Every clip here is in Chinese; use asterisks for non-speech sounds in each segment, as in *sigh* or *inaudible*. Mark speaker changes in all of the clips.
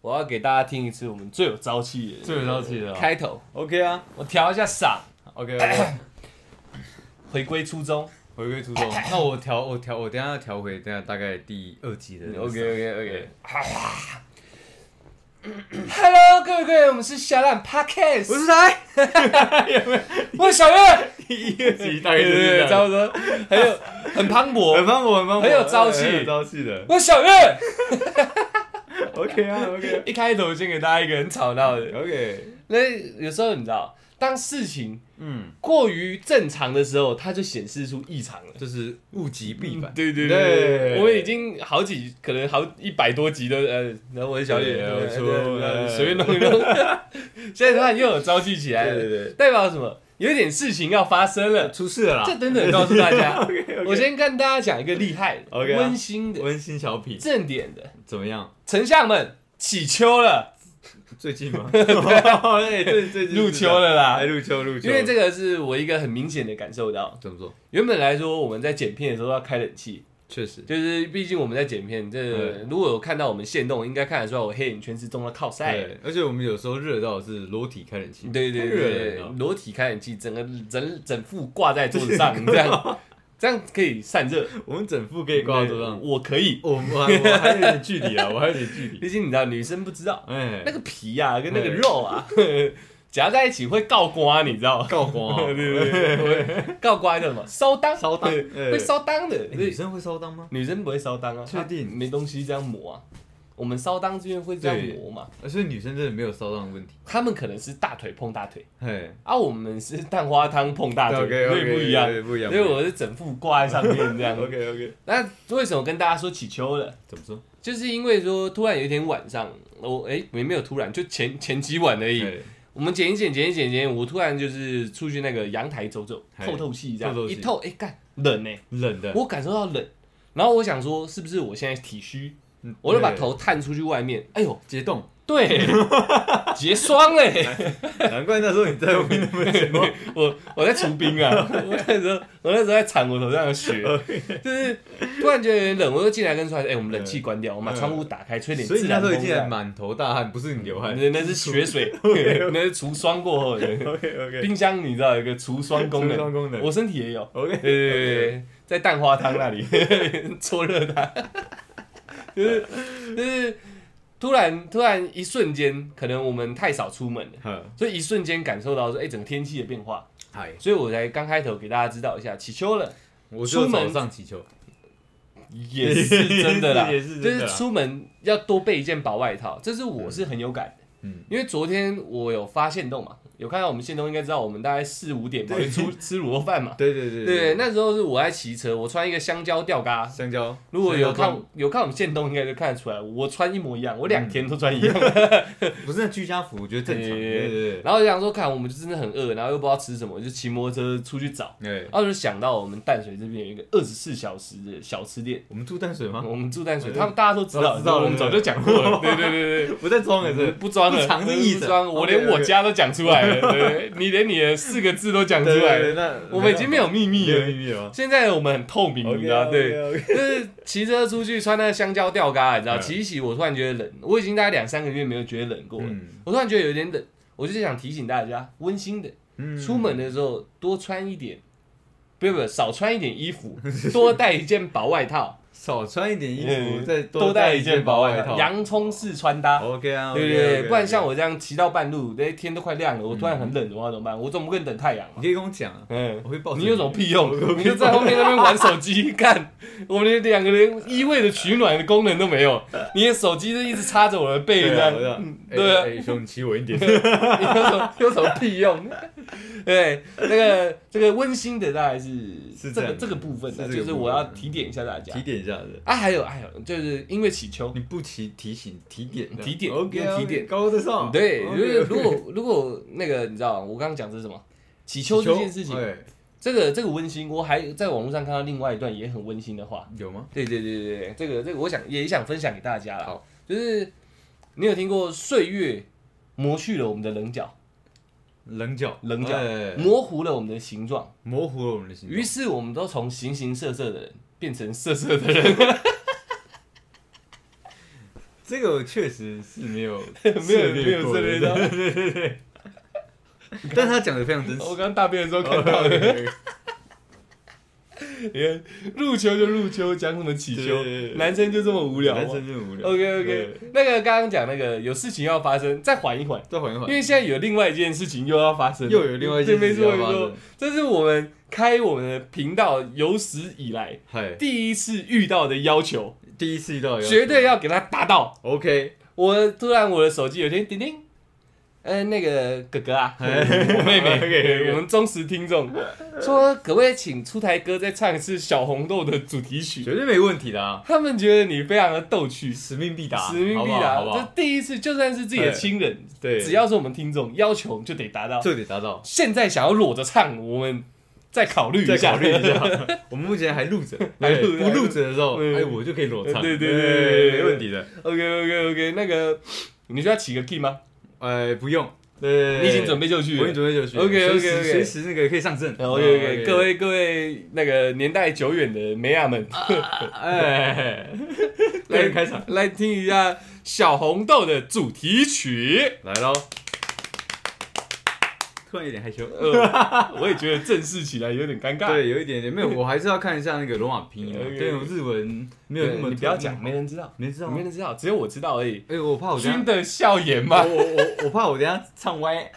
Speaker 1: 我要给大家听一次我们最有朝气的
Speaker 2: 最有朝气的哦
Speaker 1: 开头，
Speaker 2: OK 啊
Speaker 1: 我调一下嗓，
Speaker 2: ，OK *coughs* OK，
Speaker 1: 回归初衷。
Speaker 2: 回归初衷。那我调我调我等一下要调回等一下大概第二集的。
Speaker 1: OK OK。Hello，各位各位，我们是小懒 Podcast，
Speaker 2: 我是台 *laughs*
Speaker 1: 我是小月，
Speaker 2: 第二集大概就
Speaker 1: 哎对
Speaker 2: 是
Speaker 1: 对对，
Speaker 2: 这
Speaker 1: 差
Speaker 2: 样
Speaker 1: 不多，很有很磅
Speaker 2: 很
Speaker 1: 礴，
Speaker 2: 磅礴，很磅礴，
Speaker 1: 很有朝气
Speaker 2: 很有朝气的。
Speaker 1: 我是小月。
Speaker 2: OK 啊，OK
Speaker 1: 一开头先给大家一个很吵闹的，
Speaker 2: OK，
Speaker 1: 那有时候你知道，当事情
Speaker 2: 嗯，
Speaker 1: 过于正常的时候，它就显示出异常了。
Speaker 2: 就是物极必反。
Speaker 1: 对对
Speaker 2: 对
Speaker 1: 我们已经好几可能好一百多集都呃，然后我的小姐
Speaker 2: 对
Speaker 1: 呃
Speaker 2: 没错
Speaker 1: 对呃
Speaker 2: 哎
Speaker 1: 随便弄一弄， *laughs* 现在突然又有朝气起来了，
Speaker 2: 对对对
Speaker 1: 代表什么？有一点事情要发生了。
Speaker 2: 出事了啦
Speaker 1: 这等等告诉大家
Speaker 2: *laughs* OK，OK
Speaker 1: 我先跟大家讲一个厉害的、
Speaker 2: OK 啊
Speaker 1: 温馨的、
Speaker 2: 温馨小品
Speaker 1: 正点的，
Speaker 2: 怎么样？
Speaker 1: 丞相们起秋了，
Speaker 2: 最近 *laughs* 吗？哎，最最近
Speaker 1: 入秋了
Speaker 2: 哎，
Speaker 1: 啦。
Speaker 2: 入秋入秋。
Speaker 1: 因为这个是我一个很明显的感受到，
Speaker 2: 怎么做？
Speaker 1: 原本来说我们在剪片的时候要开冷气，
Speaker 2: 确实，
Speaker 1: 就是毕竟我们在剪片，这
Speaker 2: 对
Speaker 1: 如果有看到我们现动，应该看得出来我黑眼圈是中了靠晒的。
Speaker 2: 对，嗯而且我们有时候热到是裸体开冷气，
Speaker 1: 对对对
Speaker 2: 太热
Speaker 1: 对，
Speaker 2: 了
Speaker 1: 对
Speaker 2: 你知道
Speaker 1: 裸体开冷气，整个整整副挂在桌子上，这
Speaker 2: *laughs*
Speaker 1: 样这样可以散热。
Speaker 2: 我们整副可以挂到桌上，
Speaker 1: 我可以，
Speaker 2: 我我还我还有点距离啊，我还 *laughs* 有点距离。
Speaker 1: 毕竟你知道女生不知道
Speaker 2: 哎
Speaker 1: 那，个皮啊跟那个肉啊 *laughs* 夹在一起会告瓜，你知道吗？
Speaker 2: 告光啊，
Speaker 1: *laughs* 对对对对，会告瓜叫什么？烧当，
Speaker 2: 烧裆
Speaker 1: 对
Speaker 2: 哎
Speaker 1: 会烧当的。
Speaker 2: 哎
Speaker 1: 所
Speaker 2: 女
Speaker 1: 以
Speaker 2: 生会烧裆吗？
Speaker 1: 女生不会烧当啊，
Speaker 2: 确定
Speaker 1: 她没东西这样磨啊。我们烧当这边会这样
Speaker 2: 对
Speaker 1: 磨嘛？
Speaker 2: 呃所以女生真的没有烧裆的问题。
Speaker 1: 他们可能是大腿碰大腿，
Speaker 2: 嘿，
Speaker 1: 啊，我们是蛋花汤碰大腿，
Speaker 2: 哎 OK，OK，
Speaker 1: 所以不一样，
Speaker 2: 啊对不一样
Speaker 1: 所以我是整副挂在上面这样。
Speaker 2: *laughs* OK OK，
Speaker 1: 那为什么跟大家说起秋了？
Speaker 2: 怎么说？
Speaker 1: 就是因为说突然有一天晚上，我哎、也没有突然，就前前几晚而已。
Speaker 2: 哎
Speaker 1: 我们剪一剪，剪一剪，剪一剪，我突然就是出去那个阳台走走，
Speaker 2: 嘿
Speaker 1: 透透气这样，
Speaker 2: 透透气
Speaker 1: 一透哎干、冷呢、
Speaker 2: 冷的，
Speaker 1: 我感受到冷，然后我想说是不是我现在体虚，我就把
Speaker 2: 对
Speaker 1: 头探出去外面，哎呦，
Speaker 2: 结嗯冻，
Speaker 1: 对，结霜嘞、
Speaker 2: *laughs* 难怪那时候你在外面那么久。
Speaker 1: *laughs* 我我在除冰啊，
Speaker 2: *laughs*
Speaker 1: 我那时候我那时候在铲我头上的雪，就是突然觉得有点冷，我就进来跟出来，哎、我们冷气关掉，我们把窗户打开，吹点
Speaker 2: 嗯所以
Speaker 1: 自
Speaker 2: 你那
Speaker 1: 然
Speaker 2: 时
Speaker 1: 风
Speaker 2: 候
Speaker 1: 这
Speaker 2: 已经
Speaker 1: 样。
Speaker 2: 满头大汗，不是你流汗。
Speaker 1: 那那是血水， *laughs* 那是除霜过后
Speaker 2: *laughs*
Speaker 1: 的。
Speaker 2: OK OK，
Speaker 1: 冰箱你知道有一个除霜功
Speaker 2: 除
Speaker 1: 能，
Speaker 2: 霜功能
Speaker 1: 我身体也
Speaker 2: *laughs*
Speaker 1: 有。
Speaker 2: OK，
Speaker 1: 对对对对对，在蛋花汤那里 *laughs* 搓热它，就是就是突然突然一瞬间，可能我们太少出门了，
Speaker 2: 呵，
Speaker 1: 所以一瞬间感受到说，哎、整个天气的变化。
Speaker 2: 嗨，
Speaker 1: 所以我才刚开头给大家知道一下，起秋
Speaker 2: *laughs*
Speaker 1: 了
Speaker 2: 我就
Speaker 1: 出门
Speaker 2: 早上起球，
Speaker 1: 也是真的啦，
Speaker 2: 也是真的啦
Speaker 1: 就是出门要多备一件薄外套，这是我是很有感的。
Speaker 2: 嗯
Speaker 1: 因为昨天我有发现动嘛，有看到我们现动，应该知道我们大概四五点跑去
Speaker 2: 对
Speaker 1: 出吃卤肉饭嘛。
Speaker 2: 对对对
Speaker 1: 对，，那时候是我在骑车，我穿一个香蕉吊嘎。
Speaker 2: 香蕉，
Speaker 1: 如果有
Speaker 2: 香蕉嗯
Speaker 1: 看有看我们现动，应该就看得出来，我穿一模一样，我两天都穿
Speaker 2: *laughs*
Speaker 1: 一样。
Speaker 2: 不是那居家服，我觉得正常。
Speaker 1: 对
Speaker 2: 对对
Speaker 1: 然后就想说，看我们就真的很饿，然后又不知道吃什么，就骑摩托车出去找。
Speaker 2: 对，哎
Speaker 1: 然，后就想到我们淡水这边有一个二十四小时的小吃店，
Speaker 2: 我们住淡水吗？
Speaker 1: 我们住淡水，
Speaker 2: 嗯
Speaker 1: 他们大家都知道，
Speaker 2: 都知道了
Speaker 1: 我们早就讲过
Speaker 2: *laughs*
Speaker 1: 了。对对对对。
Speaker 2: 我在装也
Speaker 1: 对
Speaker 2: 是，
Speaker 1: 不装了，
Speaker 2: 不藏是意思
Speaker 1: 不装，我连
Speaker 2: OK，OK
Speaker 1: 我家都讲出来
Speaker 2: *laughs*
Speaker 1: 了，对你连你的四个字都讲出
Speaker 2: 对
Speaker 1: 来
Speaker 2: 对对，
Speaker 1: 了，
Speaker 2: 那
Speaker 1: 我们已经没有秘密
Speaker 2: 秘密
Speaker 1: 了。
Speaker 2: 秘密了吗？啊
Speaker 1: 现在我们很透明，你知道，对，
Speaker 2: OK，OK，OK，
Speaker 1: 就是骑车出去穿那个香蕉吊嘎，你知道，
Speaker 2: 嗯
Speaker 1: 骑一骑我突然觉得冷，我已经大概两三个月没有觉得冷过了，
Speaker 2: 嗯
Speaker 1: 我突然觉得有点冷，我就是想提醒大家，温馨的，
Speaker 2: 嗯
Speaker 1: 出门的时候多穿一点，不不少穿一点衣服，多带一件薄外套，
Speaker 2: 少穿一点衣
Speaker 1: 嗯
Speaker 2: 服，再
Speaker 1: 多带一件薄外
Speaker 2: 套。
Speaker 1: 洋葱式穿搭。
Speaker 2: OK 啊，
Speaker 1: 对对
Speaker 2: OK，OK，OK
Speaker 1: 对，不然像我这样骑到半路，那天都快亮了，我突
Speaker 2: 嗯
Speaker 1: 然很冷的话怎么办？我总不可能等太阳嘛
Speaker 2: 你。可以跟我讲啊，
Speaker 1: 嗯
Speaker 2: 我，会抱着
Speaker 1: 你有什么屁用？你就在后面那边玩手机，干，我连两个人衣柜的取暖的功能都没有，你的手机就一直插着我的背
Speaker 2: 对
Speaker 1: 这
Speaker 2: 啊，
Speaker 1: 样
Speaker 2: 我这样，
Speaker 1: 嗯
Speaker 2: 哎
Speaker 1: 对啊，
Speaker 2: 哎，兄，你骑我一点，
Speaker 1: 你有什么有什么屁用？ *laughs* 对，那个这个温馨的大概是这
Speaker 2: 是这
Speaker 1: 个
Speaker 2: 样
Speaker 1: 这个部分
Speaker 2: 是这
Speaker 1: 呢，
Speaker 2: 个
Speaker 1: 就是我
Speaker 2: 部分啊
Speaker 1: 要提点一下大家
Speaker 2: *laughs* 提点一下子。
Speaker 1: 啊，还有还有，就是因为起秋，
Speaker 2: 你不提提醒提点的
Speaker 1: 提点
Speaker 2: ，OK，
Speaker 1: 提点
Speaker 2: 高高在上。
Speaker 1: 对，
Speaker 2: OK，
Speaker 1: 就是
Speaker 2: OK
Speaker 1: 如果如果那个你知道，我刚刚讲的是什么？起秋这件事情，
Speaker 2: 哎
Speaker 1: 这个这个温馨，我还在网络上看到另外一段也很温馨的话。
Speaker 2: 有吗？
Speaker 1: 对对对对对，这个这个我想也想分享给大家啦
Speaker 2: 好。
Speaker 1: 就是你有听过岁月磨去了我们的棱角，
Speaker 2: 棱角，
Speaker 1: 棱角
Speaker 2: 哎
Speaker 1: 模糊了我们的形状，
Speaker 2: 模糊了我们的心。
Speaker 1: 于是我们都从形
Speaker 2: *laughs*
Speaker 1: 形色色的人变成色色的人。
Speaker 2: 这个我确实是没有
Speaker 1: *laughs* 没有没有
Speaker 2: 过
Speaker 1: 涉
Speaker 2: 的
Speaker 1: 猎
Speaker 2: 对
Speaker 1: 到
Speaker 2: 对对对对。 *laughs* 但他讲的非常真实
Speaker 1: *laughs* 我，刚大便的时候看到的， *laughs*
Speaker 2: 哦
Speaker 1: 你看入球就入球，讲什么乞
Speaker 2: 对对对
Speaker 1: 求，
Speaker 2: 对
Speaker 1: 男生就这么无聊吗。啊
Speaker 2: 男生真
Speaker 1: *laughs*
Speaker 2: 的无聊。
Speaker 1: OK
Speaker 2: 对
Speaker 1: OK，那个刚刚讲那个有事情要发生，再缓一缓，
Speaker 2: 再缓一
Speaker 1: 因
Speaker 2: 缓，
Speaker 1: 为现在有另外一件事情又要发生，
Speaker 2: 又有另外一
Speaker 1: 对，
Speaker 2: 件
Speaker 1: 没
Speaker 2: 事情
Speaker 1: 错
Speaker 2: 要
Speaker 1: 没
Speaker 2: 发
Speaker 1: 错
Speaker 2: 生，，
Speaker 1: 这是我们开我们的频道有史以来
Speaker 2: 嗨，
Speaker 1: 第一次遇到的要求，
Speaker 2: 第一次遇到，
Speaker 1: 绝对要给它达到。
Speaker 2: OK，
Speaker 1: 我突然我的手机有天叮叮，呃，那个哥哥啊，
Speaker 2: 哎
Speaker 1: 我妹妹，
Speaker 2: *laughs* OK，OK
Speaker 1: 我们忠实听众说，可不可以请出台哥再唱一次《小红豆》的主题曲？
Speaker 2: 绝对没问题的啊，
Speaker 1: 他们觉得你非常的逗趣，
Speaker 2: 使命必达，
Speaker 1: 使命必达
Speaker 2: 好不好好不，
Speaker 1: 这
Speaker 2: 好？
Speaker 1: 第一次就算是自己的
Speaker 2: 对
Speaker 1: 亲人，
Speaker 2: 对，
Speaker 1: 只要是我们听众要求就得达到。
Speaker 2: 就得达到，
Speaker 1: 现在想要裸着唱，我们再考虑一
Speaker 2: 再
Speaker 1: 下，
Speaker 2: 考虑
Speaker 1: *laughs*
Speaker 2: 一。下。我们目前还录着，哎
Speaker 1: 还录
Speaker 2: 对不录着的时候，
Speaker 1: 对
Speaker 2: 哎，我就可以裸唱，
Speaker 1: 对对对对对
Speaker 2: 对，
Speaker 1: 对
Speaker 2: 没问题的。
Speaker 1: OK OK OK，那个你需要起个 key 吗？
Speaker 2: 哎，不用，对，
Speaker 1: 你已经准
Speaker 2: 备，
Speaker 1: 备就绪
Speaker 2: 我已经
Speaker 1: 了。哦
Speaker 2: 准备就绪了哦
Speaker 1: OK，OK，OK
Speaker 2: 随时随时那个可以上阵。
Speaker 1: OK OK，各，位各位那个年代久远的梅亚们，
Speaker 2: *laughs* 哎，
Speaker 1: 啊来
Speaker 2: 来开场，
Speaker 1: 来听一下《小红豆》的主题曲。
Speaker 2: 来喽。突然有点害羞，
Speaker 1: *laughs* 呃，我也觉得正式起来有点尴尬。
Speaker 2: 对，有一点点没有，我还是要看一下那个罗马拼音 *laughs* 啊，
Speaker 1: OK
Speaker 2: 对，我日文没
Speaker 1: 对，
Speaker 2: 有那么，
Speaker 1: 你不要讲，没人知道，
Speaker 2: 没知哦道吗
Speaker 1: 嗯没，人知道，只有我知道而已。
Speaker 2: 哎，我怕我等一
Speaker 1: 君
Speaker 2: 下，
Speaker 1: 的笑颜嘛
Speaker 2: 我，我我我怕我等一下唱 *laughs* 歪，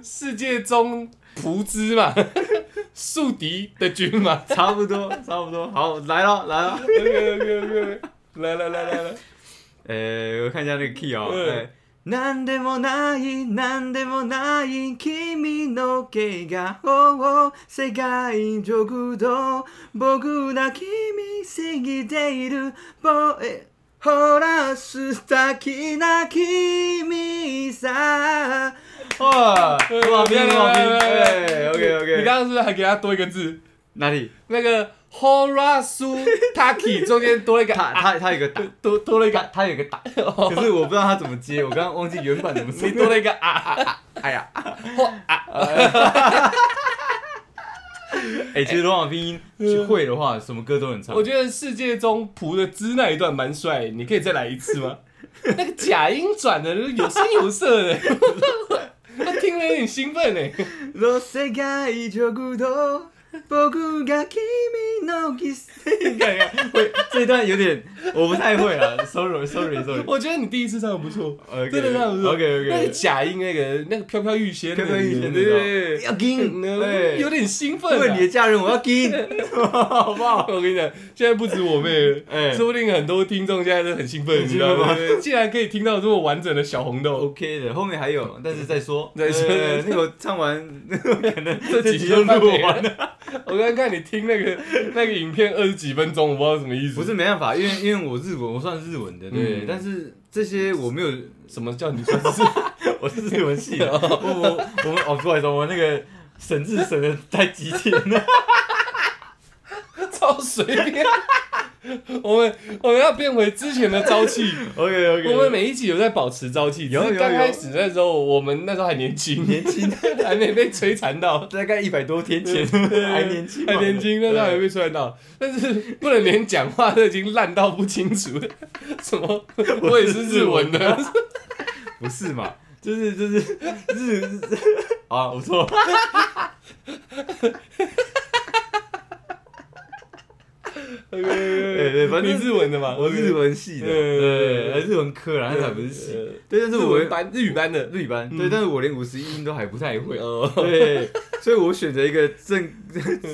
Speaker 1: 世界中仆之嘛，宿敌的君嘛。
Speaker 2: 差不多差不多，好来了来了。
Speaker 1: OK OK OK，来来来来来，
Speaker 2: えー、我看一下那个 key 哦。
Speaker 1: うん
Speaker 2: はい何でもない、何でもない、君の怪我を世界極度、僕ら君過ぎている、ぼえ、ほら、素敵な君さ。哇，哇，
Speaker 1: 来
Speaker 2: 变
Speaker 1: 来
Speaker 2: 了，哇，
Speaker 1: 来来
Speaker 2: 变
Speaker 1: 来
Speaker 2: 了，OK
Speaker 1: 你刚
Speaker 2: OK。
Speaker 1: 刚是不是还给他多一个字？
Speaker 2: 哪里？
Speaker 1: 那个 Horasu Taki 中间多了一个
Speaker 2: 他
Speaker 1: 啊，
Speaker 2: 他他有个打，
Speaker 1: 多多了一个
Speaker 2: 他
Speaker 1: 啊，
Speaker 2: 他有个 *laughs* 打，可是我不知道他怎么接，我刚刚忘记原版怎么说
Speaker 1: 你。多了一个啊，
Speaker 2: 哎呀。
Speaker 1: 或啊，
Speaker 2: 아. 哎、其实罗马拼音去会的话，什么歌都能唱。
Speaker 1: 我觉得世界中仆的之那一段蛮帅，你可以再来一次吗？那个假音转的有声有色的，他听了有点兴奋呢。
Speaker 2: 得。の世界極度僕が君のキス。你看，你看，会这一段有点我不太会啊，sorry，sorry，sorry。
Speaker 1: 我觉得你第一次唱的不错，
Speaker 2: OK，
Speaker 1: 真的唱得不错。
Speaker 2: OK，OK
Speaker 1: 那个假音那个那个飘飘欲仙那个，
Speaker 2: 飘飘欲仙
Speaker 1: 对
Speaker 2: 那个
Speaker 1: 对对，
Speaker 2: 要紧
Speaker 1: 嗯
Speaker 2: 对
Speaker 1: 有点兴奋啊。
Speaker 2: 为你的家人，我要给，好不好？
Speaker 1: *laughs* 我跟你讲，现在不止我妹了，
Speaker 2: 哎
Speaker 1: 说不定很多听众现在都很兴奋，你
Speaker 2: 很
Speaker 1: 知
Speaker 2: 兴
Speaker 1: 道
Speaker 2: 奋吗
Speaker 1: 吗？竟然可以听到这么完整的小红豆，
Speaker 2: OK 的，后面还有，但是再说，
Speaker 1: 再说
Speaker 2: 呃那个唱 *laughs* 完，
Speaker 1: 这
Speaker 2: 这
Speaker 1: 集
Speaker 2: 集
Speaker 1: 就
Speaker 2: 就
Speaker 1: 录
Speaker 2: 录
Speaker 1: 完
Speaker 2: 完
Speaker 1: 了。 *laughs* 我刚刚看你听那个那个影片二十几分钟，我不知道什么意思。
Speaker 2: 不是没办法，因为因为我日文，我算日文的，对，
Speaker 1: 嗯
Speaker 2: 但是这些我没有
Speaker 1: 什么叫你算是
Speaker 2: *laughs* 我是日文系的， *laughs* 我我我们哦，不好意思，我那个省字省的太极 *laughs* 限了。
Speaker 1: *laughs* 超随便？ *laughs* 我们我们要变回之前的朝 *laughs* 气。
Speaker 2: OK
Speaker 1: 我们
Speaker 2: OK，
Speaker 1: 每一集有在保持朝气，只
Speaker 2: 有
Speaker 1: 是
Speaker 2: 有
Speaker 1: 刚
Speaker 2: 有
Speaker 1: 开始那时候，我们那时候还年轻，
Speaker 2: 年轻，
Speaker 1: *laughs* 还没被摧残到，
Speaker 2: *laughs* 大概一百多天前还年轻，
Speaker 1: 还年轻，那时候还没被
Speaker 2: 对
Speaker 1: 摧残到，但是不能连讲话都已经烂到不清楚了。什么？我也是日文的，
Speaker 2: 不是嘛？就是就是日日 *laughs* 啊，我错了，
Speaker 1: *laughs* 对对
Speaker 2: 对对反正
Speaker 1: 你日文的嘛，
Speaker 2: *laughs* 我日文系的，
Speaker 1: 对对对
Speaker 2: 对，日文科啦，那才不是系。对，但
Speaker 1: 日
Speaker 2: 是我
Speaker 1: 文班日语班的，
Speaker 2: 日语班，
Speaker 1: 嗯
Speaker 2: 对，但是我连五十音都还不太会。
Speaker 1: 哦，
Speaker 2: 对，所以我选择一个正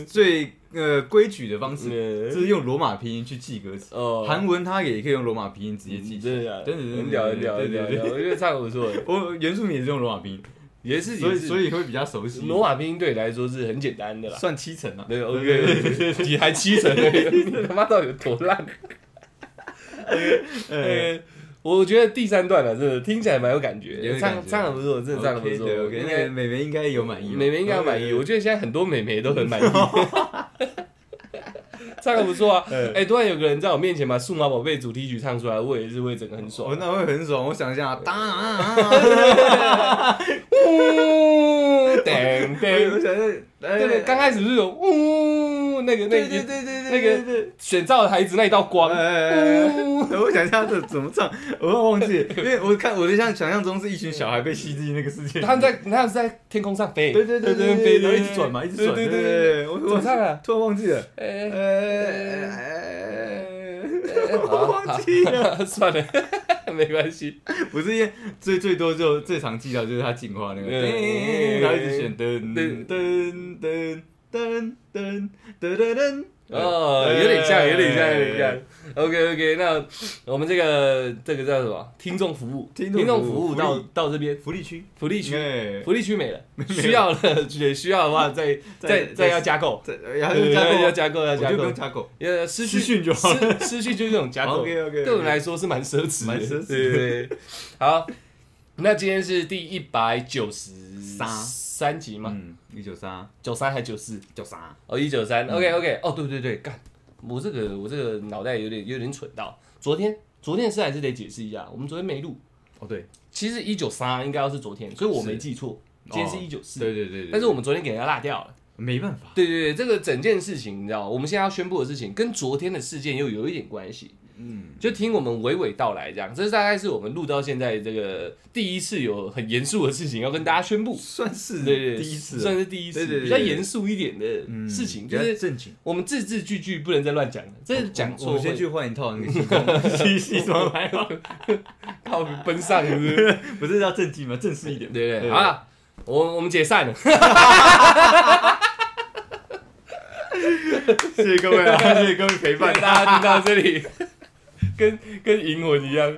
Speaker 2: 最呃规矩的方式，就是
Speaker 1: 是
Speaker 2: 用罗马拼音去记歌词。
Speaker 1: 哦，
Speaker 2: 韩文它也可以用罗马拼音直接记
Speaker 1: 真
Speaker 2: 起。
Speaker 1: 的啊，
Speaker 2: 对对对
Speaker 1: 很屌很屌
Speaker 2: 对
Speaker 1: 很
Speaker 2: 对
Speaker 1: 屌，
Speaker 2: 对
Speaker 1: 我觉得唱得不错，
Speaker 2: 我原住民也是用罗马拼音，
Speaker 1: 也是
Speaker 2: 所
Speaker 1: 也
Speaker 2: 以
Speaker 1: 是
Speaker 2: 所，以会比较熟悉。
Speaker 1: 罗马拼音对你来说是很简单的啦。
Speaker 2: 算七成啊。
Speaker 1: 对，OK，你 *laughs* 还七成而已， *laughs* 你他妈到底有多烂？
Speaker 2: 呃
Speaker 1: 呃，我觉得第三段了，真的听起来蛮有感
Speaker 2: 有
Speaker 1: 觉，
Speaker 2: 点
Speaker 1: 唱
Speaker 2: 感觉
Speaker 1: 唱的不错，真的唱的不
Speaker 2: ，OK
Speaker 1: 错。
Speaker 2: 的
Speaker 1: 应
Speaker 2: ，OK，那
Speaker 1: 该
Speaker 2: 个美眉应该有满意吧，
Speaker 1: 美眉应该要满意，我觉得现在很多美眉都很满意，唱的不错啊。
Speaker 2: 嗯
Speaker 1: 哎，突然有个人在我面前把《数码宝贝》主题曲唱出来，我也是会整个很
Speaker 2: 我
Speaker 1: 爽。
Speaker 2: 那会很爽。我想一下，当啊，
Speaker 1: 呜，等
Speaker 2: 我
Speaker 1: 等，
Speaker 2: 想是，
Speaker 1: 对
Speaker 2: 对
Speaker 1: 对，刚开始是有呜那个那
Speaker 2: 对
Speaker 1: 个
Speaker 2: 对对对
Speaker 1: 那个选照的孩子那一道光，呜
Speaker 2: 我想一下这怎么唱，我要忘记了，因为我看我就像想象中是一群小孩被吸进那个世界里面，
Speaker 1: 他们在他们是在天空上飞，
Speaker 2: 对对对对对，
Speaker 1: 飞
Speaker 2: 然后一直转嘛，一直转，
Speaker 1: 对
Speaker 2: 对
Speaker 1: 对对。
Speaker 2: 对，我
Speaker 1: 怎么唱啊
Speaker 2: 我突然忘记了，
Speaker 1: 哎
Speaker 2: 呃，我忘记
Speaker 1: *laughs*
Speaker 2: 了，
Speaker 1: 算了，没关系。
Speaker 2: 不是因为最最多就最常记到就是他进化那个，
Speaker 1: 对
Speaker 2: 然后一直选噔噔噔噔噔噔噔噔噔，
Speaker 1: 哦，有点像，有点像，有点像。OK OK，那我们这个这个叫什么？听众服务，
Speaker 2: 听众服
Speaker 1: 众服务
Speaker 2: 务
Speaker 1: 到
Speaker 2: 福利
Speaker 1: 到这边，
Speaker 2: 福利区，
Speaker 1: 福利区，
Speaker 2: 哎
Speaker 1: 福利区
Speaker 2: *laughs*
Speaker 1: 没了，需要了，也需要的话再再
Speaker 2: 再
Speaker 1: 再要加购，
Speaker 2: 这然后
Speaker 1: 对
Speaker 2: 加
Speaker 1: 要
Speaker 2: 购
Speaker 1: 要加购，要
Speaker 2: 我
Speaker 1: 加
Speaker 2: 就不
Speaker 1: 购
Speaker 2: 用。加购，
Speaker 1: 呃，失去
Speaker 2: 私讯就好
Speaker 1: 失失去就是这种加购。
Speaker 2: OK，OK，OK
Speaker 1: 对我们来说是蛮奢侈的，
Speaker 2: 蛮奢侈的
Speaker 1: 对对对，好，那今天是第一百九十三集嘛，
Speaker 2: 嗯，一九三
Speaker 1: 九三还九四？
Speaker 2: 九三，
Speaker 1: 哦，一九
Speaker 2: 嗯
Speaker 1: 三。OK OK，哦，对对对，干，我这个我这个脑袋有点有点蠢到。昨天昨天是还是得解释一下，我们昨天没录。
Speaker 2: 哦对，
Speaker 1: 其实一九三应该要是昨天，所以我没
Speaker 2: 是哦
Speaker 1: 记错，今天是一九四。
Speaker 2: 对对对对，
Speaker 1: 但是我们昨天给人家落掉了。
Speaker 2: 没办法，
Speaker 1: 对对对，这个整件事情你知道吗，我们现在要宣布的事情跟昨天的事件又有一点关系。
Speaker 2: 嗯，
Speaker 1: 就听我们娓娓道来，这样，这大概是我们录到现在这个第一次有很严肃的事情要跟大家宣布，
Speaker 2: 算是
Speaker 1: 对对，对
Speaker 2: 第一次啊，
Speaker 1: 算是第一次，
Speaker 2: 对对对嗯
Speaker 1: 比较严肃一点的事情，
Speaker 2: 比
Speaker 1: 就
Speaker 2: 较
Speaker 1: 是
Speaker 2: 正经。
Speaker 1: 我们字字句句不能再乱讲了，这讲
Speaker 2: 我
Speaker 1: 错
Speaker 2: 们先
Speaker 1: 会
Speaker 2: 去换一套那个西装，西西装来吧，
Speaker 1: *laughs* 靠奔上，是不 *laughs* 是？
Speaker 2: 不是要正经吗？正式
Speaker 1: *laughs*
Speaker 2: 一点。
Speaker 1: 对不啊对？好了，我我们解散了，
Speaker 2: 谢谢各位啊， *laughs* 谢谢各位陪
Speaker 1: 大
Speaker 2: 伴。
Speaker 1: 家听到这里， *laughs* 跟跟银魂一样，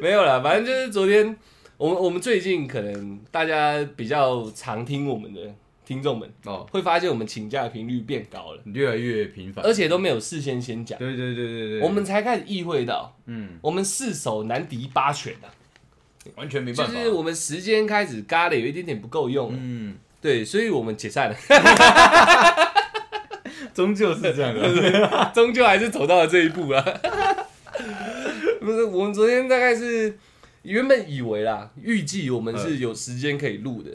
Speaker 1: 没有了，反正就是昨天，我们我们最近可能大家比较常听我们的听众们。
Speaker 2: 哦，
Speaker 1: 会发现我们请假的频率变高了，
Speaker 2: 越来越频繁。
Speaker 1: 而且都没有事先先讲，
Speaker 2: 对对对对对，
Speaker 1: 呃我们才开始意会到，
Speaker 2: 嗯，
Speaker 1: 我们四手难敌八拳啊，
Speaker 2: 完全没
Speaker 1: 就
Speaker 2: 办法。
Speaker 1: 是我们时间开始嘎的有一点点不够用了，
Speaker 2: 嗯，
Speaker 1: 对，所以我们解散了，
Speaker 2: 终究是这样
Speaker 1: *laughs*
Speaker 2: 啊的。
Speaker 1: 终究还是走到了这一步
Speaker 2: 啊
Speaker 1: 了。 *laughs* 不是，我们昨天大概是原本以为啦，预计我
Speaker 2: 嗯
Speaker 1: 们是有时间可以录的，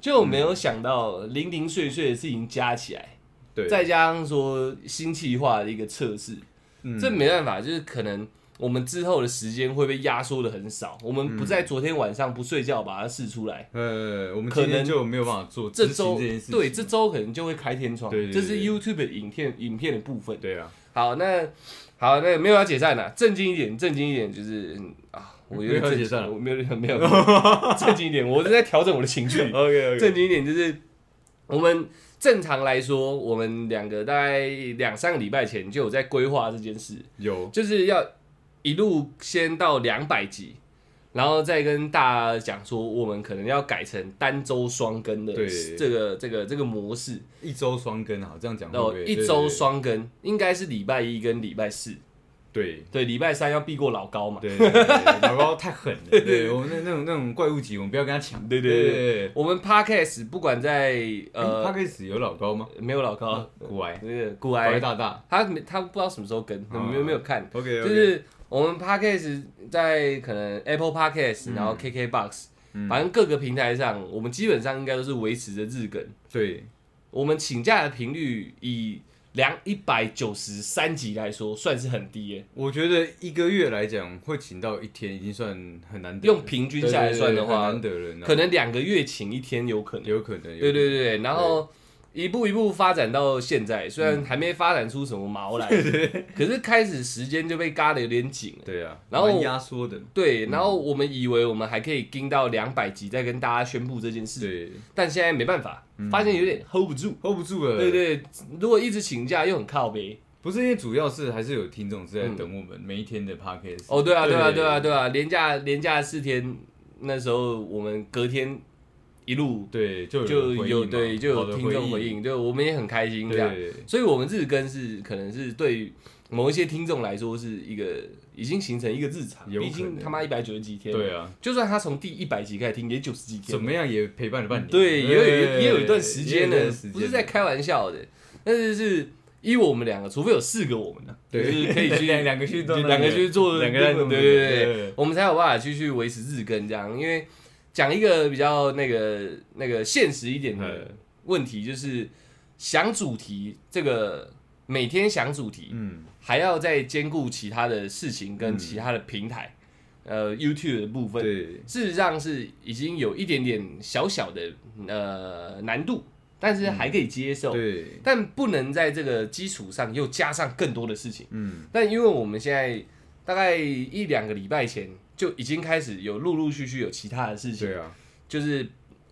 Speaker 1: 就没有想到零零碎碎的事情加起来，
Speaker 2: 对，
Speaker 1: 再加上说新企划的一个测试，
Speaker 2: 嗯
Speaker 1: 这没办法，就是可能我们之后的时间会被压缩的很少，我们不在
Speaker 2: 嗯
Speaker 1: 昨天晚上不睡觉把它试出来，
Speaker 2: 呃，我们
Speaker 1: 可
Speaker 2: 今
Speaker 1: 能
Speaker 2: 天就没有办法做
Speaker 1: 这
Speaker 2: 执行
Speaker 1: 周
Speaker 2: 这件事情。
Speaker 1: 对这周可能就会开天窗，
Speaker 2: 对
Speaker 1: 这
Speaker 2: 对对
Speaker 1: 是 YouTube 影片影片的部分。
Speaker 2: 对啊，
Speaker 1: 好，那好，那没有要解散了，正经一点，正经一点，就是嗯啊，我有点
Speaker 2: 没有要
Speaker 1: 正
Speaker 2: 解散了
Speaker 1: 我没有没有 *laughs* 正经一点，我是在调整我的
Speaker 2: *laughs*
Speaker 1: 情绪。
Speaker 2: OK
Speaker 1: 正经一点就是，我们正常来说，我们两个大概两三个礼拜前就有在规划这件事。
Speaker 2: 有
Speaker 1: 就是要一路先到两百集，然后再跟大家讲说，我们可能要改成单周双更的
Speaker 2: 对
Speaker 1: 这个这个这个模式，
Speaker 2: 一周双更啊，这样讲会
Speaker 1: 然
Speaker 2: 不
Speaker 1: 后
Speaker 2: 会
Speaker 1: 哦一周双更，应该是礼拜一跟礼拜四，
Speaker 2: 对。
Speaker 1: 对，礼拜三要避过老高嘛。
Speaker 2: 对，对对对老高太狠了。对，我们那那种那种怪物级，我们不要跟他抢。
Speaker 1: 对对对
Speaker 2: 对。
Speaker 1: 我们 podcast 不管在
Speaker 2: 他
Speaker 1: 呃
Speaker 2: 开始有老高吗？
Speaker 1: 没有老高，
Speaker 2: 古埃，
Speaker 1: 那个古
Speaker 2: 哦古埃
Speaker 1: 埃
Speaker 2: 大大。
Speaker 1: 他他不知道什么时候更，
Speaker 2: 哦
Speaker 1: 没有没有看，
Speaker 2: OK，
Speaker 1: 就是我们 podcast 在可能 Apple podcast，然
Speaker 2: 嗯
Speaker 1: 后 KKBox，、反正各个平台上，我们基本上应该都是维持着日更。
Speaker 2: 对，
Speaker 1: 我们请假的频率以两一百九十三集来说，算是很低耶。
Speaker 2: 我觉得一个月来讲会请到一天，已经算很难得了。
Speaker 1: 用平均下来算的话
Speaker 2: 对对对很难得了，
Speaker 1: 可能两个月请一天有可能。
Speaker 2: 有可能。有
Speaker 1: 对对对对，然后一步一步发展到现在，虽然还没发展出什么毛 *laughs* 来，可是开始时间就被嘎的有点紧了。
Speaker 2: 对啊，
Speaker 1: 然后
Speaker 2: 蛮压缩的，
Speaker 1: 对，然后我们以为我们还可以盯到两百集再跟大家宣布这件事，
Speaker 2: 对
Speaker 1: 但现在没办法，发现有点 hold 不住。
Speaker 2: ，hold 不住
Speaker 1: 嗯
Speaker 2: 了。
Speaker 1: 对，对，如果一直请假又很靠背。
Speaker 2: 不是因为主要是还是有听众是在等我们每一天的 podcast。
Speaker 1: 哦，对啊，对啊，对啊，，对啊，连假连假四天，那时候我们隔天一路
Speaker 2: 对，就
Speaker 1: 就
Speaker 2: 人回应
Speaker 1: 有
Speaker 2: 嘛
Speaker 1: 对就有听众回，应，对我们也很开心
Speaker 2: 好
Speaker 1: 这
Speaker 2: 的
Speaker 1: 样。
Speaker 2: 对，
Speaker 1: 所以，我们日更是可能是对某一些听众来说是一个已经形成一个日常，
Speaker 2: 有可
Speaker 1: 毕竟
Speaker 2: 能
Speaker 1: 他妈一百九十几天，
Speaker 2: 对，啊，
Speaker 1: 就算他从第一百集开始听，也九十几天
Speaker 2: 怎，么样也陪伴了半年，
Speaker 1: 对，也有
Speaker 2: 对
Speaker 1: 也有一段时间
Speaker 2: 也有一
Speaker 1: 了
Speaker 2: 段时，间
Speaker 1: 不是在开玩笑的，但是是依我们两个，除非有四个我们呢，就
Speaker 2: 对
Speaker 1: 是可以
Speaker 2: *laughs*
Speaker 1: 去
Speaker 2: 两两个去做那个
Speaker 1: 两个去做
Speaker 2: 两个在弄
Speaker 1: 对
Speaker 2: 那个
Speaker 1: 对对
Speaker 2: 对，
Speaker 1: 我们才有办法去去维持日更这样，因为讲一个比较那个那个现实一点的
Speaker 2: 嗯
Speaker 1: 问题，就是想主题这个每天想主题，
Speaker 2: 嗯，
Speaker 1: 还要再兼顾其他的事情跟
Speaker 2: 嗯
Speaker 1: 其他的平台，呃，YouTube 的部分，
Speaker 2: 对，
Speaker 1: 事实上是已经有一点点小小的呃难度，但是还可以接受，
Speaker 2: 对，
Speaker 1: 但不能在这个基础上又加上更多的事情。
Speaker 2: 嗯，
Speaker 1: 但因为我们现在大概一两个礼拜前就已经开始有陆陆续续有其他的事情，
Speaker 2: 对啊，
Speaker 1: 就是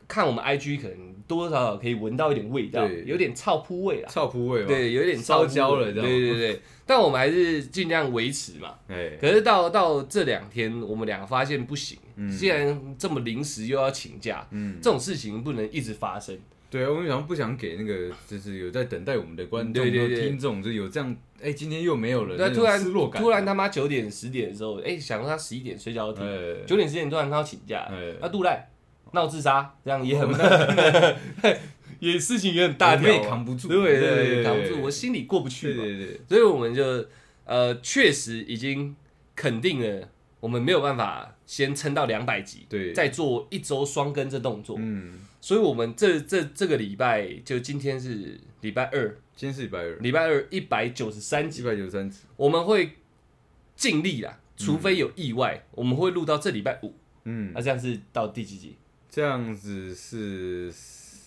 Speaker 1: 看我们 IG 可能多多少少可以闻到一点味道，
Speaker 2: 对
Speaker 1: 有点臭扑味啦，
Speaker 2: 少铺位嘛，，
Speaker 1: 对，有点臭
Speaker 2: 烧
Speaker 1: 扑味
Speaker 2: 焦了这样
Speaker 1: 对对对。但我们还是尽量维持嘛。
Speaker 2: 哎，
Speaker 1: 可是到到这两天，我们两个发现不行，
Speaker 2: 嗯
Speaker 1: 既然这么临时又要请假，
Speaker 2: 嗯，
Speaker 1: 这种事情不能一直发生。
Speaker 2: 对，啊我们想不想给那个就是有在等待我们的观众、
Speaker 1: 对对
Speaker 2: 或者
Speaker 1: 对
Speaker 2: 听众，就有这样，哎，今天又没有了，
Speaker 1: 对，啊
Speaker 2: 那
Speaker 1: 突
Speaker 2: 种
Speaker 1: 然
Speaker 2: 失落感，
Speaker 1: 突然他妈九点十点的时候，哎、想到他十一点睡觉停，
Speaker 2: 哎，
Speaker 1: 九点十点突然他要请假
Speaker 2: 哎，
Speaker 1: 那杜赖闹自杀，这样也很也事情也很大
Speaker 2: 我们
Speaker 1: 条啊，
Speaker 2: 也扛不住
Speaker 1: 对对
Speaker 2: 对对
Speaker 1: 对，扛不
Speaker 2: 对
Speaker 1: 住，我心里过不
Speaker 2: 对
Speaker 1: 去嘛，
Speaker 2: 对对，
Speaker 1: 所以我们就呃确实已经肯定了，我们没有办法先撑到两百集，
Speaker 2: 对
Speaker 1: 再做一周双更这动作，
Speaker 2: 嗯，
Speaker 1: 所以我们这这这个礼拜就今天是礼拜二，
Speaker 2: 今天是一百二，
Speaker 1: 礼拜二一百九十三集
Speaker 2: 一。百九十三集，
Speaker 1: 我们会尽力啦，除非有意外，我们会录到这礼拜五。
Speaker 2: 嗯
Speaker 1: 那、，这样是到第几集？
Speaker 2: 这样子是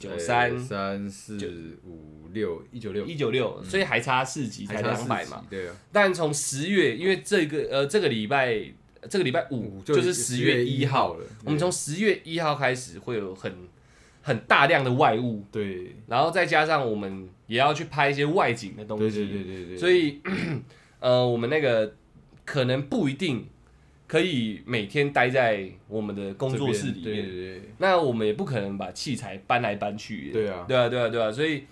Speaker 2: 呃
Speaker 1: 93
Speaker 2: 三四五六一九六，
Speaker 1: 一九六，所以嗯还差四集才
Speaker 2: 还差四
Speaker 1: 两
Speaker 2: 集
Speaker 1: 百嘛。，
Speaker 2: 对啊，
Speaker 1: 但从十月，因为这个呃这个礼拜这个礼拜五
Speaker 2: 五
Speaker 1: 就是
Speaker 2: 10
Speaker 1: 十月一号，
Speaker 2: 了，
Speaker 1: 我们从十月一号开始会有很很大量的外物，
Speaker 2: 对
Speaker 1: 然后再加上我们也要去拍一些外景的东
Speaker 2: 对
Speaker 1: 西，
Speaker 2: 对对对对，
Speaker 1: 所以 *clears throat* 呃我们那个可能不一定可以每天待在我们的工作室里
Speaker 2: 这边
Speaker 1: 面。
Speaker 2: 对对对
Speaker 1: 那我们也不可能把器材搬来搬去，
Speaker 2: 对啊
Speaker 1: 对啊，对啊，对啊，所以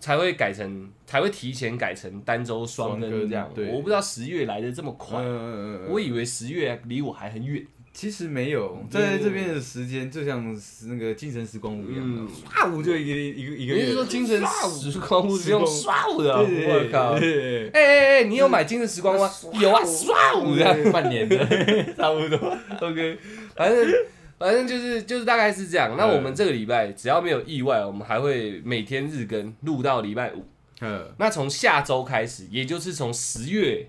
Speaker 1: 才会改成，才会提前改成单周双
Speaker 2: 双
Speaker 1: 更
Speaker 2: 更
Speaker 1: 这样。
Speaker 2: 对
Speaker 1: 我不知道十月来的这么快，
Speaker 2: 嗯嗯嗯嗯，
Speaker 1: 我嗯以为十月离我还很远，
Speaker 2: 其实没有，
Speaker 1: 对
Speaker 2: 在这边的时间就像是那个精神时光屋一样
Speaker 1: 嗯
Speaker 2: 的，唰我就一个一个一
Speaker 1: 你
Speaker 2: 个月，
Speaker 1: 是说精神时光屋是用
Speaker 2: 时
Speaker 1: 刷我的啊？
Speaker 2: 对对对
Speaker 1: 我靠！
Speaker 2: 对对对
Speaker 1: 哎哎哎，你有买精神时光吗？有啊，刷我的啊，
Speaker 2: 对半年的， *laughs*
Speaker 1: 差不多。OK，反正。反正就是就是大概是这样。那
Speaker 2: 嗯
Speaker 1: 我们这个礼拜只要没有意外，我们还会每天日更，录到礼拜五。
Speaker 2: 嗯，
Speaker 1: 那从下周开始，也就是从十月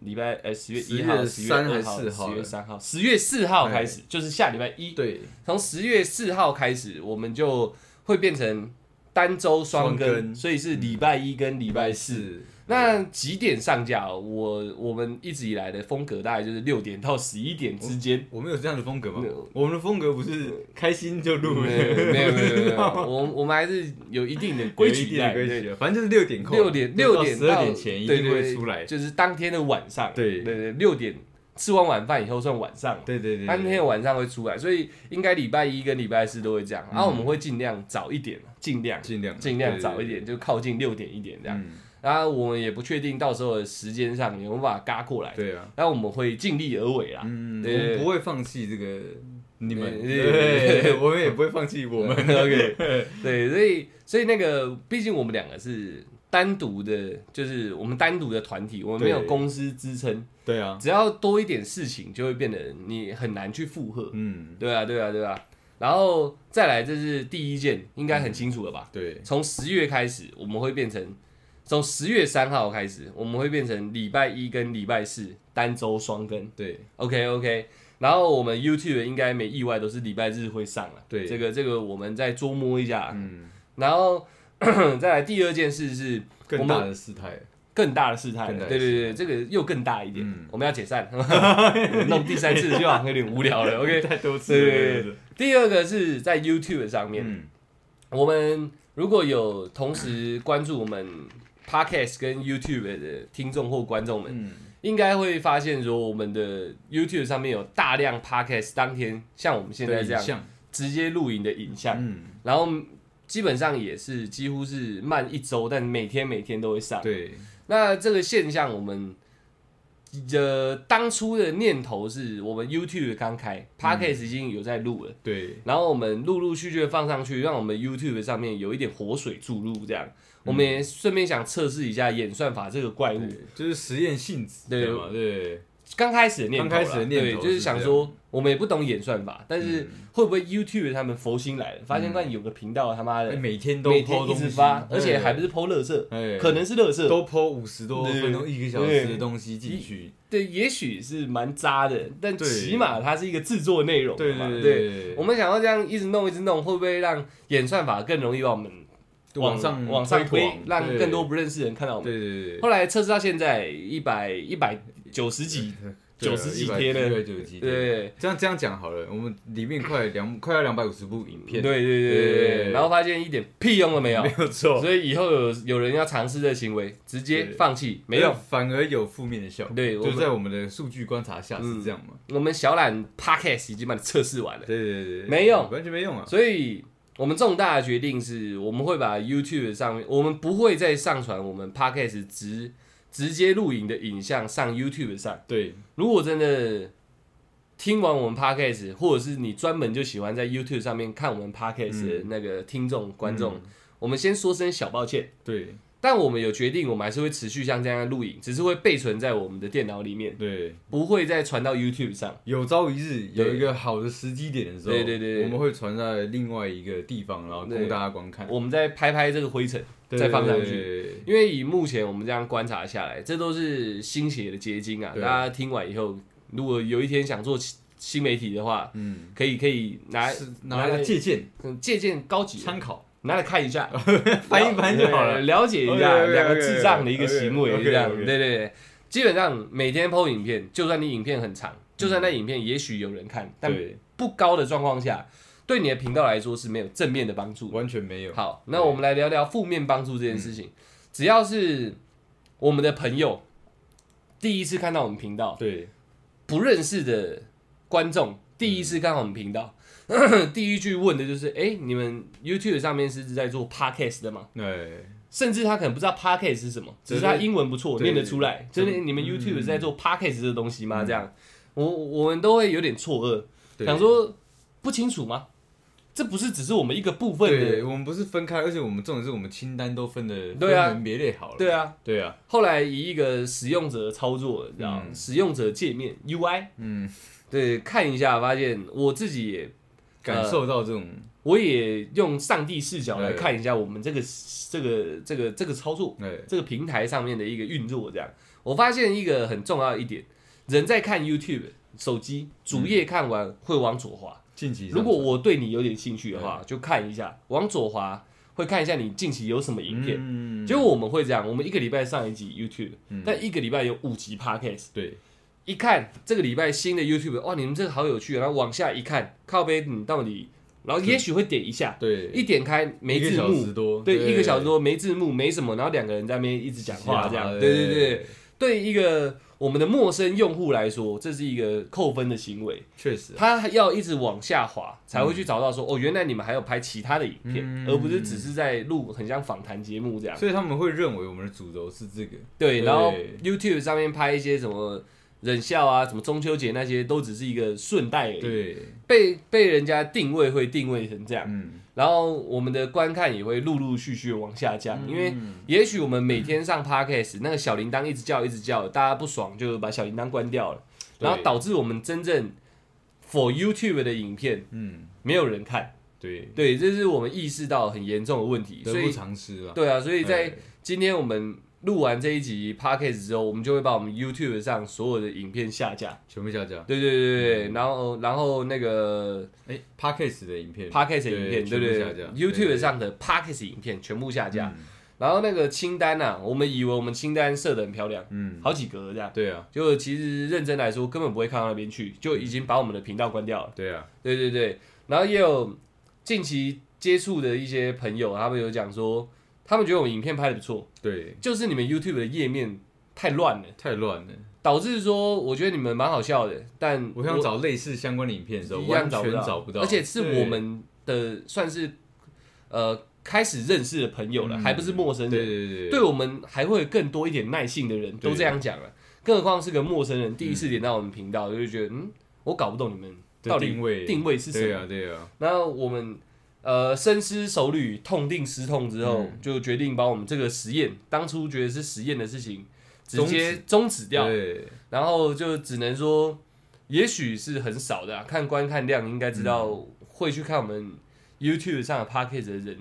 Speaker 1: 礼拜呃十月一号、十
Speaker 2: 10
Speaker 1: 月
Speaker 2: 月3
Speaker 1: 二号、
Speaker 2: 还是4号
Speaker 1: 十月三号、十月四号开始，就是下礼拜一。
Speaker 2: 对，
Speaker 1: 从十月四号开始，我们就会变成单周双
Speaker 2: 双
Speaker 1: 更，
Speaker 2: 更嗯
Speaker 1: 所以是礼拜一跟礼拜四。
Speaker 2: 是
Speaker 1: 那几点上架哦？我我们一直以来的风格大概就是六点到十一点之间。
Speaker 2: 我们有这样的风格吗
Speaker 1: 没？
Speaker 2: 我们的风格不是开心就录，
Speaker 1: 没有嗯没有没有没
Speaker 2: 知
Speaker 1: 有，
Speaker 2: *laughs* 道吗
Speaker 1: 我我们还是有一定的
Speaker 2: 有
Speaker 1: 规
Speaker 2: 一
Speaker 1: 矩
Speaker 2: 定的
Speaker 1: 在，
Speaker 2: 规
Speaker 1: 对
Speaker 2: 矩啊了，反正就是六点后，
Speaker 1: 六点六点
Speaker 2: 十二点前一
Speaker 1: 对
Speaker 2: 定
Speaker 1: 对对
Speaker 2: 会出来。
Speaker 1: 就是当天的晚上。
Speaker 2: 对
Speaker 1: 对对，六点吃完晚饭以后算晚上，
Speaker 2: 对对对，
Speaker 1: 当天的晚上会出来，所以应该礼拜一跟礼拜四都会这样。然啊后我们会尽量早一点，尽量
Speaker 2: 嗯尽量
Speaker 1: 尽量早一，点，就靠近六点一点这
Speaker 2: 对对对
Speaker 1: 样。
Speaker 2: 嗯，
Speaker 1: 然后我们也不确定到时候的时间上有没有办法嘎过来，
Speaker 2: 对啊，
Speaker 1: 然后我们会尽力而为啦。啊
Speaker 2: 嗯，我
Speaker 1: 对对
Speaker 2: 们不会放弃这个你们，
Speaker 1: 对对对
Speaker 2: 对， *laughs* 我们也不会放弃我们。
Speaker 1: *laughs* OK，对，所以所以那个，毕竟我们两个是单独的，就是我们单独的团体，我们没有
Speaker 2: 对
Speaker 1: 公司支撑，
Speaker 2: *laughs* 对啊，
Speaker 1: 只要多一点事情，就会变得你很难去负荷。
Speaker 2: 嗯，
Speaker 1: 对啊，对啊，对啊。然后再来，这是第一件，应该很清楚了吧？
Speaker 2: 对，
Speaker 1: 从十月开始，我们会变成，从十月三号开始，我们会变成礼拜一跟礼拜四单周双更。
Speaker 2: 对，
Speaker 1: OK OK。然后我们 YouTube 应该没意外都是礼拜日会上了。
Speaker 2: 对
Speaker 1: 这个这个我们再捉摸一下。
Speaker 2: 嗯，
Speaker 1: 然后 *clears throat* 再来第二件事是我
Speaker 2: 更
Speaker 1: 们
Speaker 2: 大的事态，
Speaker 1: 更大的事态
Speaker 2: 更
Speaker 1: 了，
Speaker 2: 大的
Speaker 1: 对对对，这个又更大一点，
Speaker 2: 嗯
Speaker 1: 我们要解
Speaker 2: *laughs*
Speaker 1: 散，弄第三次就好像有点无聊了。OK，
Speaker 2: 太多次
Speaker 1: 对
Speaker 2: 了
Speaker 1: 对对，第二个是在 YouTube 上面，
Speaker 2: 嗯，
Speaker 1: 我们如果有同时关注我们 Podcast 跟 YouTube 的听众或观众们，
Speaker 2: 嗯
Speaker 1: 应该会发现说，我们的 YouTube 上面有大量 Podcast 当天像我们现在这
Speaker 2: 对影
Speaker 1: 样
Speaker 2: 像
Speaker 1: 直接录影的影像，
Speaker 2: 嗯，
Speaker 1: 然后基本上也是几乎是慢一周，但每天每天都会上。
Speaker 2: 对，
Speaker 1: 那这个现象，我们呃当初的念头是我们 YouTube 刚开 p a c k
Speaker 2: 嗯
Speaker 1: a s e 已经有在录了，
Speaker 2: 对，
Speaker 1: 然后我们陆陆续续地放上去，让我们 YouTube 上面有一点活水注入，这样我们
Speaker 2: 嗯
Speaker 1: 也顺便想测试一下演算法这个怪物。
Speaker 2: 对，就是实验性质，
Speaker 1: 对
Speaker 2: 嘛，对，
Speaker 1: 刚开始的念头啦，
Speaker 2: 刚开始的念头
Speaker 1: 对，就是
Speaker 2: 是这
Speaker 1: 想
Speaker 2: 样嗯
Speaker 1: 说我们也不懂演算法，但是会不会 YouTube 他们佛心来了，发现看有个频道他妈的
Speaker 2: 哎每天嗯都
Speaker 1: 每
Speaker 2: po
Speaker 1: 天一
Speaker 2: 东西
Speaker 1: 直发，而且还不是剖乐色，
Speaker 2: 哎
Speaker 1: 可能是乐色，
Speaker 2: 都 po 五十多分钟
Speaker 1: 对
Speaker 2: 一个小时的东西进去，
Speaker 1: 对，也许是蛮渣的，但
Speaker 2: 对
Speaker 1: 起码它是一个制作内容
Speaker 2: 对
Speaker 1: 嘛，
Speaker 2: 对
Speaker 1: 对。
Speaker 2: 对，
Speaker 1: 我们想要这样一直弄一直弄，会不会让演算法更容易把我们
Speaker 2: 往上
Speaker 1: 往上推
Speaker 2: 推广，
Speaker 1: 让
Speaker 2: 对
Speaker 1: 更多不认识的人看到我们？
Speaker 2: 对对对
Speaker 1: 后来测试到现在一百一百九十几，
Speaker 2: 对，
Speaker 1: 90几天了
Speaker 2: 一百九十几天。
Speaker 1: 对
Speaker 2: 这样这样讲好了，我们里面快两快要两百五十部影
Speaker 1: 对对
Speaker 2: 片，，
Speaker 1: 对对对，
Speaker 2: 对
Speaker 1: 然后发现一点屁用都没有，
Speaker 2: 没有错，
Speaker 1: 所以以后有有人要尝试这行为，直接
Speaker 2: 对
Speaker 1: 放弃没用。
Speaker 2: 反而有负面的效果，
Speaker 1: 对我
Speaker 2: 就
Speaker 1: 们
Speaker 2: 在我们的数据观察下
Speaker 1: 嗯
Speaker 2: 是这样嘛？
Speaker 1: 我们小懒 podcast 已经把你测试完了，
Speaker 2: 对对对对，
Speaker 1: 嗯没用
Speaker 2: 完全没用啊，
Speaker 1: 所以我们重大的决定是，我们会把 YouTube 上面，我们不会再上传我们 podcast 直直接录影的影像上 YouTube 上。
Speaker 2: 对
Speaker 1: 如果真的听完我们 podcast，或者是你专门就喜欢在 YouTube 上面看我们 podcast 的那个听众、观众，我们先说声小抱歉。
Speaker 2: 对
Speaker 1: 但我们有决定，我们还是会持续像这样的录影，只是会备存在我们的电脑里面，
Speaker 2: 对，
Speaker 1: 不会再传到 YouTube 上。
Speaker 2: 有朝一日有一个好的时机点的时候，
Speaker 1: 对对对对
Speaker 2: 我们会传在另外一个地方，然后
Speaker 1: 对
Speaker 2: 供大家观看，
Speaker 1: 我们再拍拍这个灰尘，
Speaker 2: 对
Speaker 1: 再放上。
Speaker 2: 对
Speaker 1: 去。
Speaker 2: 对对
Speaker 1: 因为以目前我们这样观察下来，这都是新血的结晶啊！大
Speaker 2: 对
Speaker 1: 家听完以后，如果有一天想做新新媒体的话，
Speaker 2: 嗯，
Speaker 1: 可以可以拿
Speaker 2: 是拿来借鉴
Speaker 1: 嗯借鉴高级的
Speaker 2: 参考，
Speaker 1: 拿来看一下，
Speaker 2: *laughs* 翻一翻就好了
Speaker 1: 对了解一下
Speaker 2: OK，OK，OK，OK，
Speaker 1: 两个智障的一个行为，
Speaker 2: OK，OK，OK
Speaker 1: 这样对对对。基本上每天 PO 影片，就算你影片很长，就算那影片也许有人看，但
Speaker 2: 嗯对，
Speaker 1: 不高的状况下，对你的频道来说是没有正面的帮助的。
Speaker 2: 完全没有。
Speaker 1: 好，那我们来聊聊负面帮助这件事情。只要是我们的朋友第一次看到我们频道，
Speaker 2: 对，
Speaker 1: 不认识的观众第一次看到我们频道， *clears throat* 第一句问的就是：哎、你们 YouTube 上面是在做 Podcast 的吗？
Speaker 2: 对，
Speaker 1: 甚至他可能不知道 Podcast 是什么，只是他英文不错，
Speaker 2: 对
Speaker 1: 念得出来，就
Speaker 2: 对嗯
Speaker 1: 是你们 YouTube 是在做 Podcast 这东西吗？这样，我我们都会有点错愕，
Speaker 2: 对
Speaker 1: 想说不清楚吗？这不是只是我们一个部分的
Speaker 2: 对，我们不是分开，而且我们重点是我们清单都分的
Speaker 1: 对啊
Speaker 2: 分门别类好了。
Speaker 1: 对啊，
Speaker 2: 对啊，
Speaker 1: 后来以一个使用者的操作，你知道吗，使用者界面 UI，
Speaker 2: 嗯，
Speaker 1: 对，看一下，发现我自己也，呃
Speaker 2: 感受到这种
Speaker 1: 我也用上帝视角来
Speaker 2: 对
Speaker 1: 看一下我们这个这个这个这个操作，
Speaker 2: 哎，
Speaker 1: 这个平台上面的一个运作。这样，我发现一个很重要的一点，人在看 YouTube 手机主页看完会往左滑，
Speaker 2: 近期上
Speaker 1: 如果我对你有点兴趣的话，就看一下，往左滑会看一下你近期有什么影片。
Speaker 2: 嗯，
Speaker 1: 就我们会这样，我们一个礼拜上一集 YouTube，、但一个礼拜有五集 Podcast。
Speaker 2: 对
Speaker 1: 一看这个礼拜新的 YouTube，哇，你们这个好有趣、啊！然后往下一看，靠背你到底，然后也许会点一下，
Speaker 2: 对，
Speaker 1: 一点开没
Speaker 2: 一个
Speaker 1: 字
Speaker 2: 小时
Speaker 1: 幕，
Speaker 2: 多，
Speaker 1: 对，一个小时多没字幕没什么，然后两个人在那边一直讲话这样，对对对，，对一个我们的陌生用户来说，这是一个扣分的行为，
Speaker 2: 确实啊，
Speaker 1: 他要一直往下滑才会去找到说，哦，原来你们还有拍其他的影片，
Speaker 2: 嗯
Speaker 1: 而不是只是在录很像访谈节目这样。
Speaker 2: 所以他们会认为我们的主轴是这个，
Speaker 1: 对，然后
Speaker 2: 对
Speaker 1: YouTube 上面拍一些什么忍笑啊，什么中秋节那些，都只是一个顺带而已。
Speaker 2: 对，
Speaker 1: 被被人家定位会定位成这样，
Speaker 2: 嗯，
Speaker 1: 然后我们的观看也会陆陆续续往下降，
Speaker 2: 嗯
Speaker 1: 因为也许我们每天上 Podcast 那个小铃铛一直叫一直叫，大家不爽就把小铃铛关掉了，
Speaker 2: 对
Speaker 1: 然后导致我们真正 for YouTube 的影片
Speaker 2: 嗯，
Speaker 1: 没有人看，
Speaker 2: 对，
Speaker 1: 对，这是我们意识到很严重的问题，
Speaker 2: 得
Speaker 1: 所
Speaker 2: 不
Speaker 1: 以
Speaker 2: 偿失啊。
Speaker 1: 对啊，所以在
Speaker 2: 哎
Speaker 1: 今天我们录完这一集 podcast 之后，我们就会把我们 YouTube 上所有的影片下架。
Speaker 2: 全部下架，
Speaker 1: 对对对对，对然后然后那个
Speaker 2: 哎，Parkes 的影片
Speaker 1: podcast 的影片，对
Speaker 2: 全
Speaker 1: 不
Speaker 2: 部
Speaker 1: 对
Speaker 2: 下架
Speaker 1: ？YouTube 上的 podcast 影片全部下架。，
Speaker 2: 对
Speaker 1: 然后那个清单啊，我们以为我们清单设的很漂亮，
Speaker 2: 嗯，嗯
Speaker 1: 好几格这样，
Speaker 2: 对啊，
Speaker 1: 就其实认真来说根本不会看到那边去，就已经把我们的频道关掉了。
Speaker 2: 对啊，
Speaker 1: 对对对，然后也有近期接触的一些朋友，他们有讲说，他们觉得我们影片拍的不错，
Speaker 2: 对，
Speaker 1: 就是你们 YouTube 的页面太乱了，
Speaker 2: 太乱了。
Speaker 1: 导致说我觉得你们蛮好笑的，但
Speaker 2: 我想找类似相关的影片的时候，
Speaker 1: 一
Speaker 2: 完
Speaker 1: 样
Speaker 2: 全
Speaker 1: 找
Speaker 2: 找不到，
Speaker 1: 而且是我们的算是呃开始认识的朋友了，
Speaker 2: 嗯
Speaker 1: 还不是陌生
Speaker 2: 对
Speaker 1: 人，
Speaker 2: 对对
Speaker 1: 对我们还会有更多一点耐性的人
Speaker 2: 对
Speaker 1: 都这样讲了，更何况是个陌生人第
Speaker 2: 嗯
Speaker 1: 一次点到我们频道，就觉得嗯，我搞不懂你们
Speaker 2: 的
Speaker 1: 到底
Speaker 2: 定位
Speaker 1: 定位是什
Speaker 2: 对
Speaker 1: 么，
Speaker 2: 啊对啊，
Speaker 1: 然后我们。呃，深思熟
Speaker 2: 嗯
Speaker 1: 虑，痛定思痛之后，就决定把我们这个实验，当初觉得是实验的事情，直接终止掉，
Speaker 2: 对，
Speaker 1: 然后就只能说，也许是很少的、啊，看观看量应该知道、
Speaker 2: 嗯
Speaker 1: 会去看我们 YouTube 上的 p a c k a g e 的人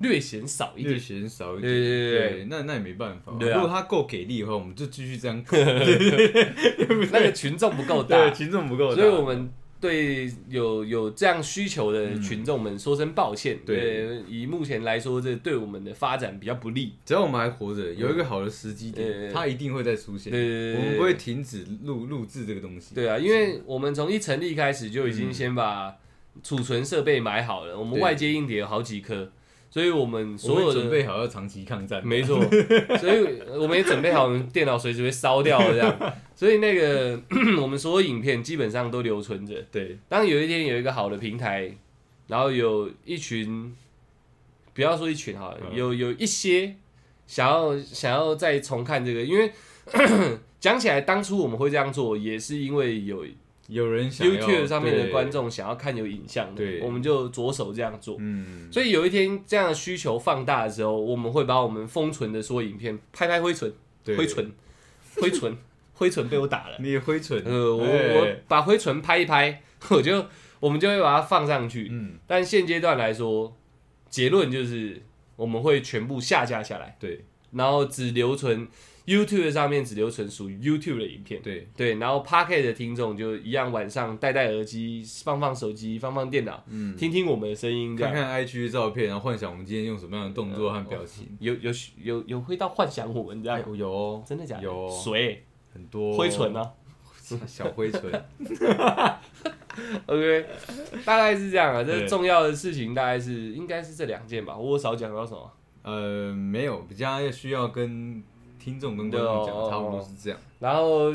Speaker 1: 略显少一
Speaker 2: 略
Speaker 1: 点。
Speaker 2: 显少一
Speaker 1: 对
Speaker 2: 点。
Speaker 1: 对对对
Speaker 2: 对，那那也没办法。
Speaker 1: 对啊
Speaker 2: 如果他够给力的话，我们就继续这样。
Speaker 1: 对， *laughs* 那个群众不够大，
Speaker 2: *laughs* 对，群众不够大，
Speaker 1: 所以我们对有有这样需求的群众们说声抱歉。
Speaker 2: 嗯对
Speaker 1: 对，以目前来说，这对我们的发展比较不利。
Speaker 2: 只要我们还活着，有一个好的时机
Speaker 1: 嗯对
Speaker 2: 点，它一定会再出现。
Speaker 1: 对对对对
Speaker 2: 我们不会停止录录制这个东西。
Speaker 1: 对啊，因为我们从一成立开始就已经先把储存设备买好了，我们
Speaker 2: 对
Speaker 1: 外接硬碟有好几颗，所以我们
Speaker 2: 我
Speaker 1: 所
Speaker 2: 们
Speaker 1: 有
Speaker 2: 准
Speaker 1: 的。
Speaker 2: 备好要长期抗战。
Speaker 1: 没错， *laughs* 所以我们也准备好，我们电脑随时会烧掉这样。所以那个 *clears throat* 我们所有影片基本上都留存着。
Speaker 2: 对，
Speaker 1: 当有一天有一个好的平台，然后有一群，不要说一群好了，
Speaker 2: 嗯
Speaker 1: 有有一些想要想要再重看这个，因为 *coughs* 讲起来当初我们会这样做，也是因为有
Speaker 2: 有人想要
Speaker 1: YouTube 上面的
Speaker 2: 对
Speaker 1: 观众想要看有影像的，
Speaker 2: 对
Speaker 1: 我们就着手这样做。
Speaker 2: 嗯，
Speaker 1: 所以有一天这样的需求放大的时候，我们会把我们封存的所有影片拍拍灰尘，
Speaker 2: 对
Speaker 1: 灰，尘，灰尘，灰尘被我打了。
Speaker 2: 你也灰尘。
Speaker 1: 呃，我
Speaker 2: 哎
Speaker 1: 我把灰尘拍一拍， *laughs* 我就我们就会把它放上去。
Speaker 2: 嗯，
Speaker 1: 但现阶段来说，结论就是我们会全部下架下来，
Speaker 2: 对
Speaker 1: 然后只留存 YouTube 上面只留存属于 YouTube 的影片。
Speaker 2: 对，
Speaker 1: 对，然后 Pocket 的听众就一样，晚上戴戴耳机，放放手机，放放电脑，
Speaker 2: 嗯，
Speaker 1: 听听我们的声音，这
Speaker 2: 看
Speaker 1: 样
Speaker 2: 看 IG 的照片，然后幻想我们今天用什么样的动作和表情。
Speaker 1: 有有有有会到幻想我们这样
Speaker 2: 哎，有哦，
Speaker 1: 真的假的？
Speaker 2: 有哦
Speaker 1: 谁？
Speaker 2: 很多
Speaker 1: 灰尘，啊
Speaker 2: 小
Speaker 1: *laughs*
Speaker 2: 灰尘。
Speaker 1: ？OK，大概是这样啊。这
Speaker 2: 对
Speaker 1: 重要的事情大概是应该是这两件吧。我有少讲到什么？
Speaker 2: 呃，没有，比较需要跟听众跟观众
Speaker 1: 对哦
Speaker 2: 讲，差不多是
Speaker 1: *laughs*
Speaker 2: 这样。
Speaker 1: 然后，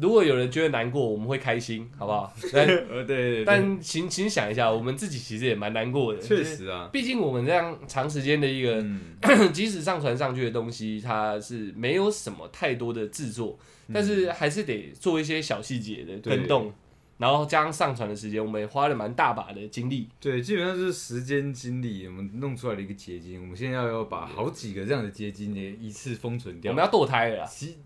Speaker 1: 如果有人觉得难过，我们会开心，好不
Speaker 2: *laughs*
Speaker 1: 好？但
Speaker 2: 呃，对对，对
Speaker 1: 但请请想一下，我们自己其实也蛮难过的，
Speaker 2: 确，实啊，
Speaker 1: 毕竟我们这样长时间的一个，
Speaker 2: 嗯，
Speaker 1: *coughs* 即使上传上去的东西，它是没有什么太多的制作，
Speaker 2: 嗯
Speaker 1: 但是还是得做一些小细节的
Speaker 2: 对
Speaker 1: 跟动，然后加上上传的时间，我们也花了蛮大把的精力。
Speaker 2: 对，基本上就是时间精力，我们弄出来的一个结晶。我们现在要要把好几个这样的结晶也一次封存
Speaker 1: 我
Speaker 2: 掉
Speaker 1: 们，要堕胎了啦，
Speaker 2: 其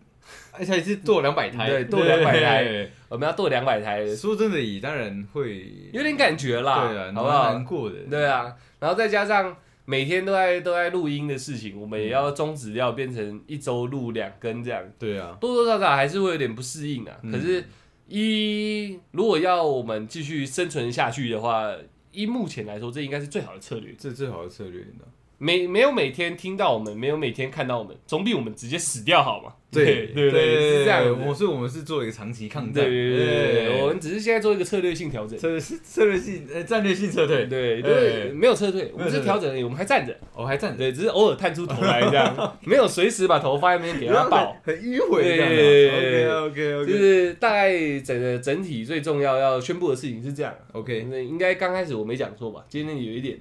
Speaker 2: 而且还是剁两百台，
Speaker 1: 对剁200
Speaker 2: 对
Speaker 1: 台我们要堕两百胎了，
Speaker 2: 说真的，也当然会
Speaker 1: 有点感觉
Speaker 2: 对
Speaker 1: 啦，
Speaker 2: 啊，
Speaker 1: 好不
Speaker 2: 蛮
Speaker 1: 好？
Speaker 2: 难过的，
Speaker 1: 对啊，然后再加上每天都在都在录音的事情，我们也要终止掉，变成一周录两更这样，
Speaker 2: 对啊，
Speaker 1: 多多少少还是会有点不适应啊。
Speaker 2: 嗯
Speaker 1: 可是一如果要我们继续生存下去的话，依目前来说，这应该是最好的策略。
Speaker 2: 这最好的策略呢。
Speaker 1: 没没有每天听到我们，没有每天看到我们，总比我们直接死掉好嘛？ *laughs* 对
Speaker 2: 对
Speaker 1: 对，是这样
Speaker 2: 我
Speaker 1: 的。
Speaker 2: 所以我们是哎做一个长期抗
Speaker 1: 对
Speaker 2: 战，
Speaker 1: 对对对对，我们只是现在做一个策略性调整。
Speaker 2: 策略策略性呃战略性撤退，
Speaker 1: 对
Speaker 2: 哎
Speaker 1: 对，没有撤退，我们
Speaker 2: 没有撤
Speaker 1: 是
Speaker 2: 退
Speaker 1: 调整而已，我们还站着。
Speaker 2: 我还站着，
Speaker 1: 对，只是偶尔探出头来这
Speaker 2: *laughs*
Speaker 1: 样，没有随时把头放在那边给他爆。
Speaker 2: 很迂回这
Speaker 1: 对
Speaker 2: 样。OK
Speaker 1: 就
Speaker 2: OK OK
Speaker 1: 是大概整个整体最重要要宣布的事情是这样。
Speaker 2: OK，
Speaker 1: 那应该刚开始我没讲错吧？今天有一点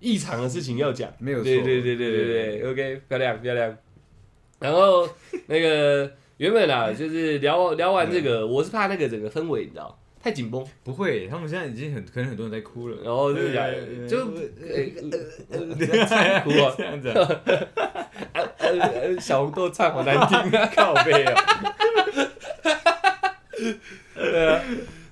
Speaker 1: 异常的事情要讲，
Speaker 2: 没有错
Speaker 1: 对对对对对对，OK，漂亮漂亮。然后那个原本
Speaker 2: *laughs*
Speaker 1: 啊，就是聊聊完这个，我是怕那个整个氛围你知道太紧绷，
Speaker 2: 不会，他们现在已经很可能很多人在哭了，
Speaker 1: 然后就是讲
Speaker 2: 对
Speaker 1: 就
Speaker 2: 对 *laughs*
Speaker 1: 哎哭啊
Speaker 2: 这样子啊
Speaker 1: 呃呃小红豆唱好难听。
Speaker 2: *laughs* 靠背啊，
Speaker 1: *laughs* 对啊，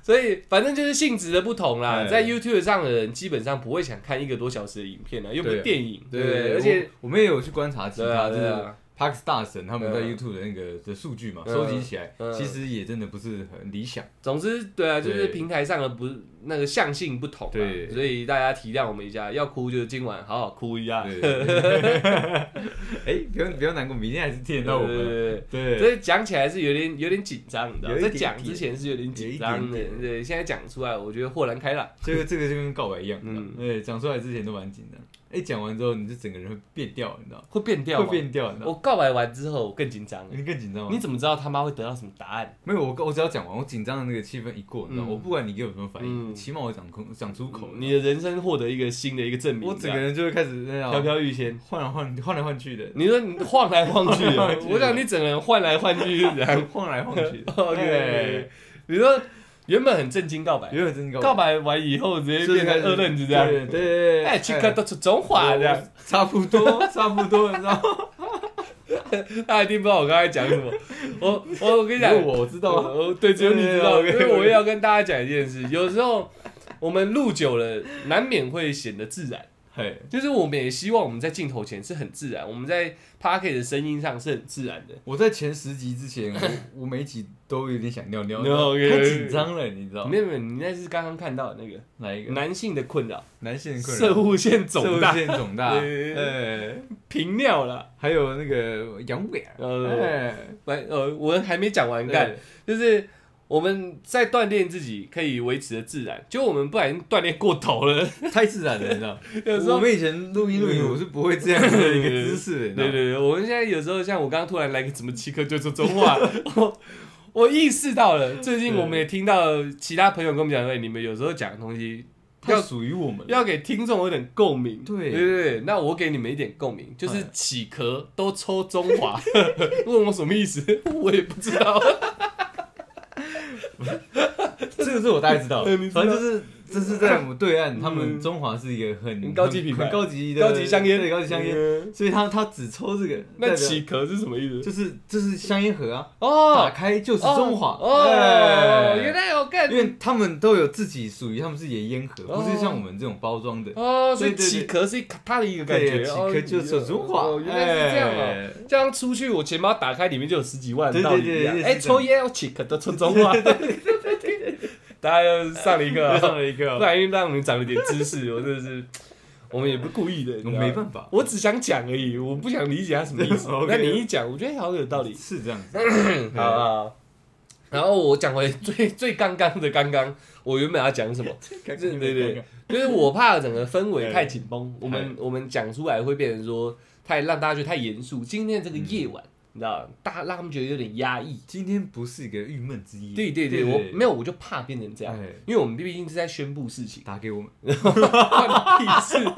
Speaker 1: 所以反正就是性质的不同啦，
Speaker 2: 哎
Speaker 1: 在 YouTube 上的人基本上不会想看一个多小时的影片啊，又不是
Speaker 2: 对啊
Speaker 1: 电影，对
Speaker 2: 对
Speaker 1: 不对？
Speaker 2: 对，
Speaker 1: 而且
Speaker 2: 我我们也有去观察其
Speaker 1: 对
Speaker 2: 他
Speaker 1: 啊，
Speaker 2: 就
Speaker 1: 对
Speaker 2: 是
Speaker 1: 啊，
Speaker 2: Parks 大神他们在
Speaker 1: 对啊
Speaker 2: YouTube 的那个的数据嘛，
Speaker 1: 嗯
Speaker 2: 收集起来
Speaker 1: 嗯，
Speaker 2: 其实也真的不是很理想。
Speaker 1: 总之对啊，就是
Speaker 2: 对
Speaker 1: 平台上的不那个向性不同、啊，
Speaker 2: 对
Speaker 1: 所以大家体谅我们一下，要哭就今晚好好哭一下，
Speaker 2: 对， *laughs* 哎，不用不用难过，明天还是听得到我
Speaker 1: 对
Speaker 2: 们。啊
Speaker 1: 对对所
Speaker 2: 对，
Speaker 1: 以讲起来是有点有点紧张，你知道吗，
Speaker 2: 有一
Speaker 1: 在
Speaker 2: 点
Speaker 1: 讲之前是有点紧张的
Speaker 2: 有一点，点
Speaker 1: 对，现在讲出来，我觉得豁然开朗，
Speaker 2: 这个这个就跟告白一样，
Speaker 1: 嗯
Speaker 2: 对，讲出来之前都蛮紧张，哎，讲完之后你就整个人会变调，你知道吗？
Speaker 1: 会变嗯调
Speaker 2: 会
Speaker 1: 吗？
Speaker 2: 变调，你知道
Speaker 1: 我
Speaker 2: 吗？
Speaker 1: 告白完之后，我更紧张了。
Speaker 2: 你更紧张吗？
Speaker 1: 你怎么知道他妈会得到什么答案？
Speaker 2: 没有，我我只要讲完，我紧张的那个气氛一过，你知道，
Speaker 1: 嗯
Speaker 2: 我不管你给我什么反应，
Speaker 1: 嗯
Speaker 2: 起码我讲 *laughs* 空讲出口，
Speaker 1: 你的人生获得一个新的一个哦证明，
Speaker 2: 我整个人就会开始那
Speaker 1: 啊这样飘
Speaker 2: 样
Speaker 1: 飘欲仙。
Speaker 2: 换来换换来换去的，
Speaker 1: 你说你晃来晃去
Speaker 2: 晃
Speaker 1: *laughs*
Speaker 2: 来晃
Speaker 1: 的，
Speaker 2: 去的
Speaker 1: 我想你整个人换来换去是怎样
Speaker 2: 晃来晃去的。
Speaker 1: *laughs* ？OK，你说原本很震惊告白，
Speaker 2: 原本真的
Speaker 1: 告白完以后直接
Speaker 2: 就是
Speaker 1: 变
Speaker 2: 开
Speaker 1: 成
Speaker 2: 始
Speaker 1: 二愣子这样，
Speaker 2: 对对对，哎
Speaker 1: 哎，去看都出中华这 *laughs* 样， *laughs*
Speaker 2: 差不多差不多，你知道吗？
Speaker 1: *laughs* 他一定不知道我刚才讲什么。我我我跟你嗯讲，
Speaker 2: 问我我知道啊
Speaker 1: 我对，只有你知道。因
Speaker 2: 对
Speaker 1: 为我也要跟大家讲一件事，有时候我们录久了，难免会显得自然。
Speaker 2: 嘿，
Speaker 1: 就是我们也希望我们在镜头前是很自然，我们在 p a r k e t 的声音上是很自然的。
Speaker 2: 我在前十集之前，我我每一集都有点想尿
Speaker 1: *laughs*
Speaker 2: 尿
Speaker 1: No, okay,
Speaker 2: 太紧张了，你知道
Speaker 1: 没有没有，你那是刚刚看到的那个
Speaker 2: 哪一个？
Speaker 1: 男性的困扰，
Speaker 2: 男性困
Speaker 1: 射
Speaker 2: 扰，
Speaker 1: 物线肿大
Speaker 2: 射、线肿大，
Speaker 1: 对对
Speaker 2: 哎，
Speaker 1: 频尿啦。
Speaker 2: 还有那个阳痿啊，
Speaker 1: 呃
Speaker 2: 哎，
Speaker 1: 完呃，我还没讲完干，就是我们在锻炼自己可以维持的自然，就我们不然锻炼过头
Speaker 2: *laughs*
Speaker 1: 了，
Speaker 2: 对太自然了，你知道。
Speaker 1: *laughs* 有时
Speaker 2: 我
Speaker 1: 候。
Speaker 2: 们以前录音录影，我是不会这样子的一个姿势的，
Speaker 1: 对
Speaker 2: 你
Speaker 1: 对
Speaker 2: 知
Speaker 1: 对，我们现在有时候像我刚刚突然来个怎么七颗就说中
Speaker 2: *laughs*
Speaker 1: 话，我我意识到了。最近我们也听到其他朋友跟我们讲说，哎你们有时候讲的东西
Speaker 2: 道吗，要属于我们，
Speaker 1: 要给听众有点共鸣，
Speaker 2: 对哎
Speaker 1: 对对对，那我给你们一点共鸣，就是起壳都抽中
Speaker 2: *laughs*
Speaker 1: 华，问我什么意思，我也不知道。
Speaker 2: 这个是我大概知道
Speaker 1: *laughs* 对
Speaker 2: 的
Speaker 1: 你，知道
Speaker 2: 反正就是这是在我们对岸，
Speaker 1: 嗯
Speaker 2: 他们中华是一个很
Speaker 1: 很高级品牌
Speaker 2: 很高级的
Speaker 1: 高级香烟，
Speaker 2: 对高级香烟，
Speaker 1: 烟，
Speaker 2: 所以他他只抽这个，代
Speaker 1: 那
Speaker 2: 表
Speaker 1: 起壳是什么意思？
Speaker 2: 就是就是香烟盒啊，打
Speaker 1: 哦，
Speaker 2: 开就是中华
Speaker 1: 哦，
Speaker 2: 哎
Speaker 1: 原来有干
Speaker 2: 因，为他们都有自己属于他们自己的烟盒，
Speaker 1: 哦
Speaker 2: 不是像我们这种包装的。
Speaker 1: 哦，所以
Speaker 2: 对对对
Speaker 1: 起壳是它的一个感觉，
Speaker 2: 对几
Speaker 1: 哦
Speaker 2: 颗就是中华，
Speaker 1: 哦原来是这样啊。
Speaker 2: 哎
Speaker 1: 这样出去，我钱包打开里面就有十几万，
Speaker 2: 对
Speaker 1: 道理一样
Speaker 2: 对对对
Speaker 1: 哎，
Speaker 2: 是这样
Speaker 1: 抽烟要起壳都抽中华， *laughs* 大家又上了一课
Speaker 2: 又 *laughs*
Speaker 1: 啊，
Speaker 2: 上了一个
Speaker 1: *laughs* 不
Speaker 2: 哦，
Speaker 1: 然又让你们长了点知识， *laughs* 我真的是，我们也不是故意的，你知
Speaker 2: 我
Speaker 1: 道吗
Speaker 2: 没办法，。
Speaker 1: 我只想讲而已，我不想理解他什么意思
Speaker 2: OK *laughs* 嗯
Speaker 1: 那你一讲，我觉得好有道理。
Speaker 2: 是这样子。
Speaker 1: 好好。然后我讲回 *laughs* 最最刚刚的刚刚，我原本要讲什
Speaker 2: *laughs*
Speaker 1: 么？
Speaker 2: 对
Speaker 1: 对对对，就是我怕整个氛围太紧绷，我们
Speaker 2: 哎
Speaker 1: 我们讲出来会变成说太让大家觉得太严肃。今天这个夜晚，
Speaker 2: 嗯
Speaker 1: 你知道，大让他们觉得有点压抑。
Speaker 2: 今天不是一个郁闷之夜。
Speaker 1: 对对对，我没有，我就怕变成这样
Speaker 2: 哎，
Speaker 1: 因为我们毕竟是在宣布事情。
Speaker 2: 打给我们，
Speaker 1: 关你屁事，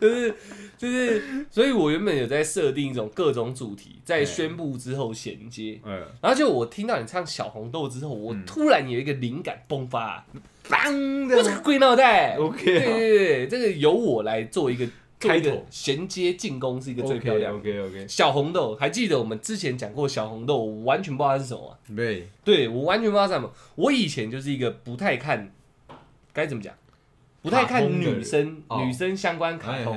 Speaker 1: 就是就是，所以我原本有在设定一种各种主题，在宣布之后衔接。
Speaker 2: 嗯，
Speaker 1: 然后就我听到你唱小红豆之后，我
Speaker 2: 嗯
Speaker 1: 突然有一个灵感迸发，
Speaker 2: 当
Speaker 1: 嗯我这
Speaker 2: 的
Speaker 1: 个龟脑袋
Speaker 2: OK
Speaker 1: 对对对，这个由我来做一个做一个
Speaker 2: 开头
Speaker 1: 衔接进攻是一个最漂亮的。
Speaker 2: OK OK，
Speaker 1: 小红豆，还记得我们之前讲过小红豆，我完全不知道它是什么啊、
Speaker 2: 对，
Speaker 1: 对我完全不知道是什么。我以前就是一个不太看，该怎么讲，不太
Speaker 2: 卡
Speaker 1: 看
Speaker 2: 通的人
Speaker 1: 女生、
Speaker 2: 哦
Speaker 1: 女生相关卡
Speaker 2: 哎
Speaker 1: 通，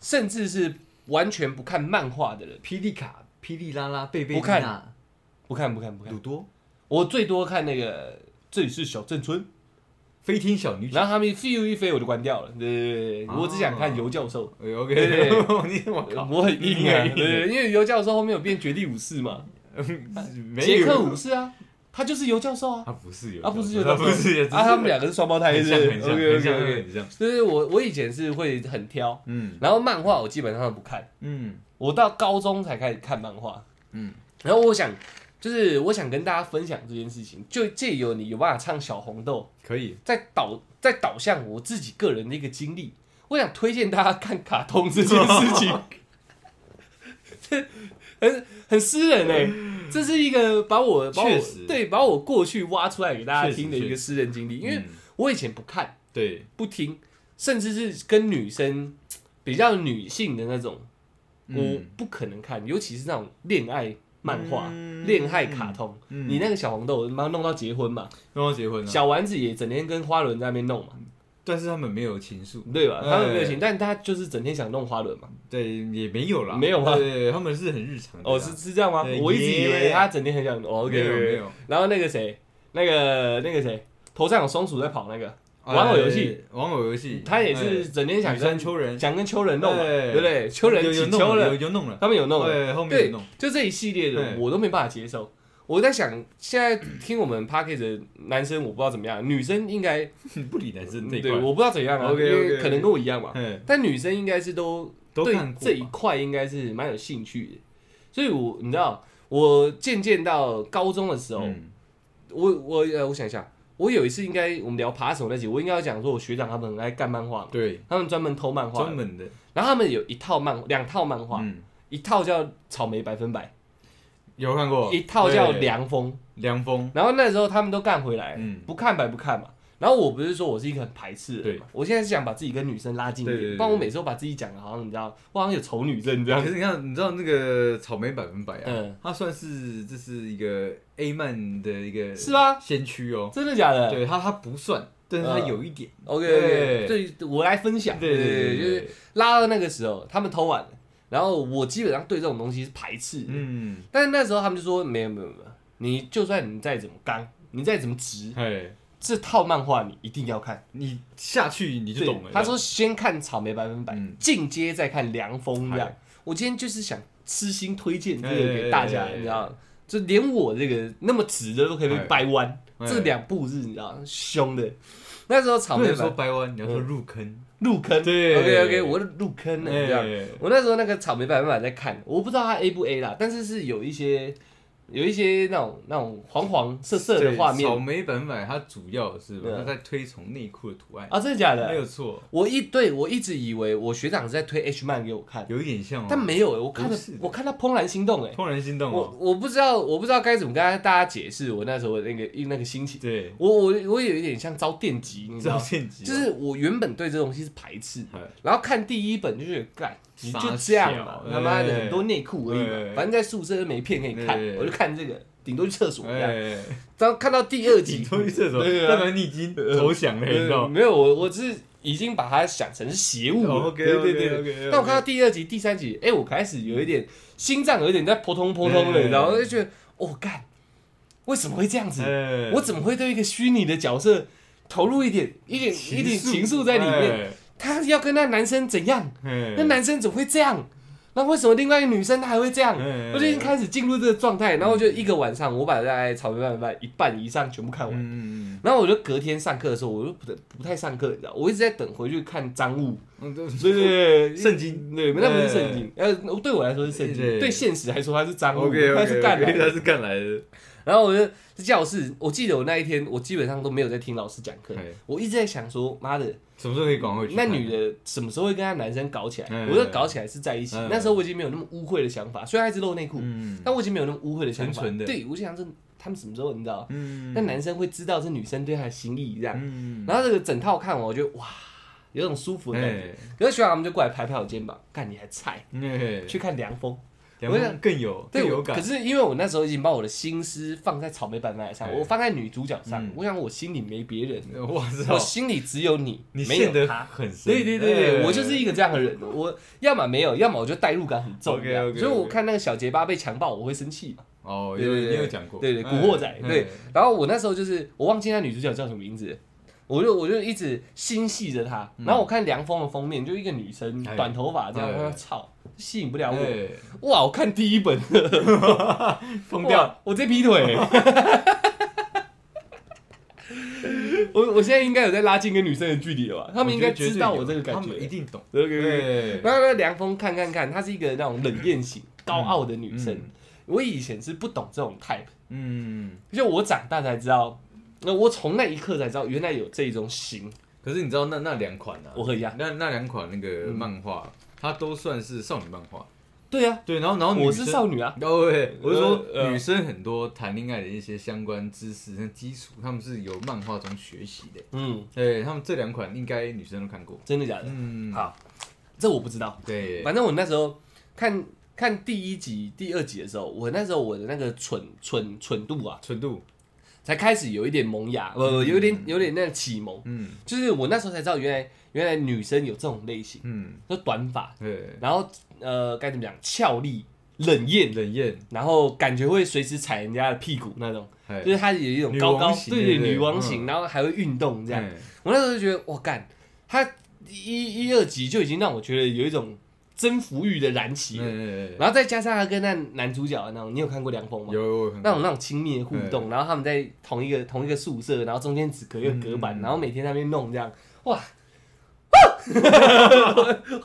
Speaker 1: 甚至是完全不看漫画的人，
Speaker 2: 霹雳卡、霹雳拉拉、贝
Speaker 1: 不
Speaker 2: 贝丽
Speaker 1: 看
Speaker 2: 娜、
Speaker 1: 不看不看不看
Speaker 2: 鲁。多、
Speaker 1: 我最多看那个《这里是小镇村》，
Speaker 2: 飞天小女警。
Speaker 1: 然后他们一 feel 一飞我就关掉了。对对对对，我只想看尤教授。
Speaker 2: 哎 OK，
Speaker 1: 对对
Speaker 2: *laughs* 你我哦靠，
Speaker 1: 我很硬啊，
Speaker 2: *laughs*
Speaker 1: 对
Speaker 2: 你很硬
Speaker 1: 对，对因为尤教授后面有变绝地武士嘛，
Speaker 2: 嗯没有
Speaker 1: 杰克武士啊，他就是尤教授啊，
Speaker 2: 他不是有
Speaker 1: 啊不是尤
Speaker 2: 他
Speaker 1: 教
Speaker 2: 不是有
Speaker 1: 授，啊他们两个是双胞胎，
Speaker 2: 很像
Speaker 1: 是不是
Speaker 2: 很像
Speaker 1: OK，OK，OK
Speaker 2: 很像很像，
Speaker 1: 就是我我以前是会很挑，
Speaker 2: 嗯
Speaker 1: 然后漫画我基本上不看，
Speaker 2: 嗯
Speaker 1: 我到高中才开始看漫画。
Speaker 2: 嗯，
Speaker 1: 然后我想，就是我想跟大家分享这件事情，就借由你有办法唱小红豆，
Speaker 2: 可以，
Speaker 1: 在导在导向我自己个人的一个经历，我想推荐大家看卡通这件事情。 *laughs* 这很很私人哎、这是一个把我把我
Speaker 2: 嗯确实
Speaker 1: 对把我过去挖出来给大家听的
Speaker 2: 确实
Speaker 1: 一个私人经历，因为
Speaker 2: 嗯
Speaker 1: 我以前不看。
Speaker 2: 对，
Speaker 1: 不听，甚至是跟女生比较女性的那种，我
Speaker 2: 嗯
Speaker 1: 不可能看，尤其是那种恋爱漫画、
Speaker 2: 嗯
Speaker 1: 恋爱卡通。
Speaker 2: 嗯
Speaker 1: 你那个小红豆，妈弄到结婚嘛，
Speaker 2: 让我结婚了，
Speaker 1: 小丸子也整天跟花轮在那边弄嘛，
Speaker 2: 但是他们没有情愫，
Speaker 1: 对吧？他们没有情，
Speaker 2: 哎
Speaker 1: 但他就是整天想弄花轮嘛。
Speaker 2: 对，也没有啦，
Speaker 1: 没有吗
Speaker 2: 对，对对他们是很日常的啦，
Speaker 1: 哦，是是这样吗
Speaker 2: 嗯对？
Speaker 1: 我一直以为
Speaker 2: 耶
Speaker 1: 他整天很想哦，OK，
Speaker 2: 没有
Speaker 1: OK，OK
Speaker 2: 没有。
Speaker 1: 然后那个谁，那个那个谁，头上有松鼠在跑那个玩偶游戏，
Speaker 2: 哎，玩偶游戏，
Speaker 1: 他也是整天
Speaker 2: 哎
Speaker 1: 想
Speaker 2: 女山
Speaker 1: 跟
Speaker 2: 丘人，
Speaker 1: 想跟秋人弄嘛，
Speaker 2: 哎
Speaker 1: 对不对？秋人
Speaker 2: 有
Speaker 1: 起
Speaker 2: 有
Speaker 1: 秋
Speaker 2: 弄了，
Speaker 1: 人
Speaker 2: 有，有弄了，
Speaker 1: 他们有弄了。
Speaker 2: 对，后面
Speaker 1: 对
Speaker 2: 有弄，，
Speaker 1: 就这一系列的
Speaker 2: 对
Speaker 1: 我都没办法接受。我在想，现在听我们 p a c k a g e 的男生我不知道怎么样，女生应该
Speaker 2: 不理男生这一
Speaker 1: 对
Speaker 2: 块，
Speaker 1: 我不知道怎样啊
Speaker 2: OK，OK，OK
Speaker 1: 因为可能跟我一样嘛。
Speaker 2: 哎，
Speaker 1: 但女生应该是都
Speaker 2: 都
Speaker 1: 对
Speaker 2: 看过
Speaker 1: 这一
Speaker 2: 吧
Speaker 1: 块应该是蛮有兴趣的，所以我你知道，我渐渐到高中的时候，
Speaker 2: 嗯
Speaker 1: 我我呃，我想一下，我有一次应该我们聊扒手那集，我应该要讲说我学长他们很爱干漫画嘛，
Speaker 2: 对，
Speaker 1: 他们专门偷漫画
Speaker 2: 专，门的，
Speaker 1: 然后他们有一套漫两套漫画，
Speaker 2: 嗯，
Speaker 1: 一套叫草莓百分百，
Speaker 2: 有看过
Speaker 1: 一套叫
Speaker 2: 哦对
Speaker 1: 凉风。
Speaker 2: 凉风，
Speaker 1: 然后那时候他们都干回来，
Speaker 2: 嗯
Speaker 1: 不看白不看嘛。然后我不是说我是一个很排斥的人嘛
Speaker 2: 对，
Speaker 1: 我现在是想把自己跟女生拉近一
Speaker 2: 对对对
Speaker 1: 点，不然我每次都把自己讲的好像你知道，我好像有丑女症这样
Speaker 2: 可。是你看，你知道那个草莓百分百啊，
Speaker 1: 嗯
Speaker 2: 它算是这是一个 A 漫的一个
Speaker 1: 是吗
Speaker 2: 先驱哦。
Speaker 1: 真的假的？
Speaker 2: *laughs* 对它它不算，但是它有一点。
Speaker 1: OK，
Speaker 2: 对
Speaker 1: OK，对我来分享，
Speaker 2: 对对对，
Speaker 1: 就
Speaker 2: 对
Speaker 1: 是
Speaker 2: 对
Speaker 1: 拉二那个时候，他们偷玩了，然后我基本上对这种东西是排斥的，
Speaker 2: 嗯，
Speaker 1: 但是那时候他们就说没有没有没有，你就算你再怎么刚，你再怎么直，
Speaker 2: 哎，
Speaker 1: 这套漫画你一定要看，
Speaker 2: 你下去你
Speaker 1: 对
Speaker 2: 就懂了。
Speaker 1: 他说先看草莓百分百
Speaker 2: 嗯，
Speaker 1: 进阶再看凉风这样
Speaker 2: 嗨。
Speaker 1: 我今天就是想痴心推荐这
Speaker 2: 哎
Speaker 1: 个给大
Speaker 2: 哎
Speaker 1: 家
Speaker 2: 哎哎，
Speaker 1: 你知道吗，就连我这个那么直的都可以被
Speaker 2: 哎
Speaker 1: 掰弯，
Speaker 2: 哎
Speaker 1: 这两步是你知道凶的。那时候草
Speaker 2: 不
Speaker 1: 莓嗯
Speaker 2: 能
Speaker 1: 百
Speaker 2: 说掰弯，你要说入坑。
Speaker 1: 入坑，
Speaker 2: 对
Speaker 1: ，OK OK，我入坑了这样。
Speaker 2: 哎
Speaker 1: 我那时候那个草莓百分百在看，我不知道它 A 不 A 啦，但是是有一些有一些那种那种黄黄色色的
Speaker 2: 对
Speaker 1: 画
Speaker 2: 草
Speaker 1: 面
Speaker 2: 莓百分百它主要是吧
Speaker 1: 对啊
Speaker 2: 它在推崇内裤的图案，
Speaker 1: 啊，真的假
Speaker 2: 没
Speaker 1: 的？
Speaker 2: 有错，
Speaker 1: 我一对我一直以为我学长是在推 H 漫给我看，
Speaker 2: 有一点像哦。
Speaker 1: 但没有欸我看
Speaker 2: 不
Speaker 1: 到
Speaker 2: 是的
Speaker 1: 我看到怦然心动哎，
Speaker 2: 怦然心动
Speaker 1: 我
Speaker 2: 哦。
Speaker 1: 我不知道我不知道该怎么跟大家解释我那时候的那个那个心情，
Speaker 2: 对，
Speaker 1: 我我我有一点像遭电击，你知道
Speaker 2: 照
Speaker 1: 吗？
Speaker 2: 片集哦
Speaker 1: 就是我原本对这东西是排斥的，
Speaker 2: 哎
Speaker 1: 然后看第一本就觉得，干，你
Speaker 2: 傻
Speaker 1: 就这样嘛
Speaker 2: 小，
Speaker 1: 他妈的
Speaker 2: 哎
Speaker 1: 很多内裤而已
Speaker 2: 哎
Speaker 1: 嘛，反正在宿舍又没片可以看
Speaker 2: 哎，
Speaker 1: 我就看这个，顶多去厕所这样。
Speaker 2: 哎，
Speaker 1: 然后看到第二集
Speaker 2: 你，出去厕所，
Speaker 1: 对啊
Speaker 2: 代表你已经投降 *laughs* 了，你知
Speaker 1: 呃
Speaker 2: 道吗？
Speaker 1: 没有我我只是已经把它想成是邪物
Speaker 2: 哦
Speaker 1: 了，
Speaker 2: ，OK，
Speaker 1: 对对对
Speaker 2: OK，OK，OK
Speaker 1: 对。但我看到第二集、第三集，哎，我开始有一点心脏有一点在扑通扑通
Speaker 2: 哎
Speaker 1: 了，然后就觉得，哦干，为什么会这样子？
Speaker 2: 哎
Speaker 1: 嗯我怎么会对一个虚拟的角色投入一点一点一点情愫在里
Speaker 2: 哎
Speaker 1: 面？他要跟那男生怎样？
Speaker 2: 面
Speaker 1: 那男生怎么会这样？那为什么另外一个女生她还会这样
Speaker 2: 嗯嗯嗯？嗯
Speaker 1: 我就已经开始进入这个状态，然后就一个晚上，我把大概《草莓拌饭》一半以上全部看完。
Speaker 2: 嗯嗯
Speaker 1: 然后我就隔天上课的时候，我就不不太上课，你知道，我一直在等回去看赃物，
Speaker 2: 嗯，对
Speaker 1: 对对对，
Speaker 2: 圣经
Speaker 1: 对，那不是圣经，呃，对我来说是圣
Speaker 2: 对
Speaker 1: 经，对现实来说它是赃物，
Speaker 2: OK，
Speaker 1: 它是干来
Speaker 2: 他
Speaker 1: 的。
Speaker 2: 是干来的，
Speaker 1: 然后我就教室，我记得我那一天，我基本上都没有在听老师讲课
Speaker 2: 哎，
Speaker 1: 我一直在想说，妈的，
Speaker 2: 什么时候可以赶回去
Speaker 1: 那
Speaker 2: 看？
Speaker 1: 女的什么时候会跟她男生搞起来？
Speaker 2: 嗯
Speaker 1: 我说搞起来是在一起
Speaker 2: 嗯，
Speaker 1: 那时候我已经没有那么污秽的想法，虽然还是露内裤，
Speaker 2: 嗯，
Speaker 1: 但我已经没有那么污秽的想法。
Speaker 2: 纯纯的
Speaker 1: 对，我就想这他们什么时候你知道？
Speaker 2: 嗯
Speaker 1: 那男生会知道这女生对他的心意这样。
Speaker 2: 嗯，
Speaker 1: 然后这个整套看完，我觉得哇，有种舒服的感觉。
Speaker 2: 哎
Speaker 1: 可是学长他们就过来拍拍我肩膀，干你还菜，
Speaker 2: 哎，
Speaker 1: 去看凉风。
Speaker 2: 两个人更有更
Speaker 1: 对，
Speaker 2: 有
Speaker 1: 我可
Speaker 2: 感，
Speaker 1: 是因为我那时候已经把我的心思放在草莓版本上，
Speaker 2: 哎
Speaker 1: 我放在女主角上
Speaker 2: 嗯，
Speaker 1: 我想我心里没别人，
Speaker 2: 我知
Speaker 1: 我 *laughs*
Speaker 2: 道，
Speaker 1: 心里只有哦你，
Speaker 2: 你
Speaker 1: 没
Speaker 2: 陷
Speaker 1: 有
Speaker 2: 得
Speaker 1: 他。
Speaker 2: 很深，
Speaker 1: 对对对对，
Speaker 2: 哎
Speaker 1: 我就是一个这样的人，我要么没有，要么我就代入感很重
Speaker 2: OK，OK，
Speaker 1: 这样
Speaker 2: OK
Speaker 1: 所以我看那个小结巴被强暴，我会生气嘛。
Speaker 2: 哦，
Speaker 1: 对
Speaker 2: 有
Speaker 1: 对
Speaker 2: 你
Speaker 1: 对
Speaker 2: 有讲过，
Speaker 1: 对对，
Speaker 2: 哎
Speaker 1: 古惑仔
Speaker 2: 哎
Speaker 1: 对。然后我那时候就是我忘记那女主角叫什么名字，我就我就一直心系着她。然后我看《凉风》的封面，就一个女生
Speaker 2: 嗯哎
Speaker 1: 短头发这样，
Speaker 2: 哎
Speaker 1: 我说操，吸引不了我。
Speaker 2: 哎，
Speaker 1: 哇，我看第一本
Speaker 2: *laughs* 疯掉，
Speaker 1: 哇，我这劈腿。 *laughs* 我我现在应该有在拉近跟女生的距离了吧？他们应该
Speaker 2: 我觉得
Speaker 1: 知道
Speaker 2: 绝
Speaker 1: 我这
Speaker 2: 对有
Speaker 1: 个感
Speaker 2: 他们一哎
Speaker 1: 觉。
Speaker 2: 定懂，
Speaker 1: 对对对。
Speaker 2: 对，
Speaker 1: 然后那凉风看看看，她是一个那种冷艳型、高傲的女生
Speaker 2: 嗯。
Speaker 1: 我以前是不懂这种 type，
Speaker 2: 嗯。
Speaker 1: 就我长大才知道，那我从那一刻才知道，原来有这种型。
Speaker 2: 可是你知道那那两款啊，
Speaker 1: 我和一样。
Speaker 2: 那那两款那个漫画，它都算是少女漫画。
Speaker 1: 对啊，
Speaker 2: 对，然后然后女
Speaker 1: 我
Speaker 2: 生
Speaker 1: 是少女啊。
Speaker 2: 哦，对，我是说
Speaker 1: 呃
Speaker 2: 女生很多谈恋爱的一些相关知识跟基础，他们是由漫画中学习的。
Speaker 1: 嗯，
Speaker 2: 对他们这两款应该女生都看过。
Speaker 1: 真的假的？
Speaker 2: 嗯，
Speaker 1: 好，这我不知道。
Speaker 2: 对，
Speaker 1: 反正我那时候看看第一集、第二集的时候，我那时候我的那个蠢蠢蠢度啊，
Speaker 2: 纯度，
Speaker 1: 才开始有一点萌芽，呃，有点有点那个启蒙。
Speaker 2: 嗯
Speaker 1: 就是我那时候才知道，原来原来女生有这种类型，
Speaker 2: 嗯，
Speaker 1: 就短发，
Speaker 2: 对，
Speaker 1: 然后呃该怎么讲，俏丽、冷艳，
Speaker 2: 冷艳，
Speaker 1: 然后感觉会随时踩人家的屁股那种，
Speaker 2: 哎
Speaker 1: 就是她有一种
Speaker 2: 女
Speaker 1: 高
Speaker 2: 王
Speaker 1: 高，
Speaker 2: 型对
Speaker 1: 对
Speaker 2: 不对
Speaker 1: 女王
Speaker 2: 嗯
Speaker 1: 型，然后还会运动这样。
Speaker 2: 哎
Speaker 1: 我那时候就觉得，我干，她一一二集就已经让我觉得有一种征服欲的燃起了，
Speaker 2: 哎，哎
Speaker 1: 然后再加上她跟那男主角的那种，你有看过《凉风》吗？
Speaker 2: 有有有
Speaker 1: 那种那种亲密的互动，然后他们在同一个同一个宿舍，然后中间只隔一个隔板，
Speaker 2: 嗯
Speaker 1: 然后每天在那边弄这样，
Speaker 2: *laughs*
Speaker 1: 哇！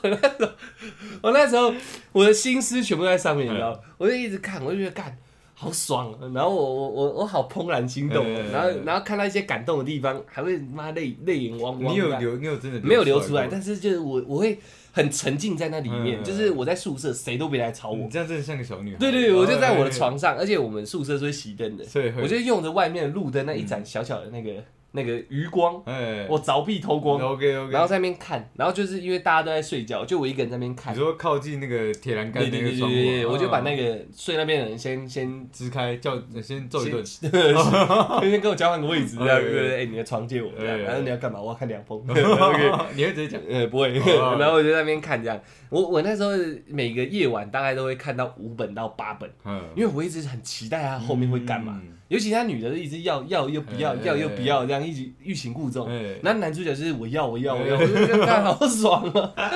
Speaker 1: 我那时候，我那时候我的心思全部都在上面，你知道吗，
Speaker 2: 嗯
Speaker 1: 我就一直看，我就觉得干好爽、啊，然后我我我我好怦然心动、啊
Speaker 2: 嗯，
Speaker 1: 然后然后看到一些感动的地方，还会妈泪泪眼汪汪
Speaker 2: 你
Speaker 1: 这
Speaker 2: 有
Speaker 1: 样。
Speaker 2: 流，你有真的
Speaker 1: 没有流出
Speaker 2: 过
Speaker 1: 来，但是就是我我会很沉浸在那里面，
Speaker 2: 嗯
Speaker 1: 就是我在宿舍谁都别来吵我
Speaker 2: 你，这样真的像个小女孩。
Speaker 1: 对对，对我就在我的
Speaker 2: 哎，
Speaker 1: 床上，而且我们宿舍是会熄灯的，
Speaker 2: 所以会嗯
Speaker 1: 我就用着外面的路灯那一盏小小的那个那个余光，
Speaker 2: 哎，
Speaker 1: 我凿壁偷光，
Speaker 2: OK OK，
Speaker 1: 然后在那边看，然后就是因为大家都在睡觉，就我一个人在那边看
Speaker 2: 你。说靠近那个铁栏杆
Speaker 1: 对
Speaker 2: 的
Speaker 1: 对
Speaker 2: 那个
Speaker 1: 对对
Speaker 2: 窗户
Speaker 1: 对对，
Speaker 2: 啊，
Speaker 1: 我就把
Speaker 2: 嗯
Speaker 1: 那个睡那边的人先先
Speaker 2: 支开叫先揍一顿，
Speaker 1: 先 *laughs* 先跟我交换个位置，这样
Speaker 2: *laughs* 哎
Speaker 1: 对对对，哎，你的床借我，这样
Speaker 2: 哎
Speaker 1: 然后你要干嘛？我要看凉
Speaker 2: *laughs*
Speaker 1: 风。OK，
Speaker 2: 你会直接讲
Speaker 1: 呃，不会。
Speaker 2: 哦
Speaker 1: *laughs* 然后我就在那边看这样，我我那时候每个夜晚大概都会看到五本到八本，
Speaker 2: 嗯，
Speaker 1: 因为我一直很期待他后面会干嘛
Speaker 2: 嗯。
Speaker 1: 尤其他女的一直要要又不要，
Speaker 2: 哎哎
Speaker 1: 要又不要，这样一直欲擒故纵。
Speaker 2: 哎，
Speaker 1: 那男主角就是我要我要我要，我就觉得看好爽啊！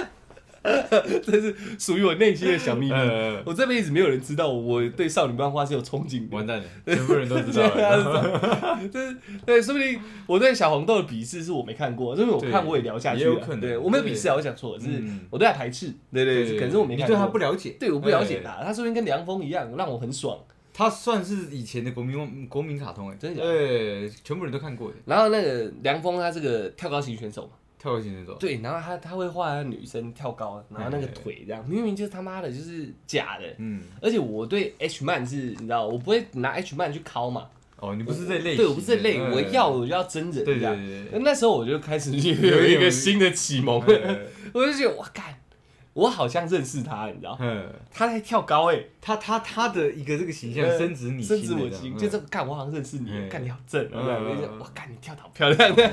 Speaker 1: *laughs* 这是属于我内心的小秘密。
Speaker 2: 呃，
Speaker 1: 我这辈子没有人知道我对少女漫画是有憧憬的
Speaker 2: 完。蛋了，全部人都知道
Speaker 1: *laughs* 啊
Speaker 2: 了，
Speaker 1: 道对对，说不定我对小红豆的鄙视是我没看过，因为我
Speaker 2: 对
Speaker 1: 看我也聊下去
Speaker 2: 也有
Speaker 1: 了
Speaker 2: 可。能
Speaker 1: 对，我没有鄙
Speaker 2: 对
Speaker 1: 视啊，我想错，是
Speaker 2: 嗯
Speaker 1: 我对他排斥。对对对，可是我没
Speaker 2: 你
Speaker 1: 看
Speaker 2: 对他不
Speaker 1: 过。
Speaker 2: 了解，
Speaker 1: 对，我不了解
Speaker 2: 哎
Speaker 1: 他，他说不定跟凉风一样，让我很爽。
Speaker 2: 他算是以前的国民国民卡通哎，
Speaker 1: 真的假
Speaker 2: 对，全部人都看过哎，
Speaker 1: 然后那个凉风，他是个跳高型选手嘛，
Speaker 2: 跳高型选手，
Speaker 1: 对，然后他他会画女生跳高，然后那个
Speaker 2: 哎
Speaker 1: 腿这样，明明就是他妈的就是假的。
Speaker 2: 嗯，
Speaker 1: 而且我对 H man 是，你知道，我不会拿 H man 去拷嘛，
Speaker 2: 哦，你不是这类型的，
Speaker 1: 对我不是累，
Speaker 2: 哎
Speaker 1: 我要我就要真人这
Speaker 2: 对对
Speaker 1: 样。
Speaker 2: 对对
Speaker 1: 那时候我就开始有
Speaker 2: 有
Speaker 1: 一
Speaker 2: 一
Speaker 1: 个
Speaker 2: 个
Speaker 1: 新
Speaker 2: 新
Speaker 1: 的启蒙，
Speaker 2: 对，哎
Speaker 1: *laughs* 我就觉得哇，干，我好像认识他，你知道，
Speaker 2: 嗯，
Speaker 1: 他在跳高哎、
Speaker 2: 他他他的一个这个形象
Speaker 1: 呃
Speaker 2: 深植你
Speaker 1: 深
Speaker 2: 心
Speaker 1: 植
Speaker 2: 的这
Speaker 1: 我
Speaker 2: 样，
Speaker 1: 心，
Speaker 2: 嗯
Speaker 1: 就这个干，我好像认识你，
Speaker 2: 嗯
Speaker 1: 干你好正，这
Speaker 2: 嗯
Speaker 1: 样，
Speaker 2: 嗯
Speaker 1: 就
Speaker 2: 嗯
Speaker 1: 哇，干你跳得好漂亮 *laughs* 的。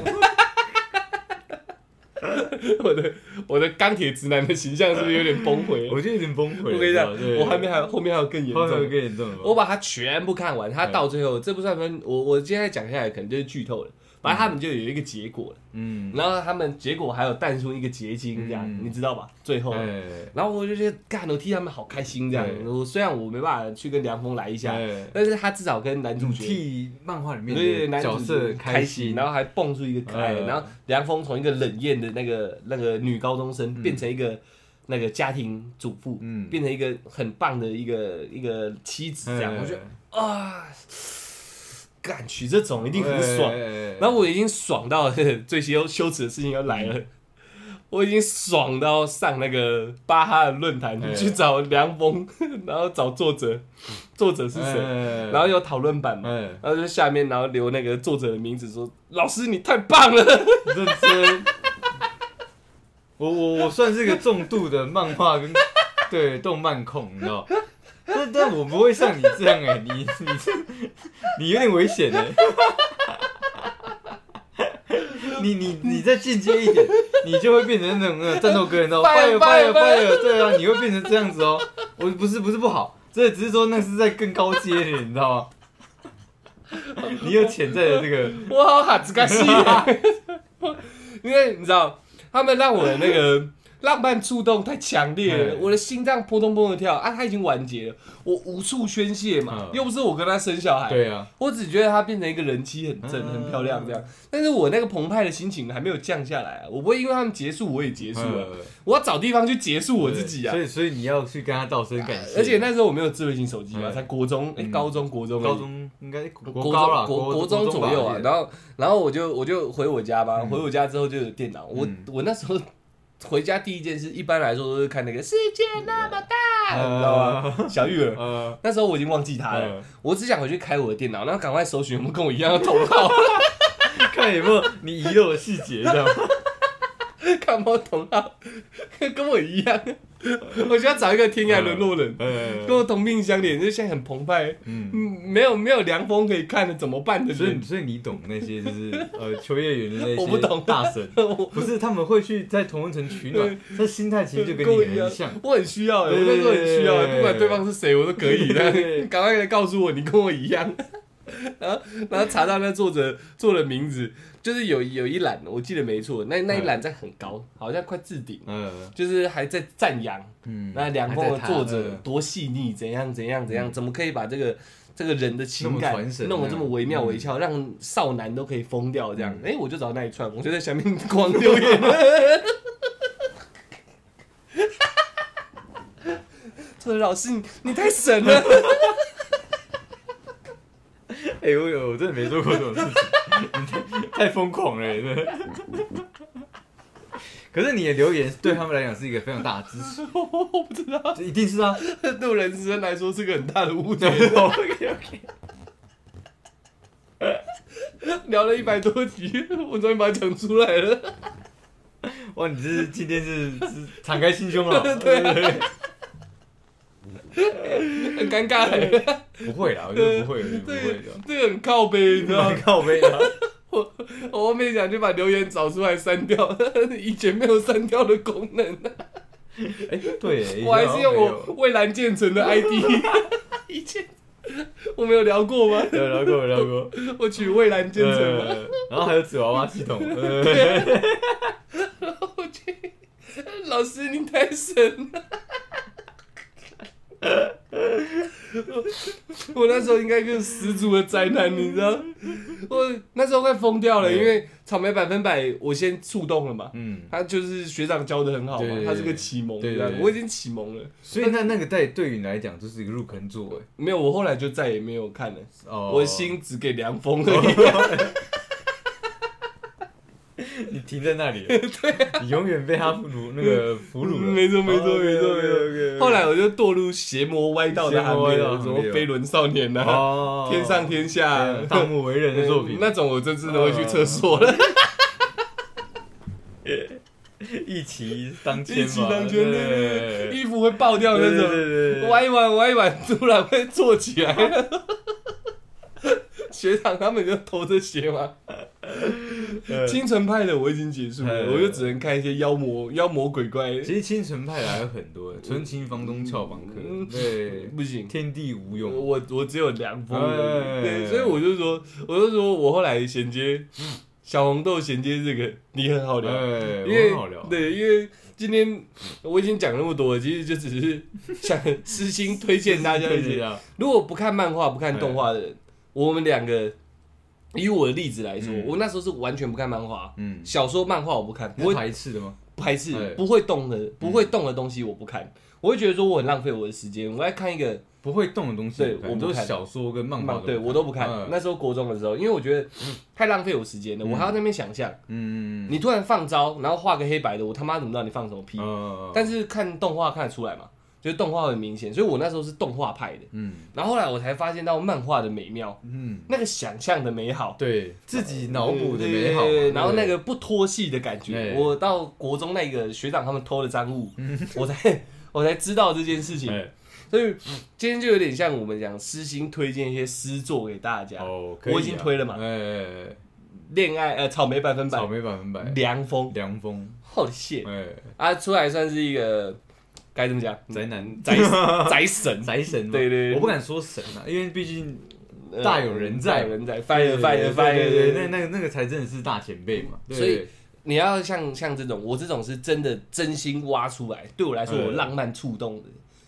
Speaker 1: 我的我的钢铁直男的形象是不是有点崩溃？ *laughs*
Speaker 2: 我觉得有点崩溃。
Speaker 1: 我跟你讲，
Speaker 2: 对
Speaker 1: 我还没还有后面还有更严
Speaker 2: 后面
Speaker 1: 重嗯
Speaker 2: 有
Speaker 1: 的。
Speaker 2: 更严重的吧
Speaker 1: 我把它全部看完，它到最后这不算分，我我现在讲下来可能就是剧透了。反正他们就有一个结果了，
Speaker 2: 嗯，
Speaker 1: 然后他们结果还有诞生一个结晶，这样、
Speaker 2: 嗯
Speaker 1: 你知道吧？最后，
Speaker 2: 哎
Speaker 1: 然后我就觉得干，我替他们好开心这样。
Speaker 2: 对
Speaker 1: 我虽然我没办法去跟梁峰来一下，
Speaker 2: 哎，
Speaker 1: 但是他至少跟男主角。
Speaker 2: 替漫画里
Speaker 1: 对
Speaker 2: 面
Speaker 1: 对，对
Speaker 2: 的
Speaker 1: 男
Speaker 2: 角
Speaker 1: 主
Speaker 2: 色
Speaker 1: 角开
Speaker 2: 心，
Speaker 1: 然后还蹦出一个可爱的，
Speaker 2: 嗯
Speaker 1: 然后梁峰从一个冷艳的那个那个女高中生变成一个那个家庭主妇，
Speaker 2: 嗯
Speaker 1: 变成一个很棒的一个一个妻
Speaker 2: 哎
Speaker 1: 子这样，我觉得啊，干娶这种一
Speaker 2: 一
Speaker 1: 定很爽。
Speaker 2: 然
Speaker 1: 然后我已经爽到 *laughs* 最羞羞耻的事情要来了，我已经爽到上那个巴哈的论坛
Speaker 2: 哎
Speaker 1: 去找梁峰， *laughs* 然后找作者，作者是谁，
Speaker 2: 谁
Speaker 1: 然后有讨论版嘛，
Speaker 2: 哎，
Speaker 1: 然后就下面然后留那个作者的名字说老师你太棒了，
Speaker 2: 认真。我我我算是个重度的漫画跟对动漫控，你知道？但但我不会像你这样哎、你你你有点危险哎、你你你再进阶一点，你就会变成那种那种战斗哥，你知道吗
Speaker 1: Fire,
Speaker 2: ？fire
Speaker 1: fire,
Speaker 2: fire fire，对啊，你会变成这样子哦。我不是不是不好，这只是说那是在更高阶的，你知道吗？你有潜在的这个，
Speaker 1: 我好哈子嘎西， *laughs* 因为你知道他们让我的那个。浪漫触动太强烈了，
Speaker 2: 哎
Speaker 1: 我的心脏扑通扑通的跳啊！他已经完结了，我无处宣泄嘛，
Speaker 2: 嗯
Speaker 1: 又不是我跟他生小孩，
Speaker 2: 对啊，
Speaker 1: 我只觉得她变成一个人妻，很正，
Speaker 2: 嗯
Speaker 1: 很漂亮这样。但是我那个澎湃的心情还没有降下来啊！我不会因为他们结束我也结束了，
Speaker 2: 嗯
Speaker 1: 我要找地方去结束我自己啊
Speaker 2: 所！以所以你要去跟他道声感谢。
Speaker 1: 而且那时候我没有智慧型手机嘛，
Speaker 2: 嗯
Speaker 1: 才国中，哎，
Speaker 2: 嗯
Speaker 1: 高中国中而已
Speaker 2: 高中应该国
Speaker 1: 国
Speaker 2: 高
Speaker 1: 中
Speaker 2: 啦，
Speaker 1: 国
Speaker 2: 国
Speaker 1: 中左右啊，
Speaker 2: 吧
Speaker 1: 然后然后我就我就回我家吧，
Speaker 2: 嗯
Speaker 1: 回我家之后就有电脑，我
Speaker 2: 嗯
Speaker 1: 我那时候回家第一件事，一般来说都是看那个世界那么大，
Speaker 2: 嗯
Speaker 1: 你知道吗？小玉儿，
Speaker 2: 呃，
Speaker 1: 那时候我已经忘记他了，
Speaker 2: 呃
Speaker 1: 我只想回去开我的电脑，然后赶快搜寻有没有跟我一样的同号。 *laughs*
Speaker 2: 看有没有你遗漏的细节， *laughs* 这样。
Speaker 1: 看不懂啊， *laughs* 跟我一样。我需要找一个天涯沦落人，
Speaker 2: 呃
Speaker 1: 跟，我同命相怜，就现在很澎湃，
Speaker 2: 嗯，
Speaker 1: 哎嗯，没有没有凉风可以看的，怎么办的
Speaker 2: 所
Speaker 1: 人 *laughs*
Speaker 2: 以？所以你懂那些就是呃秋叶原的那些
Speaker 1: 我不懂，
Speaker 2: 大神
Speaker 1: 我
Speaker 2: 不是他们会去在同温层取暖，他心态其实就跟
Speaker 1: 我
Speaker 2: 你
Speaker 1: 一样
Speaker 2: 很像。，
Speaker 1: 我很需要欸，我那时候很需要欸，
Speaker 2: 对
Speaker 1: 不管对方是谁，我都可以的。*laughs*
Speaker 2: 对
Speaker 1: 赶快来告诉我，你跟我一样。 *laughs* 然后，然后查到那作者作者名字，就是有有一栏，我记得没错，那那一
Speaker 2: 嗯
Speaker 1: 栏在很高，好像快置顶，
Speaker 2: 呃，
Speaker 1: 就是还在赞扬
Speaker 2: 嗯，
Speaker 1: 那梁峰的作
Speaker 2: 还在
Speaker 1: 者
Speaker 2: 他
Speaker 1: 多细腻，怎样怎样怎样，
Speaker 2: 嗯
Speaker 1: 怎么可以把这个这个人的情
Speaker 2: 那么
Speaker 1: 感
Speaker 2: 传神嗯
Speaker 1: 弄得这么惟妙惟肖，让少男都可以疯掉这样？哎，我就找到那一串，我就在下面狂留言。 *laughs* 作者老师，你你太神了！
Speaker 2: 呃哎我有我真的没做过这种事情，你太太疯狂了，真的。可是你的留言对他们来讲是一个非常大的支持，
Speaker 1: 我不知道，
Speaker 2: 这一定是啊，啊
Speaker 1: 对我人生
Speaker 2: *laughs*
Speaker 1: 来说是个很大的误解。
Speaker 2: OK OK，
Speaker 1: 聊了一百多集，我终于把它讲出来了。
Speaker 2: 哇，你这是今天是是敞开心胸了，
Speaker 1: *laughs* 对啊
Speaker 2: 对
Speaker 1: 很尴尬欸，
Speaker 2: 不会啦，我觉得不会，我觉得不
Speaker 1: 这
Speaker 2: 会
Speaker 1: 个这个很靠背，你知道吗
Speaker 2: 的。？靠背啊，
Speaker 1: *laughs* 我后面想就把留言找出来删掉， *laughs* 以前没有删掉的功能，
Speaker 2: 哎，对，
Speaker 1: 我还是用
Speaker 2: 没
Speaker 1: 我
Speaker 2: 有
Speaker 1: 蔚蓝建成的 ID。以前我没有聊过吗？
Speaker 2: 有聊过有聊过，
Speaker 1: 我取蔚蓝建成吗？
Speaker 2: 呃然后还有纸娃娃系统，呃
Speaker 1: *laughs* 我去，老师你太神了！ *laughs* 我那时候应该就是十足的灾难，你知道？我那时候快疯掉了，因为草莓百分百我先触动了嘛，
Speaker 2: 嗯，
Speaker 1: 他就是学长教的很好
Speaker 2: 对对
Speaker 1: 嘛，
Speaker 2: 对
Speaker 1: 他是个启蒙，
Speaker 2: 对对
Speaker 1: 这样
Speaker 2: 对
Speaker 1: 我已经启蒙了。
Speaker 2: 所以那那个代对于你来讲就是一个入坑作，哎，
Speaker 1: 没有，我后来就再也没有看了，
Speaker 2: 哦，
Speaker 1: 我心只给凉风而已。
Speaker 2: 你停在那
Speaker 1: *laughs*
Speaker 2: 里，对、你永远被他俘虏那个俘虏了。
Speaker 1: 啊嗯没错没错
Speaker 2: 哦
Speaker 1: 没错没错 *laughs*
Speaker 2: OK，OK，OK，OK
Speaker 1: 后来我就堕入邪魔歪道的
Speaker 2: 邪
Speaker 1: 行
Speaker 2: 魔歪
Speaker 1: 列
Speaker 2: 道
Speaker 1: 了，什么
Speaker 2: 行列哦
Speaker 1: 飞轮少年呐、
Speaker 2: 哦
Speaker 1: 天上天下
Speaker 2: 对啊，
Speaker 1: *laughs*
Speaker 2: 大木为人的作品，哦
Speaker 1: 那种我真是都会去厕所 *laughs* 了，
Speaker 2: 一骑
Speaker 1: *laughs*
Speaker 2: 当
Speaker 1: 一
Speaker 2: 千
Speaker 1: 起
Speaker 2: 嘛，
Speaker 1: 当
Speaker 2: 对
Speaker 1: 圈，对
Speaker 2: 对
Speaker 1: 对
Speaker 2: 对
Speaker 1: 对
Speaker 2: 对
Speaker 1: 衣服会爆掉那
Speaker 2: 对对对对
Speaker 1: 种，
Speaker 2: 对
Speaker 1: 玩一玩玩一玩，突然会坐起来 *laughs* 了。学长他们就偷这些嘛，
Speaker 2: 对
Speaker 1: 清纯派的我已经结束
Speaker 2: 哎
Speaker 1: 了，我就只能看一些妖魔妖魔鬼怪，
Speaker 2: 其实清纯派来有很多，纯情房东俏房客，
Speaker 1: 嗯
Speaker 2: 对，
Speaker 1: 不行。
Speaker 2: 天地无用，
Speaker 1: 我我只有凉风
Speaker 2: 哎
Speaker 1: 而已，对，所以我就说，我就说我后来衔接小红豆衔接这个，你很好聊，
Speaker 2: 哎，
Speaker 1: 因
Speaker 2: 我
Speaker 1: 为
Speaker 2: 很好聊，
Speaker 1: 对，因为今天我已经讲那么多了，其实就只是想私心推荐大家 *laughs* 一
Speaker 2: 对
Speaker 1: 些，
Speaker 2: 啊，
Speaker 1: 如果不看漫画、不看动画的人，我们两个以我的例子来说，
Speaker 2: 嗯
Speaker 1: 我那时候是完全不看漫画，
Speaker 2: 嗯，
Speaker 1: 小说、漫画我不看，
Speaker 2: 不会
Speaker 1: 我
Speaker 2: 排斥的吗？
Speaker 1: 排斥
Speaker 2: 哎
Speaker 1: 不会动的、不会动的东西我不看，我会觉得说我很浪费我的时间，我要看一个。
Speaker 2: 不会动的东西，
Speaker 1: 对
Speaker 2: 看
Speaker 1: 我不
Speaker 2: 都是
Speaker 1: 看
Speaker 2: 小说跟漫画，
Speaker 1: 对我都不看。
Speaker 2: 嗯
Speaker 1: 那时候国中的时候，因为我觉得太浪费我时间了，我还要在那边想象。
Speaker 2: 嗯，
Speaker 1: 你突然放招，然后画个黑白的，我他妈怎么知道你放什么屁？
Speaker 2: 呃，
Speaker 1: 但是看动画看得出来嘛，就是动画很明显，所以我那时候是动画派的。
Speaker 2: 嗯
Speaker 1: 然后后来我才发现到漫画的美妙，
Speaker 2: 嗯。
Speaker 1: 那个想象的美好，
Speaker 2: 对自己脑补的美好
Speaker 1: 嗯
Speaker 2: 嘛，
Speaker 1: 对对对
Speaker 2: 嗯对
Speaker 1: 然后那个不脱戏的感觉，
Speaker 2: 对嗯
Speaker 1: 我到国中那个学长他们偷了赃物，我才 *laughs* 我才知道这件事情。
Speaker 2: 哎
Speaker 1: 所以今天就有点像我们讲私心推荐一些诗作给大家。
Speaker 2: 哦，
Speaker 1: 我已经推了嘛
Speaker 2: 哎哎，哎
Speaker 1: 恋爱呃草莓百分
Speaker 2: 草
Speaker 1: 百，
Speaker 2: 莓百分百，
Speaker 1: 凉风
Speaker 2: 凉风，
Speaker 1: 好 o 谢
Speaker 2: 哎，
Speaker 1: 啊，出来算是一个该怎么讲嗯
Speaker 2: 宅男
Speaker 1: *laughs* 宅宅神，
Speaker 2: 宅神嘛，
Speaker 1: 对对对
Speaker 2: 我不敢说神啊，因为毕竟
Speaker 1: 呃
Speaker 2: 大有人在
Speaker 1: 大有人在，fire fire
Speaker 2: 对
Speaker 1: fire，
Speaker 2: 对对，那那个那个才真的是大前辈嘛，对
Speaker 1: 所以你要像像这种，我这种是真的真心挖出来，对我来说
Speaker 2: 嗯
Speaker 1: 我浪漫触动的，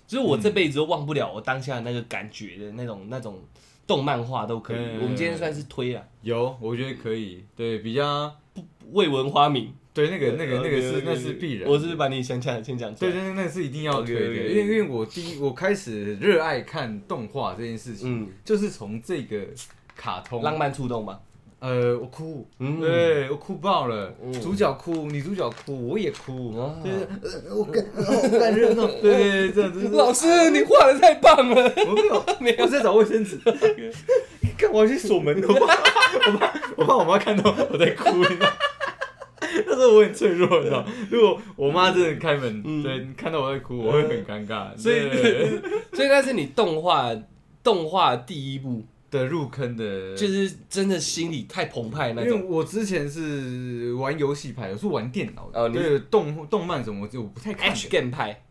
Speaker 1: 就是我这辈子都忘不了我当下那个感觉的那种那种动漫画都可以。
Speaker 2: 嗯
Speaker 1: 我们今天算是推啊，
Speaker 2: 有我觉得可以，对比较
Speaker 1: 未闻花名，呃
Speaker 2: 对那个那个那个是
Speaker 1: OK，OK，
Speaker 2: 那是必然，
Speaker 1: 我是把你想讲的先讲出
Speaker 2: 对
Speaker 1: 来，
Speaker 2: 对对，那个是一定要推的，
Speaker 1: OK，OK
Speaker 2: 因为因为我第一我开始热爱看动画这件事情，
Speaker 1: 嗯，
Speaker 2: 就是从这个卡通
Speaker 1: 浪漫触动吧，
Speaker 2: 呃，我哭，
Speaker 1: 嗯
Speaker 2: 对我哭爆了，
Speaker 1: 嗯
Speaker 2: 主角哭，女主角哭，我也哭，
Speaker 1: 啊
Speaker 2: 就是呃我感好感人哦，对对对，这样子，就是
Speaker 1: 老师，你画的太棒了。
Speaker 2: *laughs* 我没有，
Speaker 1: 没有
Speaker 2: 我在找卫 *laughs* 生纸，看我要去锁门，我怕我 *laughs* 怕我怕我妈看到我在哭，你知道。那时候我很脆弱，你知道，如果我妈真的开门，
Speaker 1: 嗯
Speaker 2: 对，看到我在哭，我会很尴 *laughs* 尬，
Speaker 1: 所以
Speaker 2: 对
Speaker 1: 所以那是你动画动画第一部，
Speaker 2: 的入坑的，
Speaker 1: 就是真的心里太澎湃那
Speaker 2: 因为
Speaker 1: 种。
Speaker 2: 我之前是玩游戏派，我是玩电脑
Speaker 1: 哦
Speaker 2: 的，
Speaker 1: 你
Speaker 2: 对动动漫什么我就我不太看的。
Speaker 1: H game 派，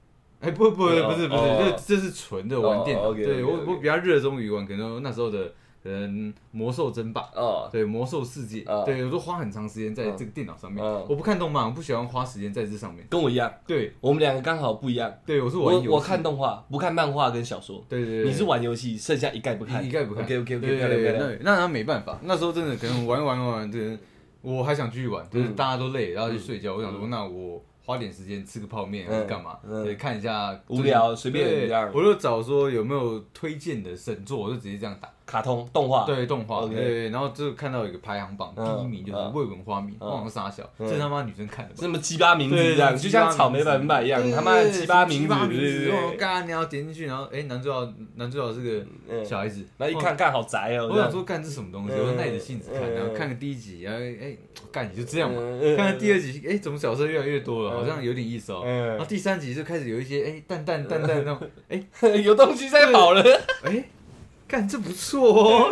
Speaker 2: 哎，不不不是
Speaker 1: 哦
Speaker 2: 不是，
Speaker 1: 哦
Speaker 2: 这这是纯的玩电
Speaker 1: 哦
Speaker 2: 脑。
Speaker 1: ，OK，OK，
Speaker 2: 对我
Speaker 1: OK
Speaker 2: 我比较热衷于玩，可能那时候的嗯魔兽争霸，
Speaker 1: 哦，
Speaker 2: 对魔兽世界
Speaker 1: 哦，
Speaker 2: 对我都花很长时间在这个电脑上面
Speaker 1: 哦。
Speaker 2: 我不看动漫，我不喜欢花时间在这上面。
Speaker 1: 跟我一样，
Speaker 2: 对
Speaker 1: 我们两个刚好不一样。
Speaker 2: 对，我是玩
Speaker 1: 我
Speaker 2: 游戏，
Speaker 1: 我看动画，不看漫画跟小说。
Speaker 2: 对对对，
Speaker 1: 你是玩游戏，剩下一概不看，
Speaker 2: 一一概不看。
Speaker 1: OK OK OK，
Speaker 2: 对
Speaker 1: 漂亮
Speaker 2: 对
Speaker 1: 漂
Speaker 2: 对
Speaker 1: 亮。
Speaker 2: 那那他没办法，那时候真的可能玩一玩玩一玩，对，我还想继续玩，就是
Speaker 1: 嗯
Speaker 2: 大家都累，然后就睡觉。我想说，那我花点时间吃个泡面
Speaker 1: 嗯
Speaker 2: 还是干嘛？
Speaker 1: 嗯
Speaker 2: 对，看一下
Speaker 1: 无聊随便
Speaker 2: 对
Speaker 1: 这样
Speaker 2: 我就找说有没有推荐的神作，我就直接这样打。
Speaker 1: 卡通动画，
Speaker 2: 对动画，
Speaker 1: 啊 OK
Speaker 2: 对对对，然后就看到有一个排行榜，
Speaker 1: 嗯
Speaker 2: 第一名就是
Speaker 1: 嗯
Speaker 2: 未闻花名，
Speaker 1: 嗯
Speaker 2: 忘了傻小，
Speaker 1: 嗯
Speaker 2: 这他妈女生看的吧？
Speaker 1: 什么鸡巴名字这样，
Speaker 2: 对
Speaker 1: 就像草莓百分百一样，
Speaker 2: 对对对
Speaker 1: 他妈的
Speaker 2: 对
Speaker 1: 鸡巴名
Speaker 2: 鸡
Speaker 1: 字，
Speaker 2: 巴
Speaker 1: 对
Speaker 2: 名
Speaker 1: 对
Speaker 2: 字，我
Speaker 1: 对对。
Speaker 2: 干，然后点进去，然后哎，男主角男主角是个
Speaker 1: 嗯
Speaker 2: 小孩子，
Speaker 1: 然后一
Speaker 2: 哦
Speaker 1: 看，看好宅哦，
Speaker 2: 我想说干这什么东西，
Speaker 1: 嗯
Speaker 2: 我就耐着性子看，
Speaker 1: 嗯
Speaker 2: 然后看个第一集，然后哎干也就这
Speaker 1: 这
Speaker 2: 样
Speaker 1: 样
Speaker 2: 嘛，
Speaker 1: 嗯
Speaker 2: 看了第二集，哎怎么角色越来越多了，
Speaker 1: 嗯
Speaker 2: 好像有点意思哦。然后
Speaker 1: 嗯 *laughs*
Speaker 2: 第三集就开始有一些哎淡淡淡淡那种，哎
Speaker 1: 嗯，有东西在跑了，
Speaker 2: 哎，干这不错哦，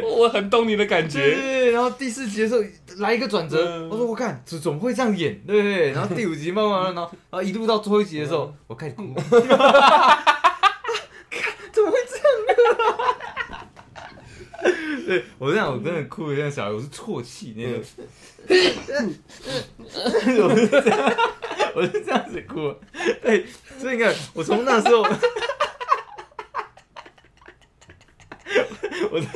Speaker 1: *laughs* 我很懂你的感
Speaker 2: 对对
Speaker 1: 觉。
Speaker 2: 对，然后第四集的时候来一个转折，
Speaker 1: 嗯
Speaker 2: 我说我看怎怎么会这样演，对不对？然后第五集慢慢慢慢，然后然后一路到最后一集的时候，我开始哭，看怎么会这样、啊？对我这样，我真的哭的像小孩，我是啜泣那种，我是这样，我是这样子哭的。对，所以你看，我从那时候。我在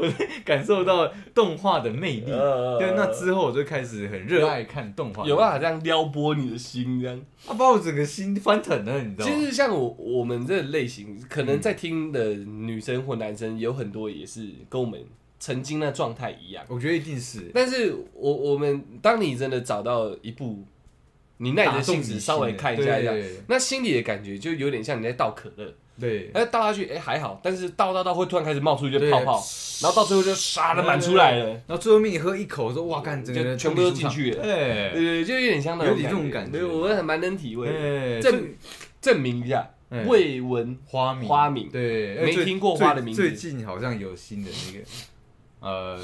Speaker 2: 我在感受到动画的魅
Speaker 1: 嗯
Speaker 2: 力，对，
Speaker 1: 对
Speaker 2: 那之后我就开始很热爱看动画，
Speaker 1: 有办啊法这样撩拨你的心，这样。
Speaker 2: 他把我整个心翻腾了，你知道
Speaker 1: 其
Speaker 2: 吗？
Speaker 1: 实像我我们这类型，可能在听的女生或男生有很多也是跟我们曾经那状态一样。
Speaker 2: 我觉得一定是
Speaker 1: 但是我我们当你真的找到一部，你耐着性子稍微看一下一下，
Speaker 2: 对对
Speaker 1: 那心里的感觉就有点像你在倒可乐，
Speaker 2: 对
Speaker 1: 哎倒下去哎、还好，但是倒倒倒会突然开始冒出一些
Speaker 2: 对
Speaker 1: 泡泡，然后到最后就唰的满出来了，
Speaker 2: 然后最后面你喝一口，说哇，干，整个人
Speaker 1: 就全部都进去了。对
Speaker 2: 哎
Speaker 1: 对，对就有点像那种
Speaker 2: 有点这种感觉
Speaker 1: 对，我还蛮能体会的。
Speaker 2: 哎，
Speaker 1: 证
Speaker 2: 所以
Speaker 1: 证明一下，
Speaker 2: 哎
Speaker 1: 未闻
Speaker 2: 花名
Speaker 1: 花名
Speaker 2: 对，
Speaker 1: 没
Speaker 2: 哎最
Speaker 1: 听过
Speaker 2: 最
Speaker 1: 花的名字
Speaker 2: 最近好像有新的那个呃，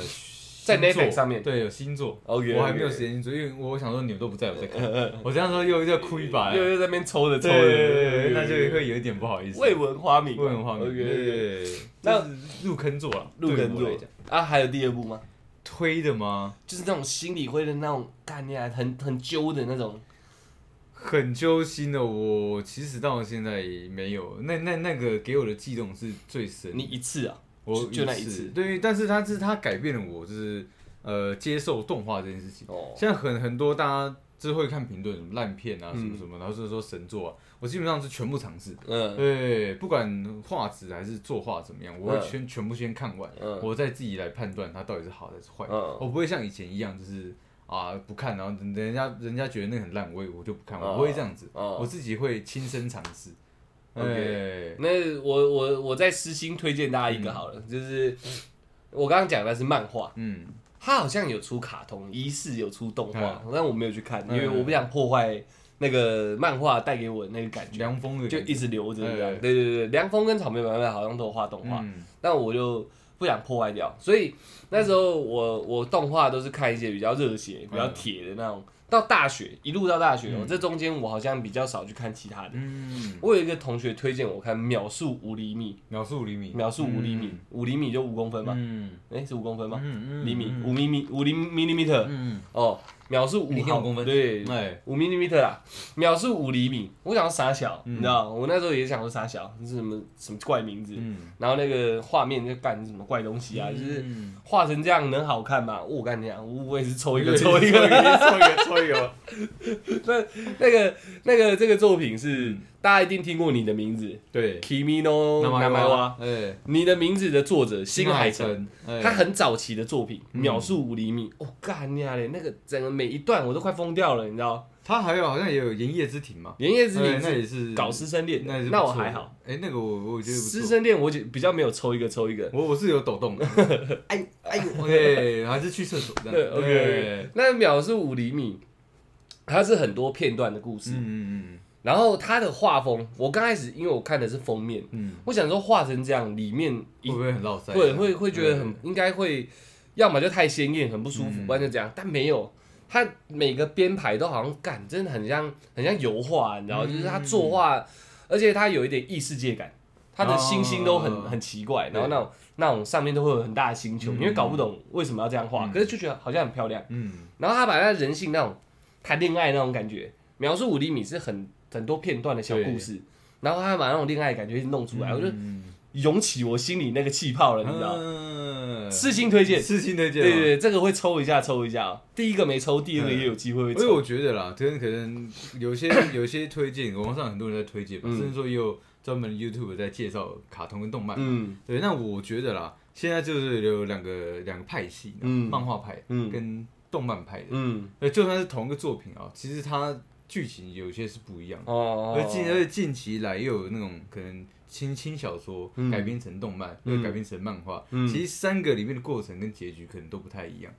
Speaker 1: 在
Speaker 2: 星座
Speaker 1: Netflix 上面哦
Speaker 2: 对有星座，
Speaker 1: OK，
Speaker 2: 我还没有
Speaker 1: OK
Speaker 2: 时间去追，因为我想说你们都不在，我在
Speaker 1: *laughs* 嗯
Speaker 2: 看，我这样说又又要哭一把，
Speaker 1: 又又在那边抽的抽
Speaker 2: 对 *laughs*
Speaker 1: 的，
Speaker 2: 对对，那就会有一点不好意思。
Speaker 1: 未闻花名，啊
Speaker 2: 未闻花名，
Speaker 1: OK，
Speaker 2: 对对对对
Speaker 1: 那
Speaker 2: 就是入坑做了，
Speaker 1: 路人
Speaker 2: 对我
Speaker 1: 对
Speaker 2: 来讲
Speaker 1: 啊，还有第二部吗？
Speaker 2: 推的吗？
Speaker 1: 就是那种心理会的那种概念，很很揪的那种。
Speaker 2: 很揪心的，我其实到现在也没有。那那那个给我的悸动是最深，
Speaker 1: 你一次啊，
Speaker 2: 我
Speaker 1: 就就那一
Speaker 2: 次
Speaker 1: 次
Speaker 2: 对，但是它是它改变了我，就是呃接受动画这件事情。
Speaker 1: 哦，
Speaker 2: 现在很很多大家就是会看评论，什么烂片啊，
Speaker 1: 嗯
Speaker 2: 什么什么，然后就是说神作啊，我基本上是全部尝试。
Speaker 1: 嗯
Speaker 2: 对，不管画质还是作画怎么样，我会
Speaker 1: 嗯
Speaker 2: 先、全部先看完，
Speaker 1: 嗯
Speaker 2: 我再自己来判断它到底是好还是坏。
Speaker 1: 嗯
Speaker 2: 我不会像以前一样，就是啊不看，然后人人家人家觉得那个很烂，我也我就不看，
Speaker 1: 哦
Speaker 2: 我不会这样子，
Speaker 1: 哦
Speaker 2: 我自己会亲身尝试。
Speaker 1: OK
Speaker 2: 哎
Speaker 1: 那我我我再私心推荐大家一个好了，就是我刚刚讲的是漫画，
Speaker 2: 嗯，
Speaker 1: 它好像有出卡通，疑似有出动画，但我没有去看，因
Speaker 2: 嗯
Speaker 1: 为我不想破坏那个漫画带给我的那个感觉，
Speaker 2: 凉风的
Speaker 1: 就
Speaker 2: 感觉
Speaker 1: 一直留着这
Speaker 2: 嗯
Speaker 1: 样。对对对，凉风跟草莓百分百好像都有画动画，
Speaker 2: 嗯
Speaker 1: 但我就不想破坏掉，所以那时候我我动画都是看一些比较热血、比较铁的那种。到大学一路到大学，哦
Speaker 2: 嗯
Speaker 1: 我这中间我好像比较少去看其他的。
Speaker 2: 嗯，
Speaker 1: 我有一个同学推荐我看《秒速五厘米
Speaker 2: 秒速五厘》，米，
Speaker 1: 秒速五厘米
Speaker 2: 嗯，
Speaker 1: 五厘米就五公分嘛，
Speaker 2: 嗯
Speaker 1: 哎是五公分吗？
Speaker 2: 嗯
Speaker 1: 厘米，五厘米，五厘米厘米特
Speaker 2: 嗯，
Speaker 1: 哦，秒速五
Speaker 2: 0.5公分
Speaker 1: 对
Speaker 2: 嗯，哎，
Speaker 1: 五 m 米特啦，秒速五厘米。我想要傻小，
Speaker 2: 嗯
Speaker 1: 你知道，我那时候也想说傻小，这是什么什么怪名字？
Speaker 2: 嗯，
Speaker 1: 然后那个画面就干什么怪东西啊，就是
Speaker 2: 嗯
Speaker 1: 画成这样能好看吗？我跟你讲，我也是抽一
Speaker 2: 一个 *laughs*
Speaker 1: 个
Speaker 2: 抽
Speaker 1: 抽
Speaker 2: 一
Speaker 1: 一
Speaker 2: 个，
Speaker 1: 个。
Speaker 2: 抽一个，抽一个。
Speaker 1: 那那个那个这个作品是
Speaker 2: 嗯
Speaker 1: 大家一定听过你的名字
Speaker 2: 对，
Speaker 1: ，Kimi no
Speaker 2: 那
Speaker 1: n a
Speaker 2: 么
Speaker 1: m
Speaker 2: 哎，
Speaker 1: 你的名字的作者新海诚，，他
Speaker 2: 哎，
Speaker 1: 很早期的作品，
Speaker 2: 嗯
Speaker 1: 秒速五厘米。哦，干你啊嘞！那个整个每一段我都快疯掉了，你知道？
Speaker 2: 他还有好像也有《炎夜之庭》嘛，
Speaker 1: 连夜之
Speaker 2: 哎
Speaker 1: 灵
Speaker 2: 那也
Speaker 1: 是
Speaker 2: 是
Speaker 1: 搞师生恋的
Speaker 2: 那也是，不
Speaker 1: 那我
Speaker 2: 错
Speaker 1: 还好。。
Speaker 2: 哎，那个我我觉得不
Speaker 1: 师
Speaker 2: 错，
Speaker 1: 生恋我就比较没有抽一个抽一个。
Speaker 2: 我我是有抖动的， *laughs* 哎呦哎呦，对，还是去厕所这
Speaker 1: 对
Speaker 2: 样。
Speaker 1: ，OK，
Speaker 2: 对，
Speaker 1: 那秒速五厘米，它是很多片段的故事。
Speaker 2: 嗯嗯
Speaker 1: 然后它的画风，我刚开始因为我看的是封面，
Speaker 2: 嗯
Speaker 1: 我想说画成这样，里面
Speaker 2: 嗯，
Speaker 1: 一
Speaker 2: 会不会很落塞？
Speaker 1: 会会会觉得很应该会，要么就太鲜艳，很不舒服
Speaker 2: 嗯，
Speaker 1: 不然就这样。但没有，它每个编排都好像干，真的很像很像油画，你知道，
Speaker 2: 嗯
Speaker 1: 就是它作画，而且它有一点异世界感，它的星星都很
Speaker 2: 哦
Speaker 1: 很奇怪，
Speaker 2: 对
Speaker 1: 然后那种那种上面都会有很大的星球，
Speaker 2: 嗯
Speaker 1: 因为搞不懂为什么要这样画，可是就觉得好像很漂亮。
Speaker 2: 嗯
Speaker 1: 然后他把他人性那种谈恋爱那种感觉，描述五厘米是很很多片段的小故事，然后他把那种恋爱感觉一直弄出来，我就
Speaker 2: 嗯
Speaker 1: 涌起我心里那个气泡了，你知道？
Speaker 2: 嗯，
Speaker 1: 四星推荐，
Speaker 2: 事情推荐啊
Speaker 1: 对
Speaker 2: 吗，
Speaker 1: 对对，这个会抽一下，抽一下哦。第一个没抽，第二个也有机会会
Speaker 2: 因为哎
Speaker 1: 抽。
Speaker 2: 我觉得啦，可能可能
Speaker 1: *coughs*
Speaker 2: 有些有些推荐，网上很多人在推荐嘛，
Speaker 1: 嗯
Speaker 2: 甚至说也有专门 YouTube 在介绍卡通跟动漫。
Speaker 1: 嗯
Speaker 2: 对，那我觉得啦，现在就是有两个两个派系，
Speaker 1: 嗯
Speaker 2: 漫画派
Speaker 1: 嗯
Speaker 2: 跟动漫派的。
Speaker 1: 嗯
Speaker 2: 呃，就算是同一个作品啊，其实它剧情有些是不一样的。
Speaker 1: 哦，
Speaker 2: 而近而且近期来又有那种可能轻轻小说
Speaker 1: 嗯
Speaker 2: 改编成动漫，又
Speaker 1: 嗯
Speaker 2: 改编成漫画，
Speaker 1: 嗯
Speaker 2: 其实三个里面的过程跟结局可能都不太一样。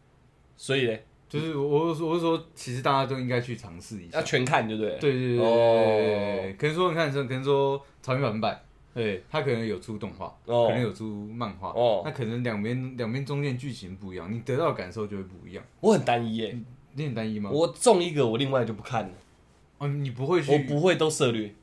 Speaker 1: 所以嘞，
Speaker 2: 就是我我是我是说，其实大家都应该去尝试一下
Speaker 1: 要。全看就对了。
Speaker 2: 对对对对对对，可能说你看，可能说草原版版，对，它可能有出动画，
Speaker 1: 哦
Speaker 2: 可能有出漫画，
Speaker 1: 哦
Speaker 2: 那可能两边两边中间剧情不一样，你得到的感受就会不一样。
Speaker 1: 我很单一耶，
Speaker 2: 你很单一吗？
Speaker 1: 我中一个，我另外就不看了，
Speaker 2: 哦，你不会去，
Speaker 1: 我不会都涉略。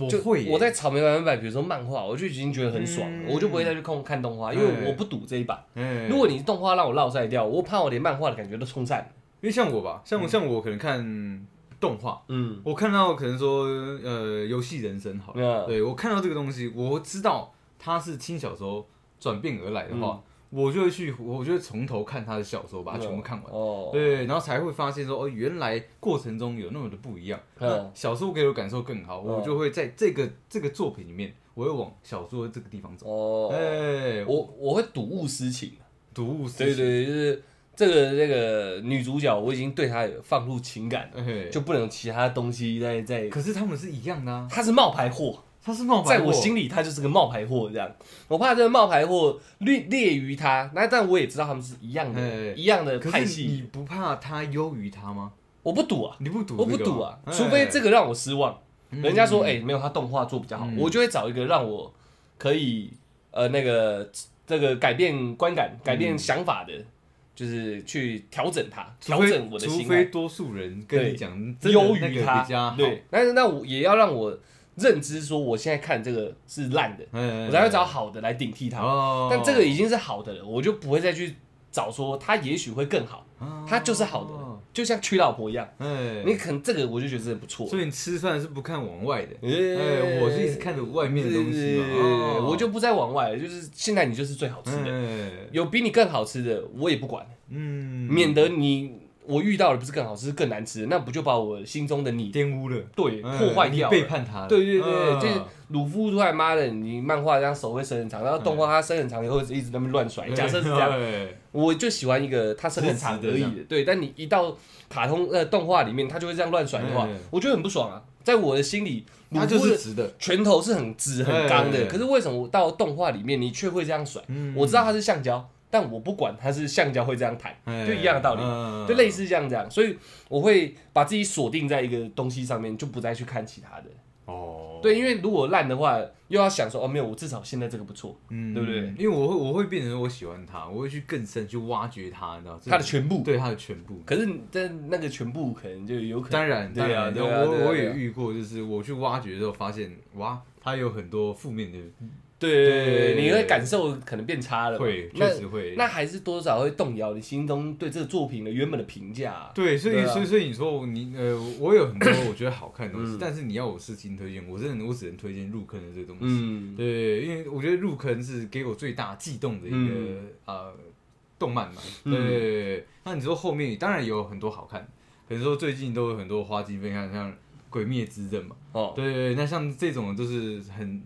Speaker 2: 我
Speaker 1: 就
Speaker 2: 会耶，
Speaker 1: 我在草莓版本版，比如说漫画，我就已经觉得很爽了，
Speaker 2: 嗯
Speaker 1: 我就不会再去看看动画，因为我不赌这一把。
Speaker 2: 哎，
Speaker 1: 如果你动画让我落赛掉，我怕我连漫画的感觉都冲散了。
Speaker 2: 因为像我吧，像我像我可能看动画，
Speaker 1: 嗯，
Speaker 2: 我看到可能说呃游戏人生好
Speaker 1: 嗯
Speaker 2: 了，对我看到这个东西，我知道它是轻小说转变而来的
Speaker 1: 嗯
Speaker 2: 话，我就会去，我就会从头看他的小说，把它全部看完。
Speaker 1: 哦，
Speaker 2: 对，然后才会发现说，哦，原来过程中有那么的不一样。
Speaker 1: 嗯
Speaker 2: 那小说给我感受更好，
Speaker 1: 嗯
Speaker 2: 我就会在这个这个作品里面，我会往小说这个地方走。
Speaker 1: 哦，
Speaker 2: 哎，
Speaker 1: 我我会睹物思情。
Speaker 2: 读物思
Speaker 1: 对
Speaker 2: 情，
Speaker 1: 对，对就是这个这个女主角，我已经对她有放入情感了，
Speaker 2: 哎，
Speaker 1: 就不能有其他东西再再。
Speaker 2: 可是他们是一样的啊，
Speaker 1: 她是冒牌货，
Speaker 2: 他是冒牌
Speaker 1: 在
Speaker 2: 货
Speaker 1: 我心里她就是个冒牌货这样。我怕这个冒牌货劣劣于她，那但我也知道他们是一样
Speaker 2: 哎
Speaker 1: 的，一样的派
Speaker 2: 可是你
Speaker 1: 系。
Speaker 2: 不怕他优于他吗？
Speaker 1: 我不赌啊，
Speaker 2: 你不赌
Speaker 1: 我
Speaker 2: 这个吗，
Speaker 1: 不赌啊，
Speaker 2: 哎
Speaker 1: 除非这个让我失望。
Speaker 2: 嗯
Speaker 1: 人家说，哎，没有他动画做比较好，
Speaker 2: 嗯
Speaker 1: 我就会找一个让我可以呃那个这个改变观感、改
Speaker 2: 嗯
Speaker 1: 变想法的，就是去调整它，
Speaker 2: 除
Speaker 1: 调
Speaker 2: 非
Speaker 1: 整我的心
Speaker 2: 除
Speaker 1: 态
Speaker 2: 非。多数人跟
Speaker 1: 对
Speaker 2: 你讲真的
Speaker 1: 优
Speaker 2: 那
Speaker 1: 于
Speaker 2: 个
Speaker 1: 他
Speaker 2: 比较好，
Speaker 1: 对，但是那我也要让我认知说，我现在看这个是烂的，
Speaker 2: 哎，
Speaker 1: 我
Speaker 2: 我
Speaker 1: 才会找好的来顶替它。
Speaker 2: 哦，
Speaker 1: 但这个已经是好的了，我就不会再去找说它也许会更好，
Speaker 2: 哦
Speaker 1: 它就是好的了，就像娶老婆一样。
Speaker 2: 哎，
Speaker 1: 你可能这个我就觉得真的不错。
Speaker 2: 所以你吃饭是不看往外的，哎，
Speaker 1: 哎
Speaker 2: 我是一直看着外面的东西嘛，
Speaker 1: 对
Speaker 2: 哦
Speaker 1: 我就不再往外了，就是现在你就是最好吃的，
Speaker 2: 哎，
Speaker 1: 有比你更好吃的我也不管，
Speaker 2: 嗯，
Speaker 1: 免得你我遇到的不是更好吃，是更难吃，那不就把我心中的你
Speaker 2: 玷污了，
Speaker 1: 对
Speaker 2: 哎
Speaker 1: 破坏掉
Speaker 2: 你
Speaker 1: 了
Speaker 2: 背。叛他了，
Speaker 1: 对对对，
Speaker 2: 嗯
Speaker 1: 就是鲁夫突然妈的，你漫画这样手会伸很长，然后动画他伸很长以后一直在那边乱甩。
Speaker 2: 嗯
Speaker 1: 假设是这样，
Speaker 2: 哎
Speaker 1: 我就喜欢一个他伸很长而
Speaker 2: 直直的
Speaker 1: 已
Speaker 2: 这
Speaker 1: 的，对。但你一到卡通呃动画里面，他就会这样乱甩的话
Speaker 2: 嗯，
Speaker 1: 我觉得很不爽啊。在我的心里，鲁
Speaker 2: 他就
Speaker 1: 夫
Speaker 2: 是
Speaker 1: 的
Speaker 2: 直的，
Speaker 1: 拳头是很直很刚的，
Speaker 2: 嗯
Speaker 1: 可是为什么到动画里面你却会这样甩？
Speaker 2: 嗯
Speaker 1: 我知道它是橡胶，但我不管它是橡胶会这样弹，
Speaker 2: 哎
Speaker 1: 就一样的道理
Speaker 2: 嗯
Speaker 1: 就类似这样这样。所以我会把自己锁定在一个东西上面，就不再去看其他的。
Speaker 2: 哦，
Speaker 1: 对，因为如果烂的话，又要想说哦，没有，我至少现在这个不错，
Speaker 2: 嗯
Speaker 1: 对不对
Speaker 2: 因为我会我会变成我喜欢他，我会去更深去挖掘他，你知道
Speaker 1: 它的全部。
Speaker 2: 对他的全部。
Speaker 1: 可是你但那个全部可能就有可能，
Speaker 2: 当然，
Speaker 1: 对啊
Speaker 2: 当然
Speaker 1: 对啊
Speaker 2: 我
Speaker 1: 对啊
Speaker 2: 我
Speaker 1: 对
Speaker 2: 也
Speaker 1: 啊
Speaker 2: 遇过，就是我去挖掘之后发现，哇，他有很多负面的，
Speaker 1: 对，
Speaker 2: 对
Speaker 1: 你会感受可能变差了嘛，
Speaker 2: 会
Speaker 1: 那
Speaker 2: 确实会。
Speaker 1: 那还是多少会动摇你心中对这个作品的原本的评价啊。
Speaker 2: 对，所以
Speaker 1: 对啊
Speaker 2: 所以所以你说你呃，我有很多我觉得好看的东西
Speaker 1: 嗯，
Speaker 2: 但是你要我私心推荐，我真的我只能推荐入坑的这个东西。
Speaker 1: 嗯，
Speaker 2: 对，因为我觉得入坑是给我最大悸动的一个、
Speaker 1: 嗯
Speaker 2: 呃动漫嘛。
Speaker 1: 嗯
Speaker 2: 对、那你说后面当然有很多好看，可能说最近都有很多花季分享，像《鬼灭之刃》嘛。
Speaker 1: 哦，
Speaker 2: 对，那像这种就是很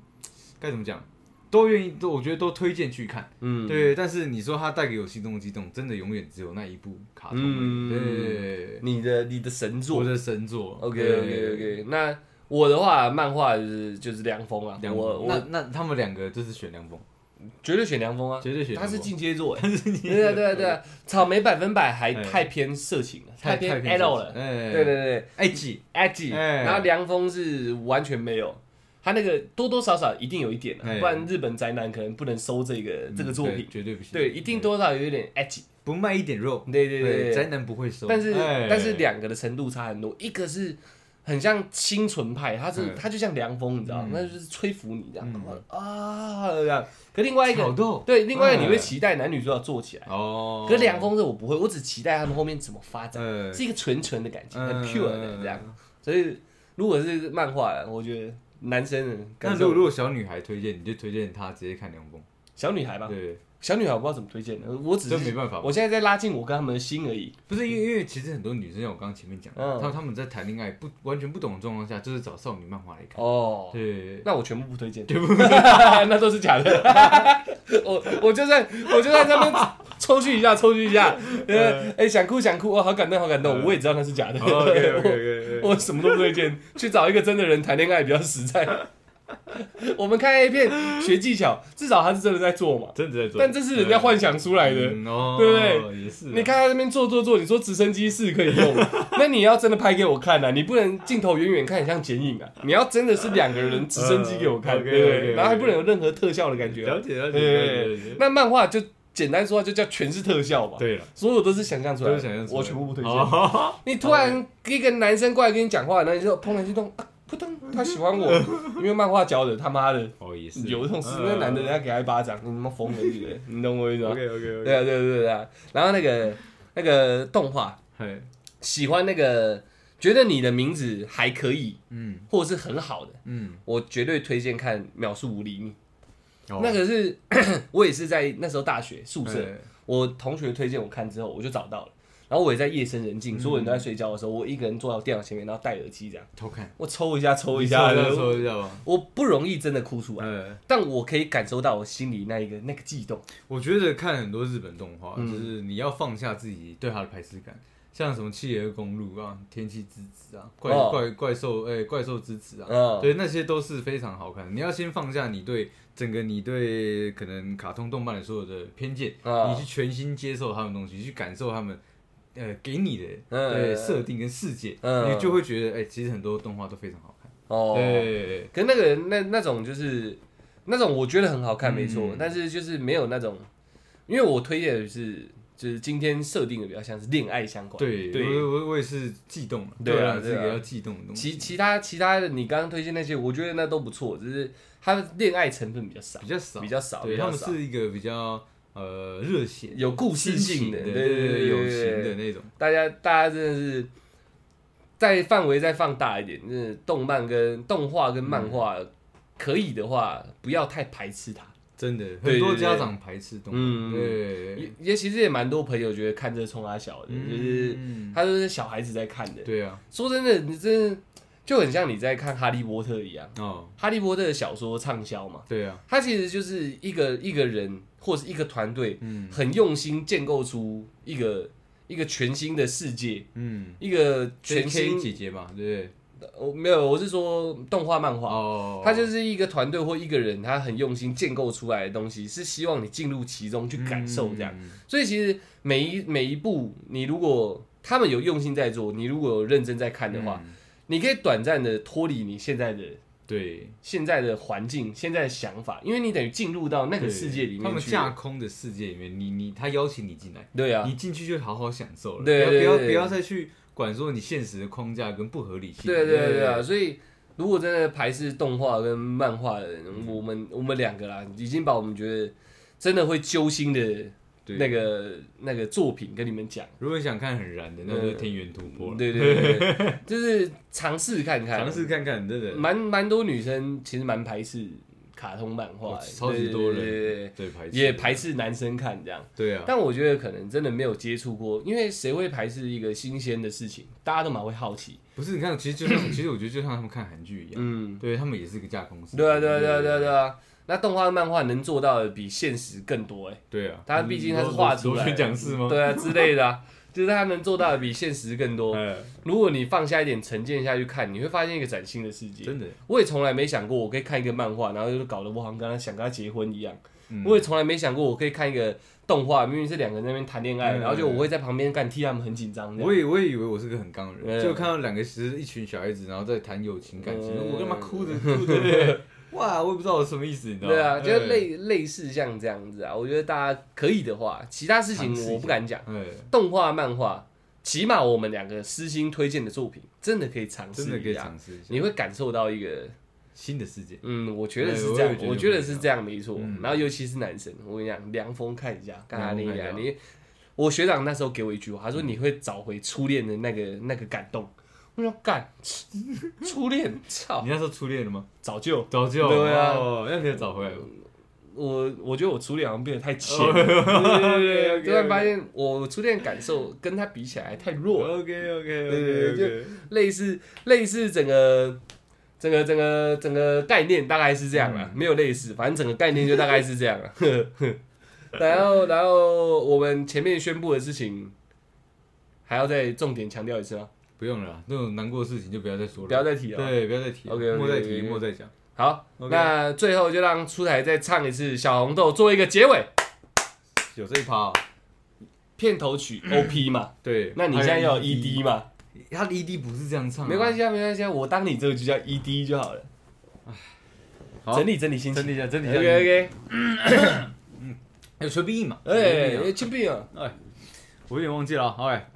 Speaker 2: 该怎么讲，都愿意都我觉得都推荐去看。
Speaker 1: 嗯，
Speaker 2: 对，但是你说它带给我心动激动，真的永远只有那一部卡通而已。
Speaker 1: 嗯
Speaker 2: 对，
Speaker 1: 你的你的神
Speaker 2: 我
Speaker 1: 作。
Speaker 2: 的神作。
Speaker 1: OK
Speaker 2: 对
Speaker 1: OK OK，那我的话，漫画就是就是凉风啊，
Speaker 2: 梁峰
Speaker 1: 我
Speaker 2: 那
Speaker 1: 我
Speaker 2: 那他们两个就是选梁峰，
Speaker 1: 绝对选凉风啊，
Speaker 2: 绝对选
Speaker 1: 他是
Speaker 2: 梁峰
Speaker 1: 进阶
Speaker 2: *laughs*
Speaker 1: 作，他是对啊对啊对啊，草莓百分百还
Speaker 2: 哎
Speaker 1: 太偏色情了，
Speaker 2: 太
Speaker 1: 偏
Speaker 2: 偏
Speaker 1: L
Speaker 2: 了。
Speaker 1: 了，
Speaker 2: 哎，
Speaker 1: 对对对
Speaker 2: 哎姐，
Speaker 1: ，edgy，
Speaker 2: 哎
Speaker 1: 然后凉风是完全没有。他那个多多少少一定有一点、啊，
Speaker 2: 哎
Speaker 1: 不然日本宅男可能不能收这个这个作
Speaker 2: 对
Speaker 1: 品。
Speaker 2: 绝对不行，
Speaker 1: 对，一定多少有一点 edgy。
Speaker 2: 不卖一点肉，
Speaker 1: 对对对，
Speaker 2: 宅男不会收。
Speaker 1: 但是、
Speaker 2: 哎
Speaker 1: 但是两个的程度差很多，一个是很像清纯派，他是
Speaker 2: 嗯
Speaker 1: 他就像凉风，你知道吗
Speaker 2: 嗯？
Speaker 1: 那就是吹拂你这样、
Speaker 2: 嗯
Speaker 1: 啊这样。可另外一
Speaker 2: 挑
Speaker 1: 个
Speaker 2: 逗
Speaker 1: 对另外一个你会
Speaker 2: 嗯
Speaker 1: 期待男女主角做起来，
Speaker 2: 哦，
Speaker 1: 可凉风这我不会，我只期待他们后面怎么发展，
Speaker 2: 嗯
Speaker 1: 是一个纯纯的感情，很
Speaker 2: 嗯
Speaker 1: pure 的这样。所以如果是漫画，我觉得男生的
Speaker 2: 那
Speaker 1: 感
Speaker 2: 如果如
Speaker 1: 受。
Speaker 2: 果小女孩推荐，你就推荐她直接看梁峰，
Speaker 1: 小女孩吧，
Speaker 2: 对，
Speaker 1: 小女孩我不知道怎么推荐的，我只
Speaker 2: 这没
Speaker 1: 是
Speaker 2: 办法。
Speaker 1: 我现在在拉近我跟他们的心而已。
Speaker 2: 不是因为因为其实很多女生像我刚刚前面讲的，
Speaker 1: 嗯
Speaker 2: 她、她们在谈恋爱不完全不懂的状况下，就是找少女漫画来看。
Speaker 1: 哦，
Speaker 2: 对，
Speaker 1: 那我全部不推荐，那都是假的。 *laughs* 我我就算我就算在那边抽搐一下，抽搐一下，呃，哎，想哭想哭，哦，好感动，好感动，
Speaker 2: 嗯
Speaker 1: 我也知道那是假的。*laughs*
Speaker 2: OK *laughs*
Speaker 1: 我什么都不推荐，去找一个真的人谈恋爱比较实在。 *laughs* 我们看 A 片学技巧，至少他是真的在做嘛，
Speaker 2: 真的在做，
Speaker 1: 但这是人家幻想出来的。
Speaker 2: 嗯哦，
Speaker 1: 对不
Speaker 2: 对？也是啊、
Speaker 1: 你看他那边做做做，你说直升机是可以用， *laughs* 那你要真的拍给我看啊，你不能镜头远远看，很像剪影啊，你要真的是两个人直升机给我看，
Speaker 2: 嗯，OK，
Speaker 1: 对不
Speaker 2: OK，OK
Speaker 1: 对？然后还不能有任何特效的感觉啊。
Speaker 2: 了解了解
Speaker 1: 对
Speaker 2: 了解。了解
Speaker 1: 那漫画就简单说，就叫全是特效吧，
Speaker 2: 对了，
Speaker 1: 所有都是想象出来
Speaker 2: 都
Speaker 1: 的，
Speaker 2: 是想象出来
Speaker 1: 我全部不推荐。
Speaker 2: *laughs* 哦，
Speaker 1: 你突然一个男生过来跟你讲话，然后你就怦然心动啊，扑通，他喜欢
Speaker 2: *laughs*
Speaker 1: 我，因为漫画教的，他妈的
Speaker 2: 哦也是
Speaker 1: 有一种是那男的人家给他一巴掌，你他妈疯了对
Speaker 2: *laughs*
Speaker 1: 不对？你懂我意思吗？
Speaker 2: OK OK
Speaker 1: 对
Speaker 2: OK，
Speaker 1: 啊，对啊对啊对啊。然后那个那个动画，
Speaker 2: 嘿，
Speaker 1: 喜欢那个觉得你的名字还可以，
Speaker 2: 嗯
Speaker 1: 或者是很好的，
Speaker 2: 嗯，
Speaker 1: 我绝对推荐看《秒速五厘米》。
Speaker 2: 哦
Speaker 1: 那个是 *coughs* 我也是在那时候大学宿舍，
Speaker 2: 嘿
Speaker 1: 我同学推荐我看之后，我就找到了。然后我也在夜深人
Speaker 2: 嗯
Speaker 1: 静，所有人都在睡觉的时候，我一个人坐到电脑前面，然后戴耳机这样，
Speaker 2: 偷看，
Speaker 1: 我抽一下抽一下
Speaker 2: 抽一下
Speaker 1: 的。
Speaker 2: 抽一下吧。
Speaker 1: 我不容易真的哭出来，
Speaker 2: 呃，
Speaker 1: 但我可以感受到我心里那一个那个悸动。
Speaker 2: 我觉得看很多日本动画，
Speaker 1: 嗯
Speaker 2: 就是你要放下自己对它的排斥感，像什么《企鹅公路》啊，《天气之子》啊，怪
Speaker 1: 哦
Speaker 2: 怪怪兽，哎，怪兽之子啊，
Speaker 1: 嗯，
Speaker 2: 对，那些都是非常好看。你要先放下你对整个你对可能卡通动漫的所有的偏见，
Speaker 1: 啊
Speaker 2: 你去全心接受他们的东西，去感受他们。呃，给你的
Speaker 1: 嗯
Speaker 2: 对设定跟世界，
Speaker 1: 嗯
Speaker 2: 你就会觉得，哎、其实很多动画都非常好看。
Speaker 1: 哦，
Speaker 2: 对，
Speaker 1: 可是那个那那种就是那种我觉得很好看，
Speaker 2: 嗯
Speaker 1: 没错，但是就是没有那种，因为我推荐的是就是今天设定的比较像是恋爱相关，
Speaker 2: 对，
Speaker 1: 对。
Speaker 2: 我我我也是悸动了，
Speaker 1: 对啊
Speaker 2: 啊，这
Speaker 1: 对啊
Speaker 2: 个要悸动的东西，
Speaker 1: 其其他其他的你刚刚推荐那些，我觉得那都不错，只是它的恋爱成分比较少
Speaker 2: 比，较少，
Speaker 1: 比较少，
Speaker 2: 对
Speaker 1: 比较
Speaker 2: 他们
Speaker 1: 少
Speaker 2: 是一个比较呃热血、
Speaker 1: 有故事性的，
Speaker 2: 亲
Speaker 1: 对
Speaker 2: 情对
Speaker 1: 对
Speaker 2: 对，
Speaker 1: 对，
Speaker 2: 友
Speaker 1: 对
Speaker 2: 情
Speaker 1: 对
Speaker 2: 的那种。
Speaker 1: 大家大家真的是在范围再放大一点，就是动漫跟动画跟漫画，可以的话不要太排斥它。
Speaker 2: 真的，
Speaker 1: 对
Speaker 2: 很多
Speaker 1: 对
Speaker 2: 家长排斥动
Speaker 1: 嗯
Speaker 2: 漫，对
Speaker 1: 也，也其实也蛮多朋友觉得看这冲阿小的，就是
Speaker 2: 嗯
Speaker 1: 他都是小孩子在看的。
Speaker 2: 对啊，
Speaker 1: 说真的，你真的就很像你在看《哈利波特》一样，
Speaker 2: 哦，
Speaker 1: 《哈利波特》的小说畅销嘛，
Speaker 2: 对啊，
Speaker 1: 它其实就是一个一个人或是一个团队
Speaker 2: 嗯
Speaker 1: 很用心建构出一个一个全新的世界，
Speaker 2: 嗯，
Speaker 1: 一个全
Speaker 2: K
Speaker 1: 新。
Speaker 2: 姐姐嘛，对
Speaker 1: 我没有，我是说动画漫
Speaker 2: 不对？
Speaker 1: 画。
Speaker 2: 哦，
Speaker 1: 它就是一个团队或一个人，他很用心建构出来的东西，是希望你进入其中去感受这样。
Speaker 2: 嗯，
Speaker 1: 所以其实每一每一步，你如果他们有用心在做，你如果有认真在看的话，
Speaker 2: 嗯，
Speaker 1: 你可以短暂的脱离你现在的
Speaker 2: 对，
Speaker 1: 现在的环境、现在的想法，因为你等于进入到那个
Speaker 2: 对
Speaker 1: 世界里
Speaker 2: 他
Speaker 1: 面
Speaker 2: 们
Speaker 1: 去。
Speaker 2: 架空的世界里面，你你他邀请你进来，
Speaker 1: 对啊，
Speaker 2: 你进去就好好享受了，
Speaker 1: 对
Speaker 2: 不要不要
Speaker 1: 对对
Speaker 2: 不要再去管说你现实的框架跟不合理性，
Speaker 1: 对对对对啊！所以如果真的排斥动画跟漫画的人，
Speaker 2: 嗯
Speaker 1: 我们我们两个啦，已经把我们觉得真的会揪心的
Speaker 2: 对
Speaker 1: 那个那个作品跟你们讲。
Speaker 2: 如果你想看很燃的，那就是天元突破了。
Speaker 1: 对对对对，
Speaker 2: *laughs*
Speaker 1: 对就是尝试看看，
Speaker 2: 尝试看看，真的，
Speaker 1: 蛮蛮多女生其实蛮排斥卡通漫画、
Speaker 2: 哇
Speaker 1: 欸
Speaker 2: 超级多人
Speaker 1: 对对对对
Speaker 2: 对排
Speaker 1: 对
Speaker 2: 斥
Speaker 1: 也排斥男生看这样。
Speaker 2: 对啊，
Speaker 1: 但我觉得可能真的没有接触过，因为谁会排斥一个新鲜的事情？大家都蛮会好奇。
Speaker 2: 不是你看，其
Speaker 1: *coughs*
Speaker 2: 实就像其实我觉得就像他们看韩剧一样，
Speaker 1: 嗯，
Speaker 2: 对他们也是个架空世界
Speaker 1: 对啊，对啊，对啊，对啊，对啊。那动画、漫画能做到的比现实更多哎、欸
Speaker 2: 对啊，
Speaker 1: 它毕竟它是画出来的
Speaker 2: 螺旋桨式吗？
Speaker 1: 对啊之类的
Speaker 2: *laughs*
Speaker 1: 啊，就是它能做到的比现实更多。
Speaker 2: 哎，
Speaker 1: 如果你放下一点成见下去看，你会发现一个崭新的世界。
Speaker 2: 真的，
Speaker 1: 我也从来没想过我可以看一个漫画，然后就搞得我好像跟他想跟他结婚一样。
Speaker 2: 嗯
Speaker 1: 我也从来没想过我可以看一个动画，明明是两个人在那边谈恋爱，
Speaker 2: 嗯
Speaker 1: 然后就我会在旁边干替他们很紧张这样。
Speaker 2: 我也我也以为我是个很刚的人，
Speaker 1: 哎
Speaker 2: 就看到两个其实一群小孩子，然后在谈友情感情，
Speaker 1: 嗯
Speaker 2: 我干嘛哭着哭着嘞？ *laughs* 哇，我也不知道我什么意思，你知道吗？
Speaker 1: 对啊，就
Speaker 2: 哎，
Speaker 1: 类类似像这样子啊，我觉得大家可以的话，其他事情
Speaker 2: 尝试一下
Speaker 1: 我不敢讲，
Speaker 2: 哎，
Speaker 1: 动画、漫画，起码我们两个私心推荐的作品，真的可以尝
Speaker 2: 真的
Speaker 1: 试
Speaker 2: 可以
Speaker 1: 一下，
Speaker 2: 尝试一下
Speaker 1: 你会感受到一个
Speaker 2: 新的世界，
Speaker 1: 嗯，我觉得
Speaker 2: 哎
Speaker 1: 是
Speaker 2: 我
Speaker 1: 这
Speaker 2: 也
Speaker 1: 样
Speaker 2: 觉，得
Speaker 1: 我
Speaker 2: 不
Speaker 1: 觉得
Speaker 2: 一
Speaker 1: 是
Speaker 2: 样
Speaker 1: 这样没错
Speaker 2: 嗯。
Speaker 1: 然后尤其是男生，我跟你讲，凉风看一下，干啥
Speaker 2: 凉风
Speaker 1: 你
Speaker 2: 看一下
Speaker 1: 呀？你我学长那时候给我一句话，他说你会找回初恋的那个那个感动。我说干， *laughs* 初恋，操
Speaker 2: 你！那时候初恋了吗？
Speaker 1: 早就
Speaker 2: 早就
Speaker 1: 对啊
Speaker 2: 哦那你有找回来吗？
Speaker 1: 我我觉得我初恋好像变得太浅
Speaker 2: *laughs*
Speaker 1: 了，对对对对
Speaker 2: OK，OK，OK
Speaker 1: 突然发现我初恋感受跟他比起来太弱了，
Speaker 2: OK OK
Speaker 1: 对
Speaker 2: OK
Speaker 1: 对对类似类似整个整个整个整个概念大概是这样啦，
Speaker 2: 嗯
Speaker 1: 没有类似，反正整个概念就大概是这样了。 *laughs* 然后然后我们前面宣布的事情，还要再重点强调一次吗？
Speaker 2: 不用了啦，那种难过的事情就不要再说了，
Speaker 1: 不要再提了。啊
Speaker 2: 对，不要再提了
Speaker 1: OK，OK，OK，
Speaker 2: 莫再提，
Speaker 1: OK
Speaker 2: 莫再讲。
Speaker 1: 好
Speaker 2: OK
Speaker 1: 那最后就让出台再唱一次小红豆做一个结尾
Speaker 2: 有这一趴哦，
Speaker 1: 片头
Speaker 2: *clears throat*
Speaker 1: 曲 OP 嘛。
Speaker 2: 对。
Speaker 1: 那你现在要有 ED
Speaker 2: 嘛？
Speaker 1: 嘛？
Speaker 2: 他的 ED 不是这样唱，
Speaker 1: 没关
Speaker 2: 系，
Speaker 1: 系啊，没关系啊，我当你这个就叫 ED 就好了。
Speaker 2: 好
Speaker 1: 整理整理心情
Speaker 2: 整理一下，整理一下。
Speaker 1: OK OK，
Speaker 2: 有吹鼻音嘛？
Speaker 1: 哎，有清病啊，
Speaker 2: 我有点忘记了，好哎。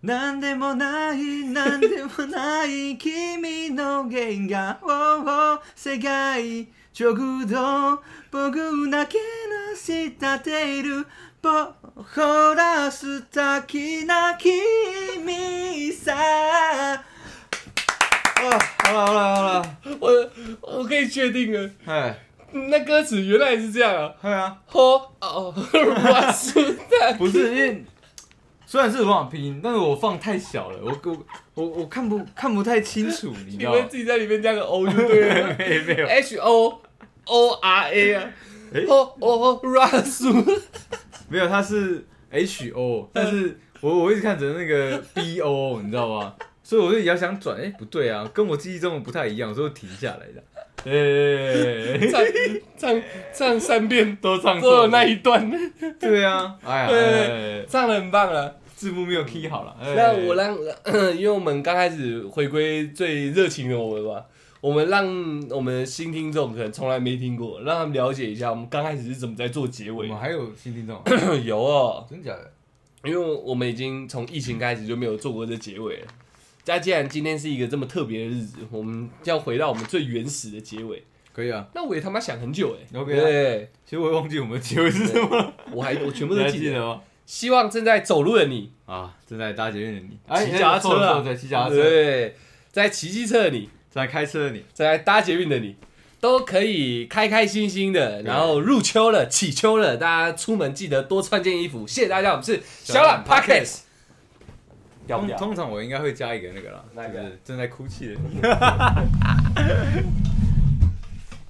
Speaker 2: なんでもない、なんでもない、君の言が、oh, oh, 世界、直動、僕だけのしたている、ぼ、ほら、素敵な君さ。あ、好了好了好了，
Speaker 1: 我我可以确定了，
Speaker 2: 哎，
Speaker 1: 那歌词原来是这样啊。
Speaker 2: 对啊，
Speaker 1: 吼哦， *laughs* 我是的，
Speaker 2: 不是因为虽然是罗马拼音，但是我放太小了，我我我我看不看不太清楚，你知
Speaker 1: 你
Speaker 2: 道吗
Speaker 1: 们？自己在里面加个 O 就对
Speaker 2: *laughs*
Speaker 1: 了
Speaker 2: 没没有。
Speaker 1: ，H O O R A 啊
Speaker 2: 哎，
Speaker 1: 吼哦 Rasu，
Speaker 2: 没有，它是 H O，但是我我一直看着那个 B O，你知道吗？所以我就也要想转，哎、不对啊，跟我记忆中的不太一样，所以我停下来的。哎、
Speaker 1: 唱唱唱三遍
Speaker 2: 都唱
Speaker 1: 都
Speaker 2: 错
Speaker 1: 有
Speaker 2: 了
Speaker 1: 那一段，
Speaker 2: 对啊，哎呀，
Speaker 1: 对对
Speaker 2: 哎
Speaker 1: 对
Speaker 2: 哎
Speaker 1: 唱的很棒了。
Speaker 2: 字幕没有 key 好了。哎
Speaker 1: 那我让， *coughs* 因为我们刚开始回归最热情的我们吧，我们让我们新听众可能从来没听过，让他们了解一下我们刚开始是怎么在做结
Speaker 2: 我
Speaker 1: 尾
Speaker 2: 们。还有新听众啊，
Speaker 1: *coughs* 有哦，
Speaker 2: 真假的？
Speaker 1: 因为我们已经从疫情开始就没有做过这结尾了。那既然今天是一个这么特别的日子，我们要回到我们最原始的结尾。
Speaker 2: 可以啊。
Speaker 1: 那我也他妈想很久哎、欸，
Speaker 2: OK 啊
Speaker 1: 对，
Speaker 2: 其实我也忘记我们结尾是什么了，
Speaker 1: 我还我全部
Speaker 2: 你
Speaker 1: 都
Speaker 2: 还
Speaker 1: 记
Speaker 2: 记
Speaker 1: 得。
Speaker 2: 得吗？
Speaker 1: 希望正在走路的你，
Speaker 2: 啊，正在搭捷运的你，
Speaker 1: 骑脚
Speaker 2: 哎
Speaker 1: 踏车啊
Speaker 2: 对，骑脚踏车，
Speaker 1: 对，在骑机车的你，
Speaker 2: 正在开车的你，
Speaker 1: 在搭捷运的你，都可以开开心心的。然后入秋了，起秋了，大家出门记得多穿件衣服。谢谢大家，我们是小懒 Pockets，掉不
Speaker 2: 通
Speaker 1: 掉？
Speaker 2: 通常我应该会加一个那个啦，
Speaker 1: 那个
Speaker 2: 就是正在哭泣的你。